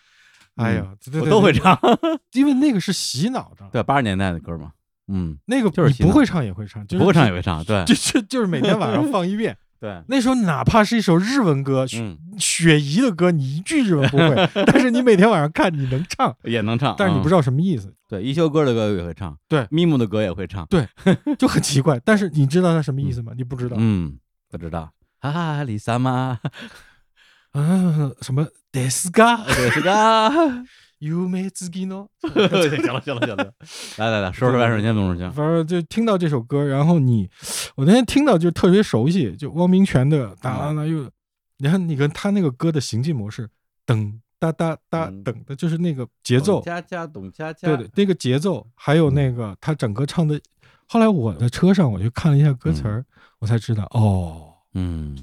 哎嗯呀，对我都会，唱。 对因为那个是洗脑的，对，八十年代的歌嘛，嗯，那个就是你洗不脑会唱也会唱，就是不会唱也会，会唱，对就就就是每天 晚上放一遍。对，那时候哪怕是一首日文歌，雪嗯，雪姨的歌，你一句日文不会， 但是你每天晚上看，你能唱，也能唱。但是你不知知道什么意思，对一休哥的歌也会唱，对咪姆的歌也会唱，就很奇怪。但是你知道它什么意思吗？你不知道。嗯，不知道。哈里萨玛，啊，什么 des ga 对是的。 you m a z g i no？行了行了行了，来来来，说说万水千总是行。反正就听到这首歌，然后你，我那天听到就特别熟悉，就汪明荃的嗯哒啦啦又，你看你跟他那个歌的行进模式，噔哒哒哒嗯哦噔的，就是那个节奏，加加嗯董佳佳，对对，那个节奏，还有那个他整个唱的。后来我在车上我就看了一下歌词儿，我才知道哦，嗯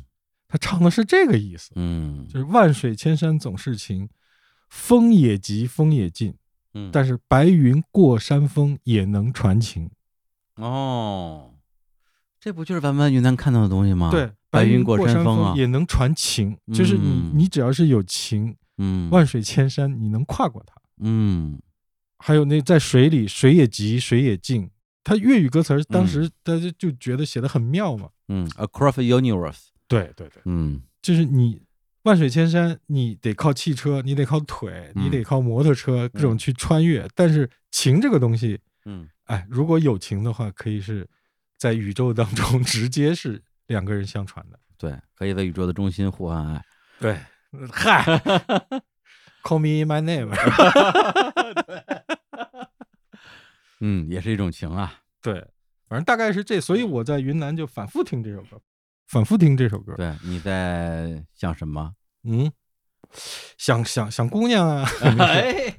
他唱的是这个意思，嗯就是万水千山总是情，风也急风也近，嗯，但是白云过山峰也能传情。哦，这不就是咱们云南看到的东西吗？对，啊白云过过山峰峰啊也能传情，就是你嗯你只要是有情，嗯，万水千山你能跨过它。嗯还有那在水里，水也急，水也静。他粤语歌词儿当嗯时大家就觉得写的很妙嘛。嗯，across the universe，对对对，嗯就是你万水千山，你得靠汽车，你得靠腿，你嗯得靠摩托车各种去穿越。但是情这个东西，嗯哎，如果有情的话，可以是在宇宙当中 直接是两个人相传的。对，可以在宇宙的中心互换爱。对， 嗨，Call me my name。嗯，也是一种情啊。 对，反正大概是这，所以我在云南就反复听这首歌，反复听这首歌。对，你在想什么？嗯，想想想姑娘啊， 哎，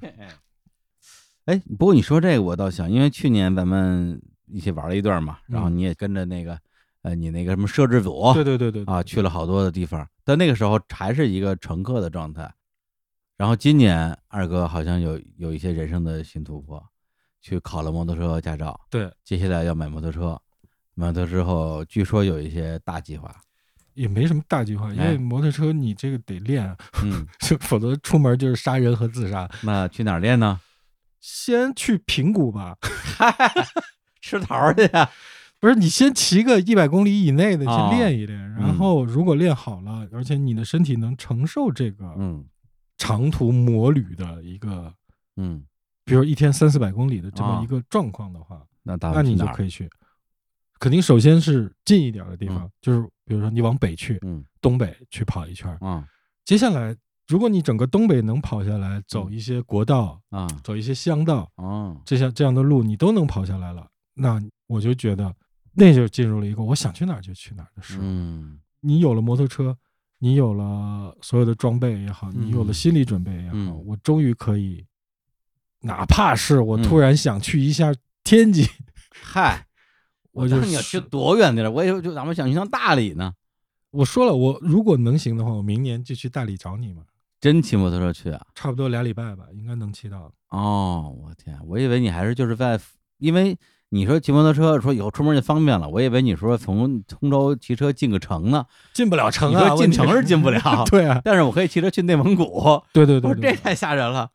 哎，不过你说这个我倒想，因为去年咱们一起玩了一段嘛，然后嗯你也跟着那个呃，你那个什么摄制组，对对对对，啊，去了好多的地方，但那个时候还是一个乘客的状态。然后今年二哥好像有有一些人生的新突破，去考了摩托车驾照，对，接下来要买摩托车。买摩托车之后，据说有一些大计划。也没什么大计划，因为哎摩托车你这个得练啊， 嗯，就否则出门就是杀人和自杀。那去哪儿练呢？先去平谷吧，吃桃儿去啊呀。不是你先骑个一百公里以内的，你先啊练一练，然后如果练好了，而且你的身体能承受这个嗯长途摩旅的一个，嗯，比如一天三四百公里的这么啊一个状况的话，那打那算去你就哪儿可？以去。肯定首先是近一点的地方，嗯就是比如说你往北去，嗯东北去跑一圈儿。啊接下来，如果你整个东北能跑下来，走一些国道，啊走一些乡道，哦，这些这样的路你都能跑下来了，那我就觉得那就进入了一个我想去哪儿就去哪儿的时候。嗯你有了摩托车，你有了所有的装备也好，你有了嗯心理准备也好，嗯我终于可以，哪怕是我嗯突然想去一下天津，嗨，我当就哦时你要去是多远的了？我也就咱们想去趟大理呢。我说了，我如果能行的话，我明年就去大理找你嘛，真骑摩托车去啊？差不多俩礼拜吧，应该能骑到。哦，我天，我以为你还是就是在，因为你说骑摩托车，说以后出门就方便了，我以为你说从通州骑车进个城呢，进不了你城啊，说进城是进不了，不 对啊，但是我可以骑车去内蒙古，对对对我说对这太吓人了。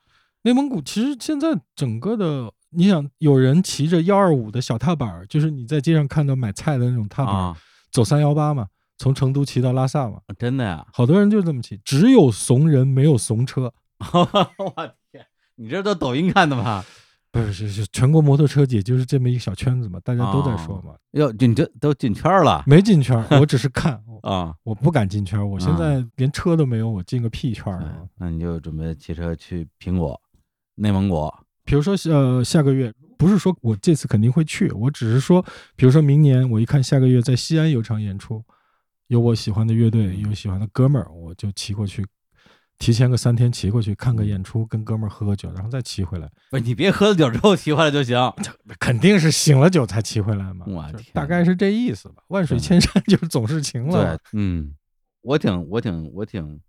内蒙古其实现在整个的，你想有人骑着幺二五的小踏板儿，就是你在街上看到买菜的那种踏板儿，啊，哦走三幺八嘛，从成都骑到拉萨嘛，真的呀！ 好多人就这么骑，只有怂人没有怂车。我天，你这都抖音看的吧？不是，是是全国摩托车节就是这么一个小圈子嘛，大家都在说嘛，哟，你这都进圈儿了没进圈儿，我只是看， 我啊！我不敢进圈儿，我现啊在连车都没有，我进个屁圈儿对啊！哎那你就准备骑车去苹果、内蒙古比如说呃，下个月不是说我这次肯定会去，我只是说，比如说明年我一看下个月在西安有场演出，有我喜欢的乐队，有喜欢的哥们儿，我就骑过去，提前个三天骑过去看个演出，跟哥们儿喝喝酒，然后再骑回来，不是你别喝了酒之后骑回来就行。肯定是醒了酒才骑回来嘛。我就是天嗯大概是这意思吧。万水千山就是总是情了对。，嗯，我挺我挺我挺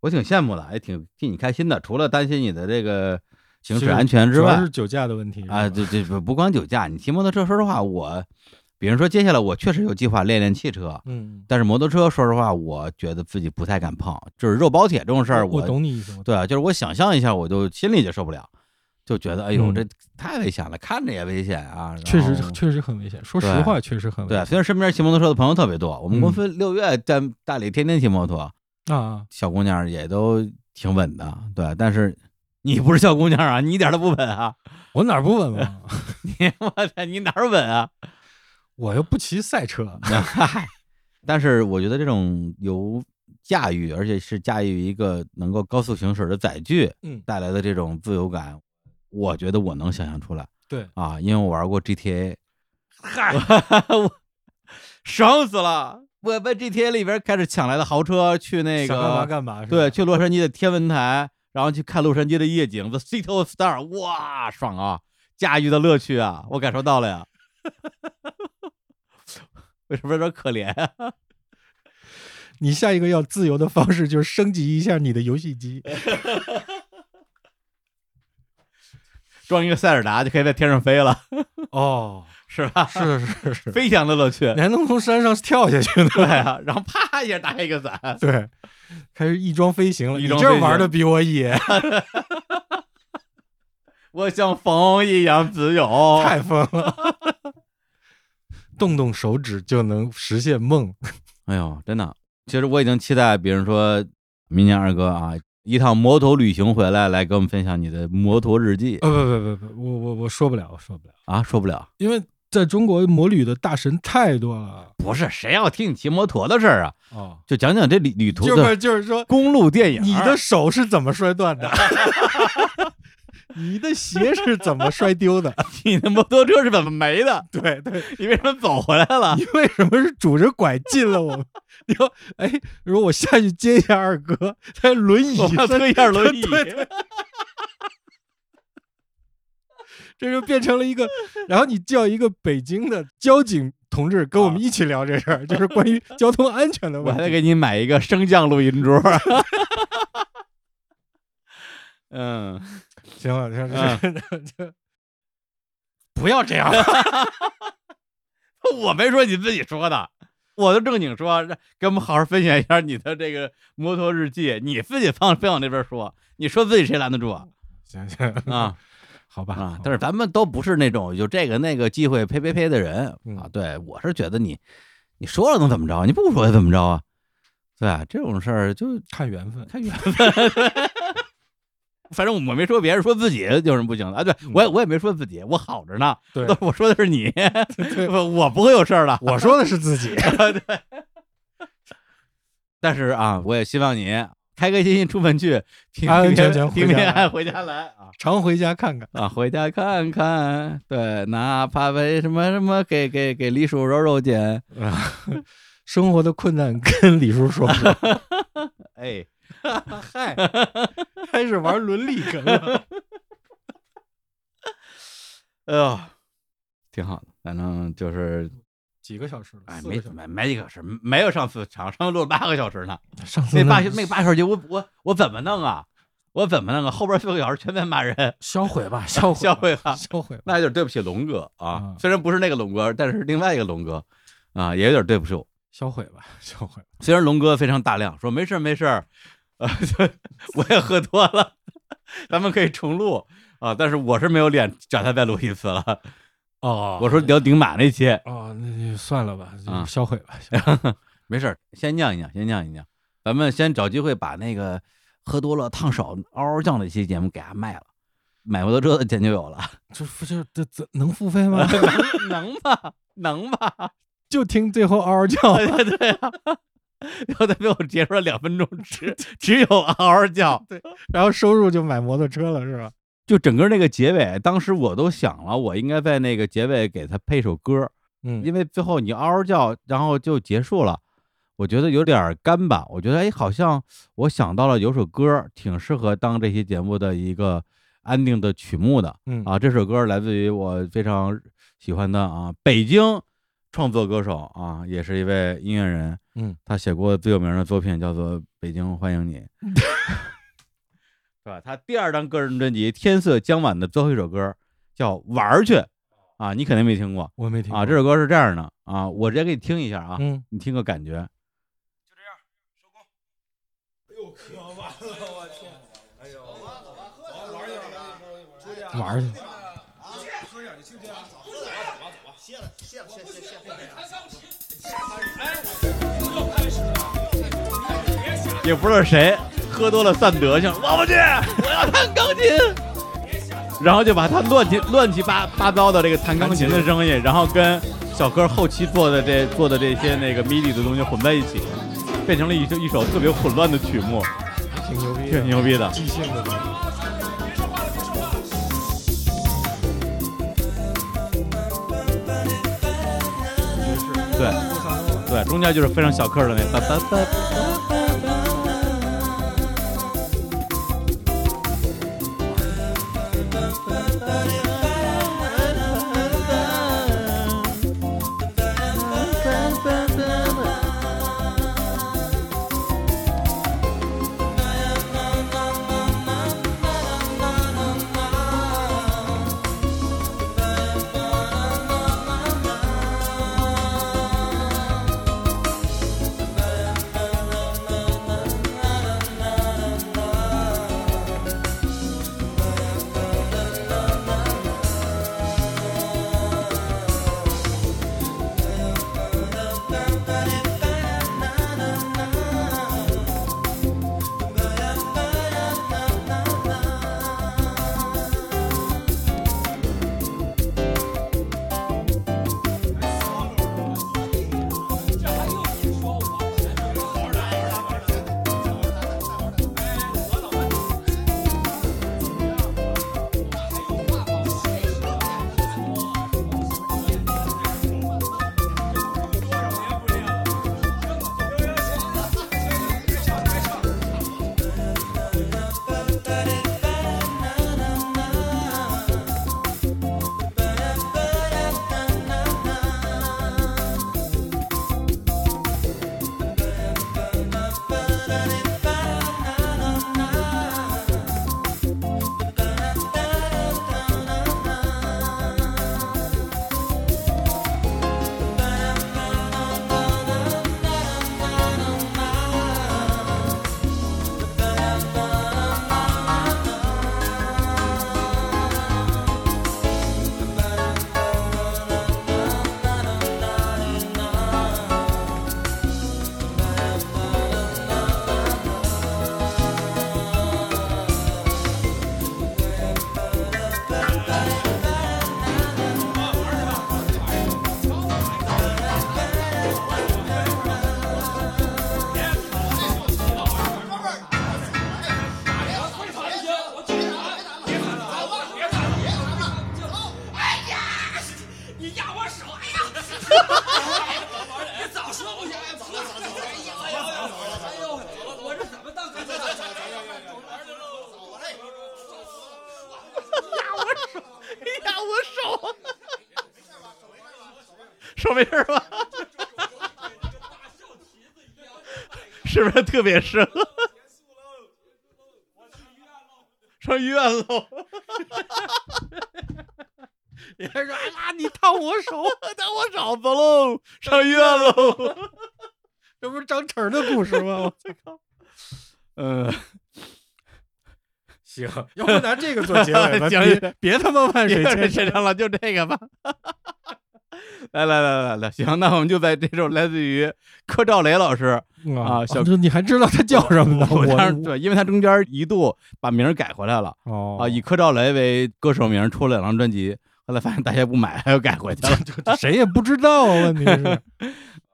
我挺羡慕的，也挺替你开心的。除了担心你的这个行驶安全之主要外是，酒驾的问题啊，是吧这这不不光酒驾，你骑摩托车，说实话，我，比如说接下来我确实有计划练练汽车，嗯，但是摩托车，说实话，我觉得自己不太敢碰，就是肉包铁这种事儿，我懂你意思，我懂对啊，就是我想象一下，我就心里就受不了，就觉得哎呦，嗯这太危险了，看着也危险啊。然确实后确实很危险。说实对话，确实很危对，啊险。虽然身边骑摩托车的朋友特别多，我们公嗯司六月在大理天天骑摩托，啊啊，小姑娘也都挺稳的，对。但是你不是小姑娘啊，你一点都不稳啊！我哪儿不 稳了？你我操，你哪儿稳啊？我又不骑赛车。但是我觉得这种由驾驭，而且是驾驭一个能够高速行驶的载具嗯，带来的这种自由感，我觉得我能想象出来对，啊，因为我玩过 GTA。嗨， 我爽死了！我在 GTA 里边开始抢来的豪车去那想干嘛个，干嘛是吧。对，去洛杉矶的天文台，然后去看洛杉矶的夜景，The City of Star，哇，爽啊！驾驭的乐趣啊，我感受到了呀。 为什么有点可怜啊？你下一个要自由的方式就是升级一下你的游戏 机。装一个塞尔达就可以在天上飞了，哦，是吧？是是是，飞翔的乐 趣。还能从山上跳下去呢。对啊，然后啪一下打开一个伞，对，开始翼装飞行了。翼你装这飞玩行的比我野，我像风一样自由。太疯了。哦 动动手指就能实现梦。哎呦，真的，其实我已经期待，比如说明年二哥啊，一趟摩托旅行回来，来给我们分享你的摩托日记呃，不不不不，我我我说不了，我说不了，啊。受不了，因为在中国摩旅的大神太多了。不是谁要听你骑摩托的事儿啊，哦，就讲讲这旅旅途就的是就是说，公路电影。你的手是怎么摔断的？ 你的鞋是怎么摔丢的？你的摩托车是怎么没的？对对，你为什么走回来了？ 你为什么是拄着拐进了我们？ 你说，哎，如果我下去接一下二哥， 他轮椅我要在推一下轮椅。对 这就变成了一个，然后你叫一个北京的交警同志跟我们一起聊这事儿，就是关于交通安全的啊我问还得题。给你买一个升降录音 桌。嗯， 行了，行了，啊行了这这不要这样。 我没说，你自己说的。我都正经说，让给我们好好分享一下你的这个摩托日记。你自己放非往那边说，你说自己谁拦得住啊？行行， 啊好吧。啊好！但是咱们都不是那种有这个那个机会呸呸呸的人啊。嗯对我是觉得你，你说了能怎么着？你不说又怎么着啊？对啊，这种事儿就看缘 分，看缘分。反正我没说别人，说自己有什么不行的啊？对我也我也没说自己，我好着呢。嗯对都是我说的是你，对我我不会有事儿的。我说的是自己。 但是啊，我也希望你开开心心出门去，平安安平全安全回平家平安来安回家来啊常回家看看，啊！回家看看，对，哪怕为什么什么给给给李叔揉揉肩， 生活的困难跟李叔说 说。哎，嗨，开始玩伦理梗了。 哎呦，挺好的。反正就是几个小时了，哎，四个没小时没没几个小时，没有上次场，上次录了八个小时呢。上次那八那那八小时，我我我怎么弄啊？我怎么弄啊？后边四个小时全在骂人，销毁吧，销销毁吧。销毁吧。那有点对不起龙哥啊嗯，虽然不是那个龙哥，但是另外一个龙哥啊，也有点对不住。销毁吧，销毁吧。虽然龙哥非常大量，说没事儿没事儿，呃， 我也喝多了，咱们可以重录啊，但是我是没有脸找他再录一次了。哦我说聊顶马那些，哦，那就算了吧，啊就销毁吧。 没事儿，先酿一酿，先酿一酿，咱们先找机会把那个喝多了烫手嗷嗷酱那期节目给他卖了，买摩托车的钱就有了，这不是这这能付费吗？ 能吧？能 吧？就听最后嗷嗷叫。 对对 啊，然后他被我截出来两分钟，只只有嗷嗷叫。然后收入就买摩托车了，是吧？就整个那个结尾，当时我都想了，我应该在那个结尾给他配首歌，嗯因为最后你嗷嗷叫，然后就结束了，我觉得有点干吧。我觉得哎，好像我想到了有首歌挺适合当这期节目的一个安定的曲目的嗯啊。这首歌来自于我非常喜欢的啊，北京创作歌手啊，也是一位音乐人，嗯，他写过最有名的作品叫做《北京欢迎你》， 是吧？他第二张个人专辑《天色将晚》的最后一首歌叫《玩儿去》啊，你肯定没听过我没听啊。这首歌是这样的啊，我直接给你听一下啊，嗯，你听个感觉。玩儿去。也不知道谁喝多了散德性，我不去，我要弹钢琴。 然后就把他乱七乱七八八糟的这个弹钢琴的声音，然后跟小哥后期做的这做的这些那个 MIDI 的东西混在一起，变成了一首一首特别混乱的曲目，挺牛逼挺的，牛逼的。即兴的 吧。对，对，中间就是非常小克的那叭叭叭。你压我手，哎呀！你早说我就挨走了，走走走！哎呦哎呦哎呦！我这怎么当哥哥？走嘞！ 压我手，压我手，说没事儿吧？ 是不是特别适合？ 上医院喽！你还说啊？你烫我手， 烫我手子喽！上医院喽！ 这不是长齿儿的故事吗？ 我呃，行，要不拿这个做 结尾吧， 行别别他妈万水千身山上了，就这个吧。 来来来来来，行，那我们就在这首来自于柯兆雷老师啊小这你还知道他叫什么呢？我当时 我对，因为他中间一度把名儿改回来了哦啊，以柯兆雷为歌手名出了两张专辑，后来发现大家不买， 又改回去 了。谁也不知道啊，问 题是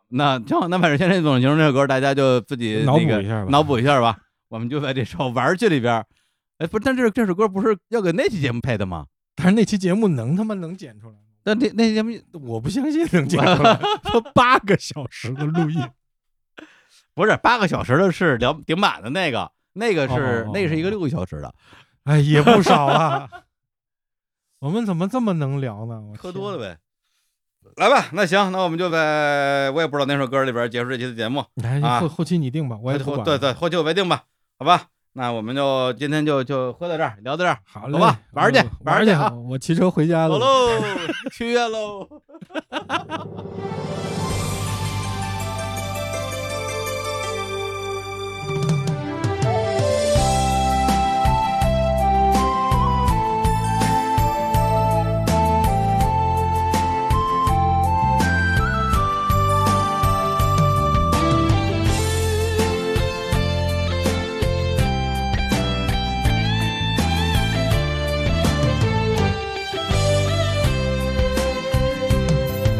那行，那《万水千山总行》这首歌，大家就自己脑补那个一下吧脑补一下吧。我们就在这首《玩儿去》里边儿，哎，不是，但这这首歌不是要给那期节目配的吗？但是那期节目能他妈能剪出来吗？但那那期节目我不相信能剪 出来，他八个小时的录音，不是八个小时的是聊顶满的那个，那个是、哦那个是一个六个小时的，哎，也不少啊。我们怎么这么能聊呢？我喝天多了呗。来吧，那行，那我们就在我也不知道哪首歌里边结束这期的节目，你还啊后后期你定吧，我也不后管。对对，，后期我为定吧，好吧，那我们就今天就就喝到这儿，聊到这儿，好好嘞吧玩儿去嗯玩儿玩去去啊我骑车回家走了。喽， 去医院喽。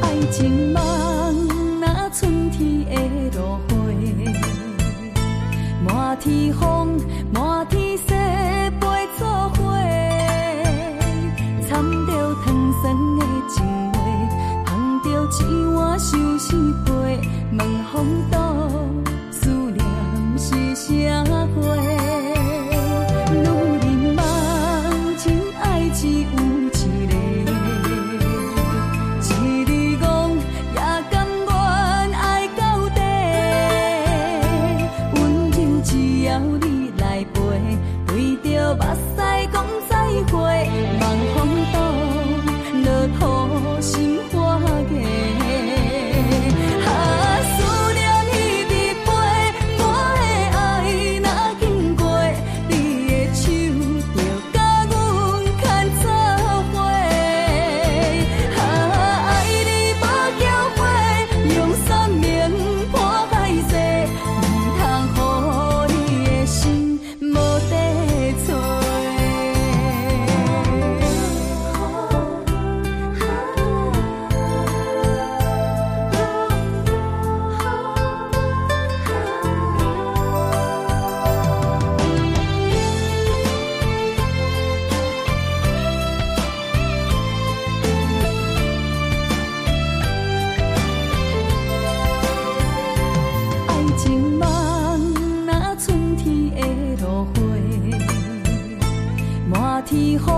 爱情梦若春天的落花，满天风，满天雪飞作伙，掺着糖酸的情话，捧着一碗相思杯，问风度思念是啥货？女人梦，情爱只有一个。一日戆，也甘愿爱到底。温柔只要你来陪，对着目屎讲再会，望风度，落雨心化解。啊，思念你在飞，我的爱若经过，你的手就甲阮牵做伙。啊，爱你无叫花，用三明破歹势，唔通予你的心无地找。爱情梦若春天的落花，满天风，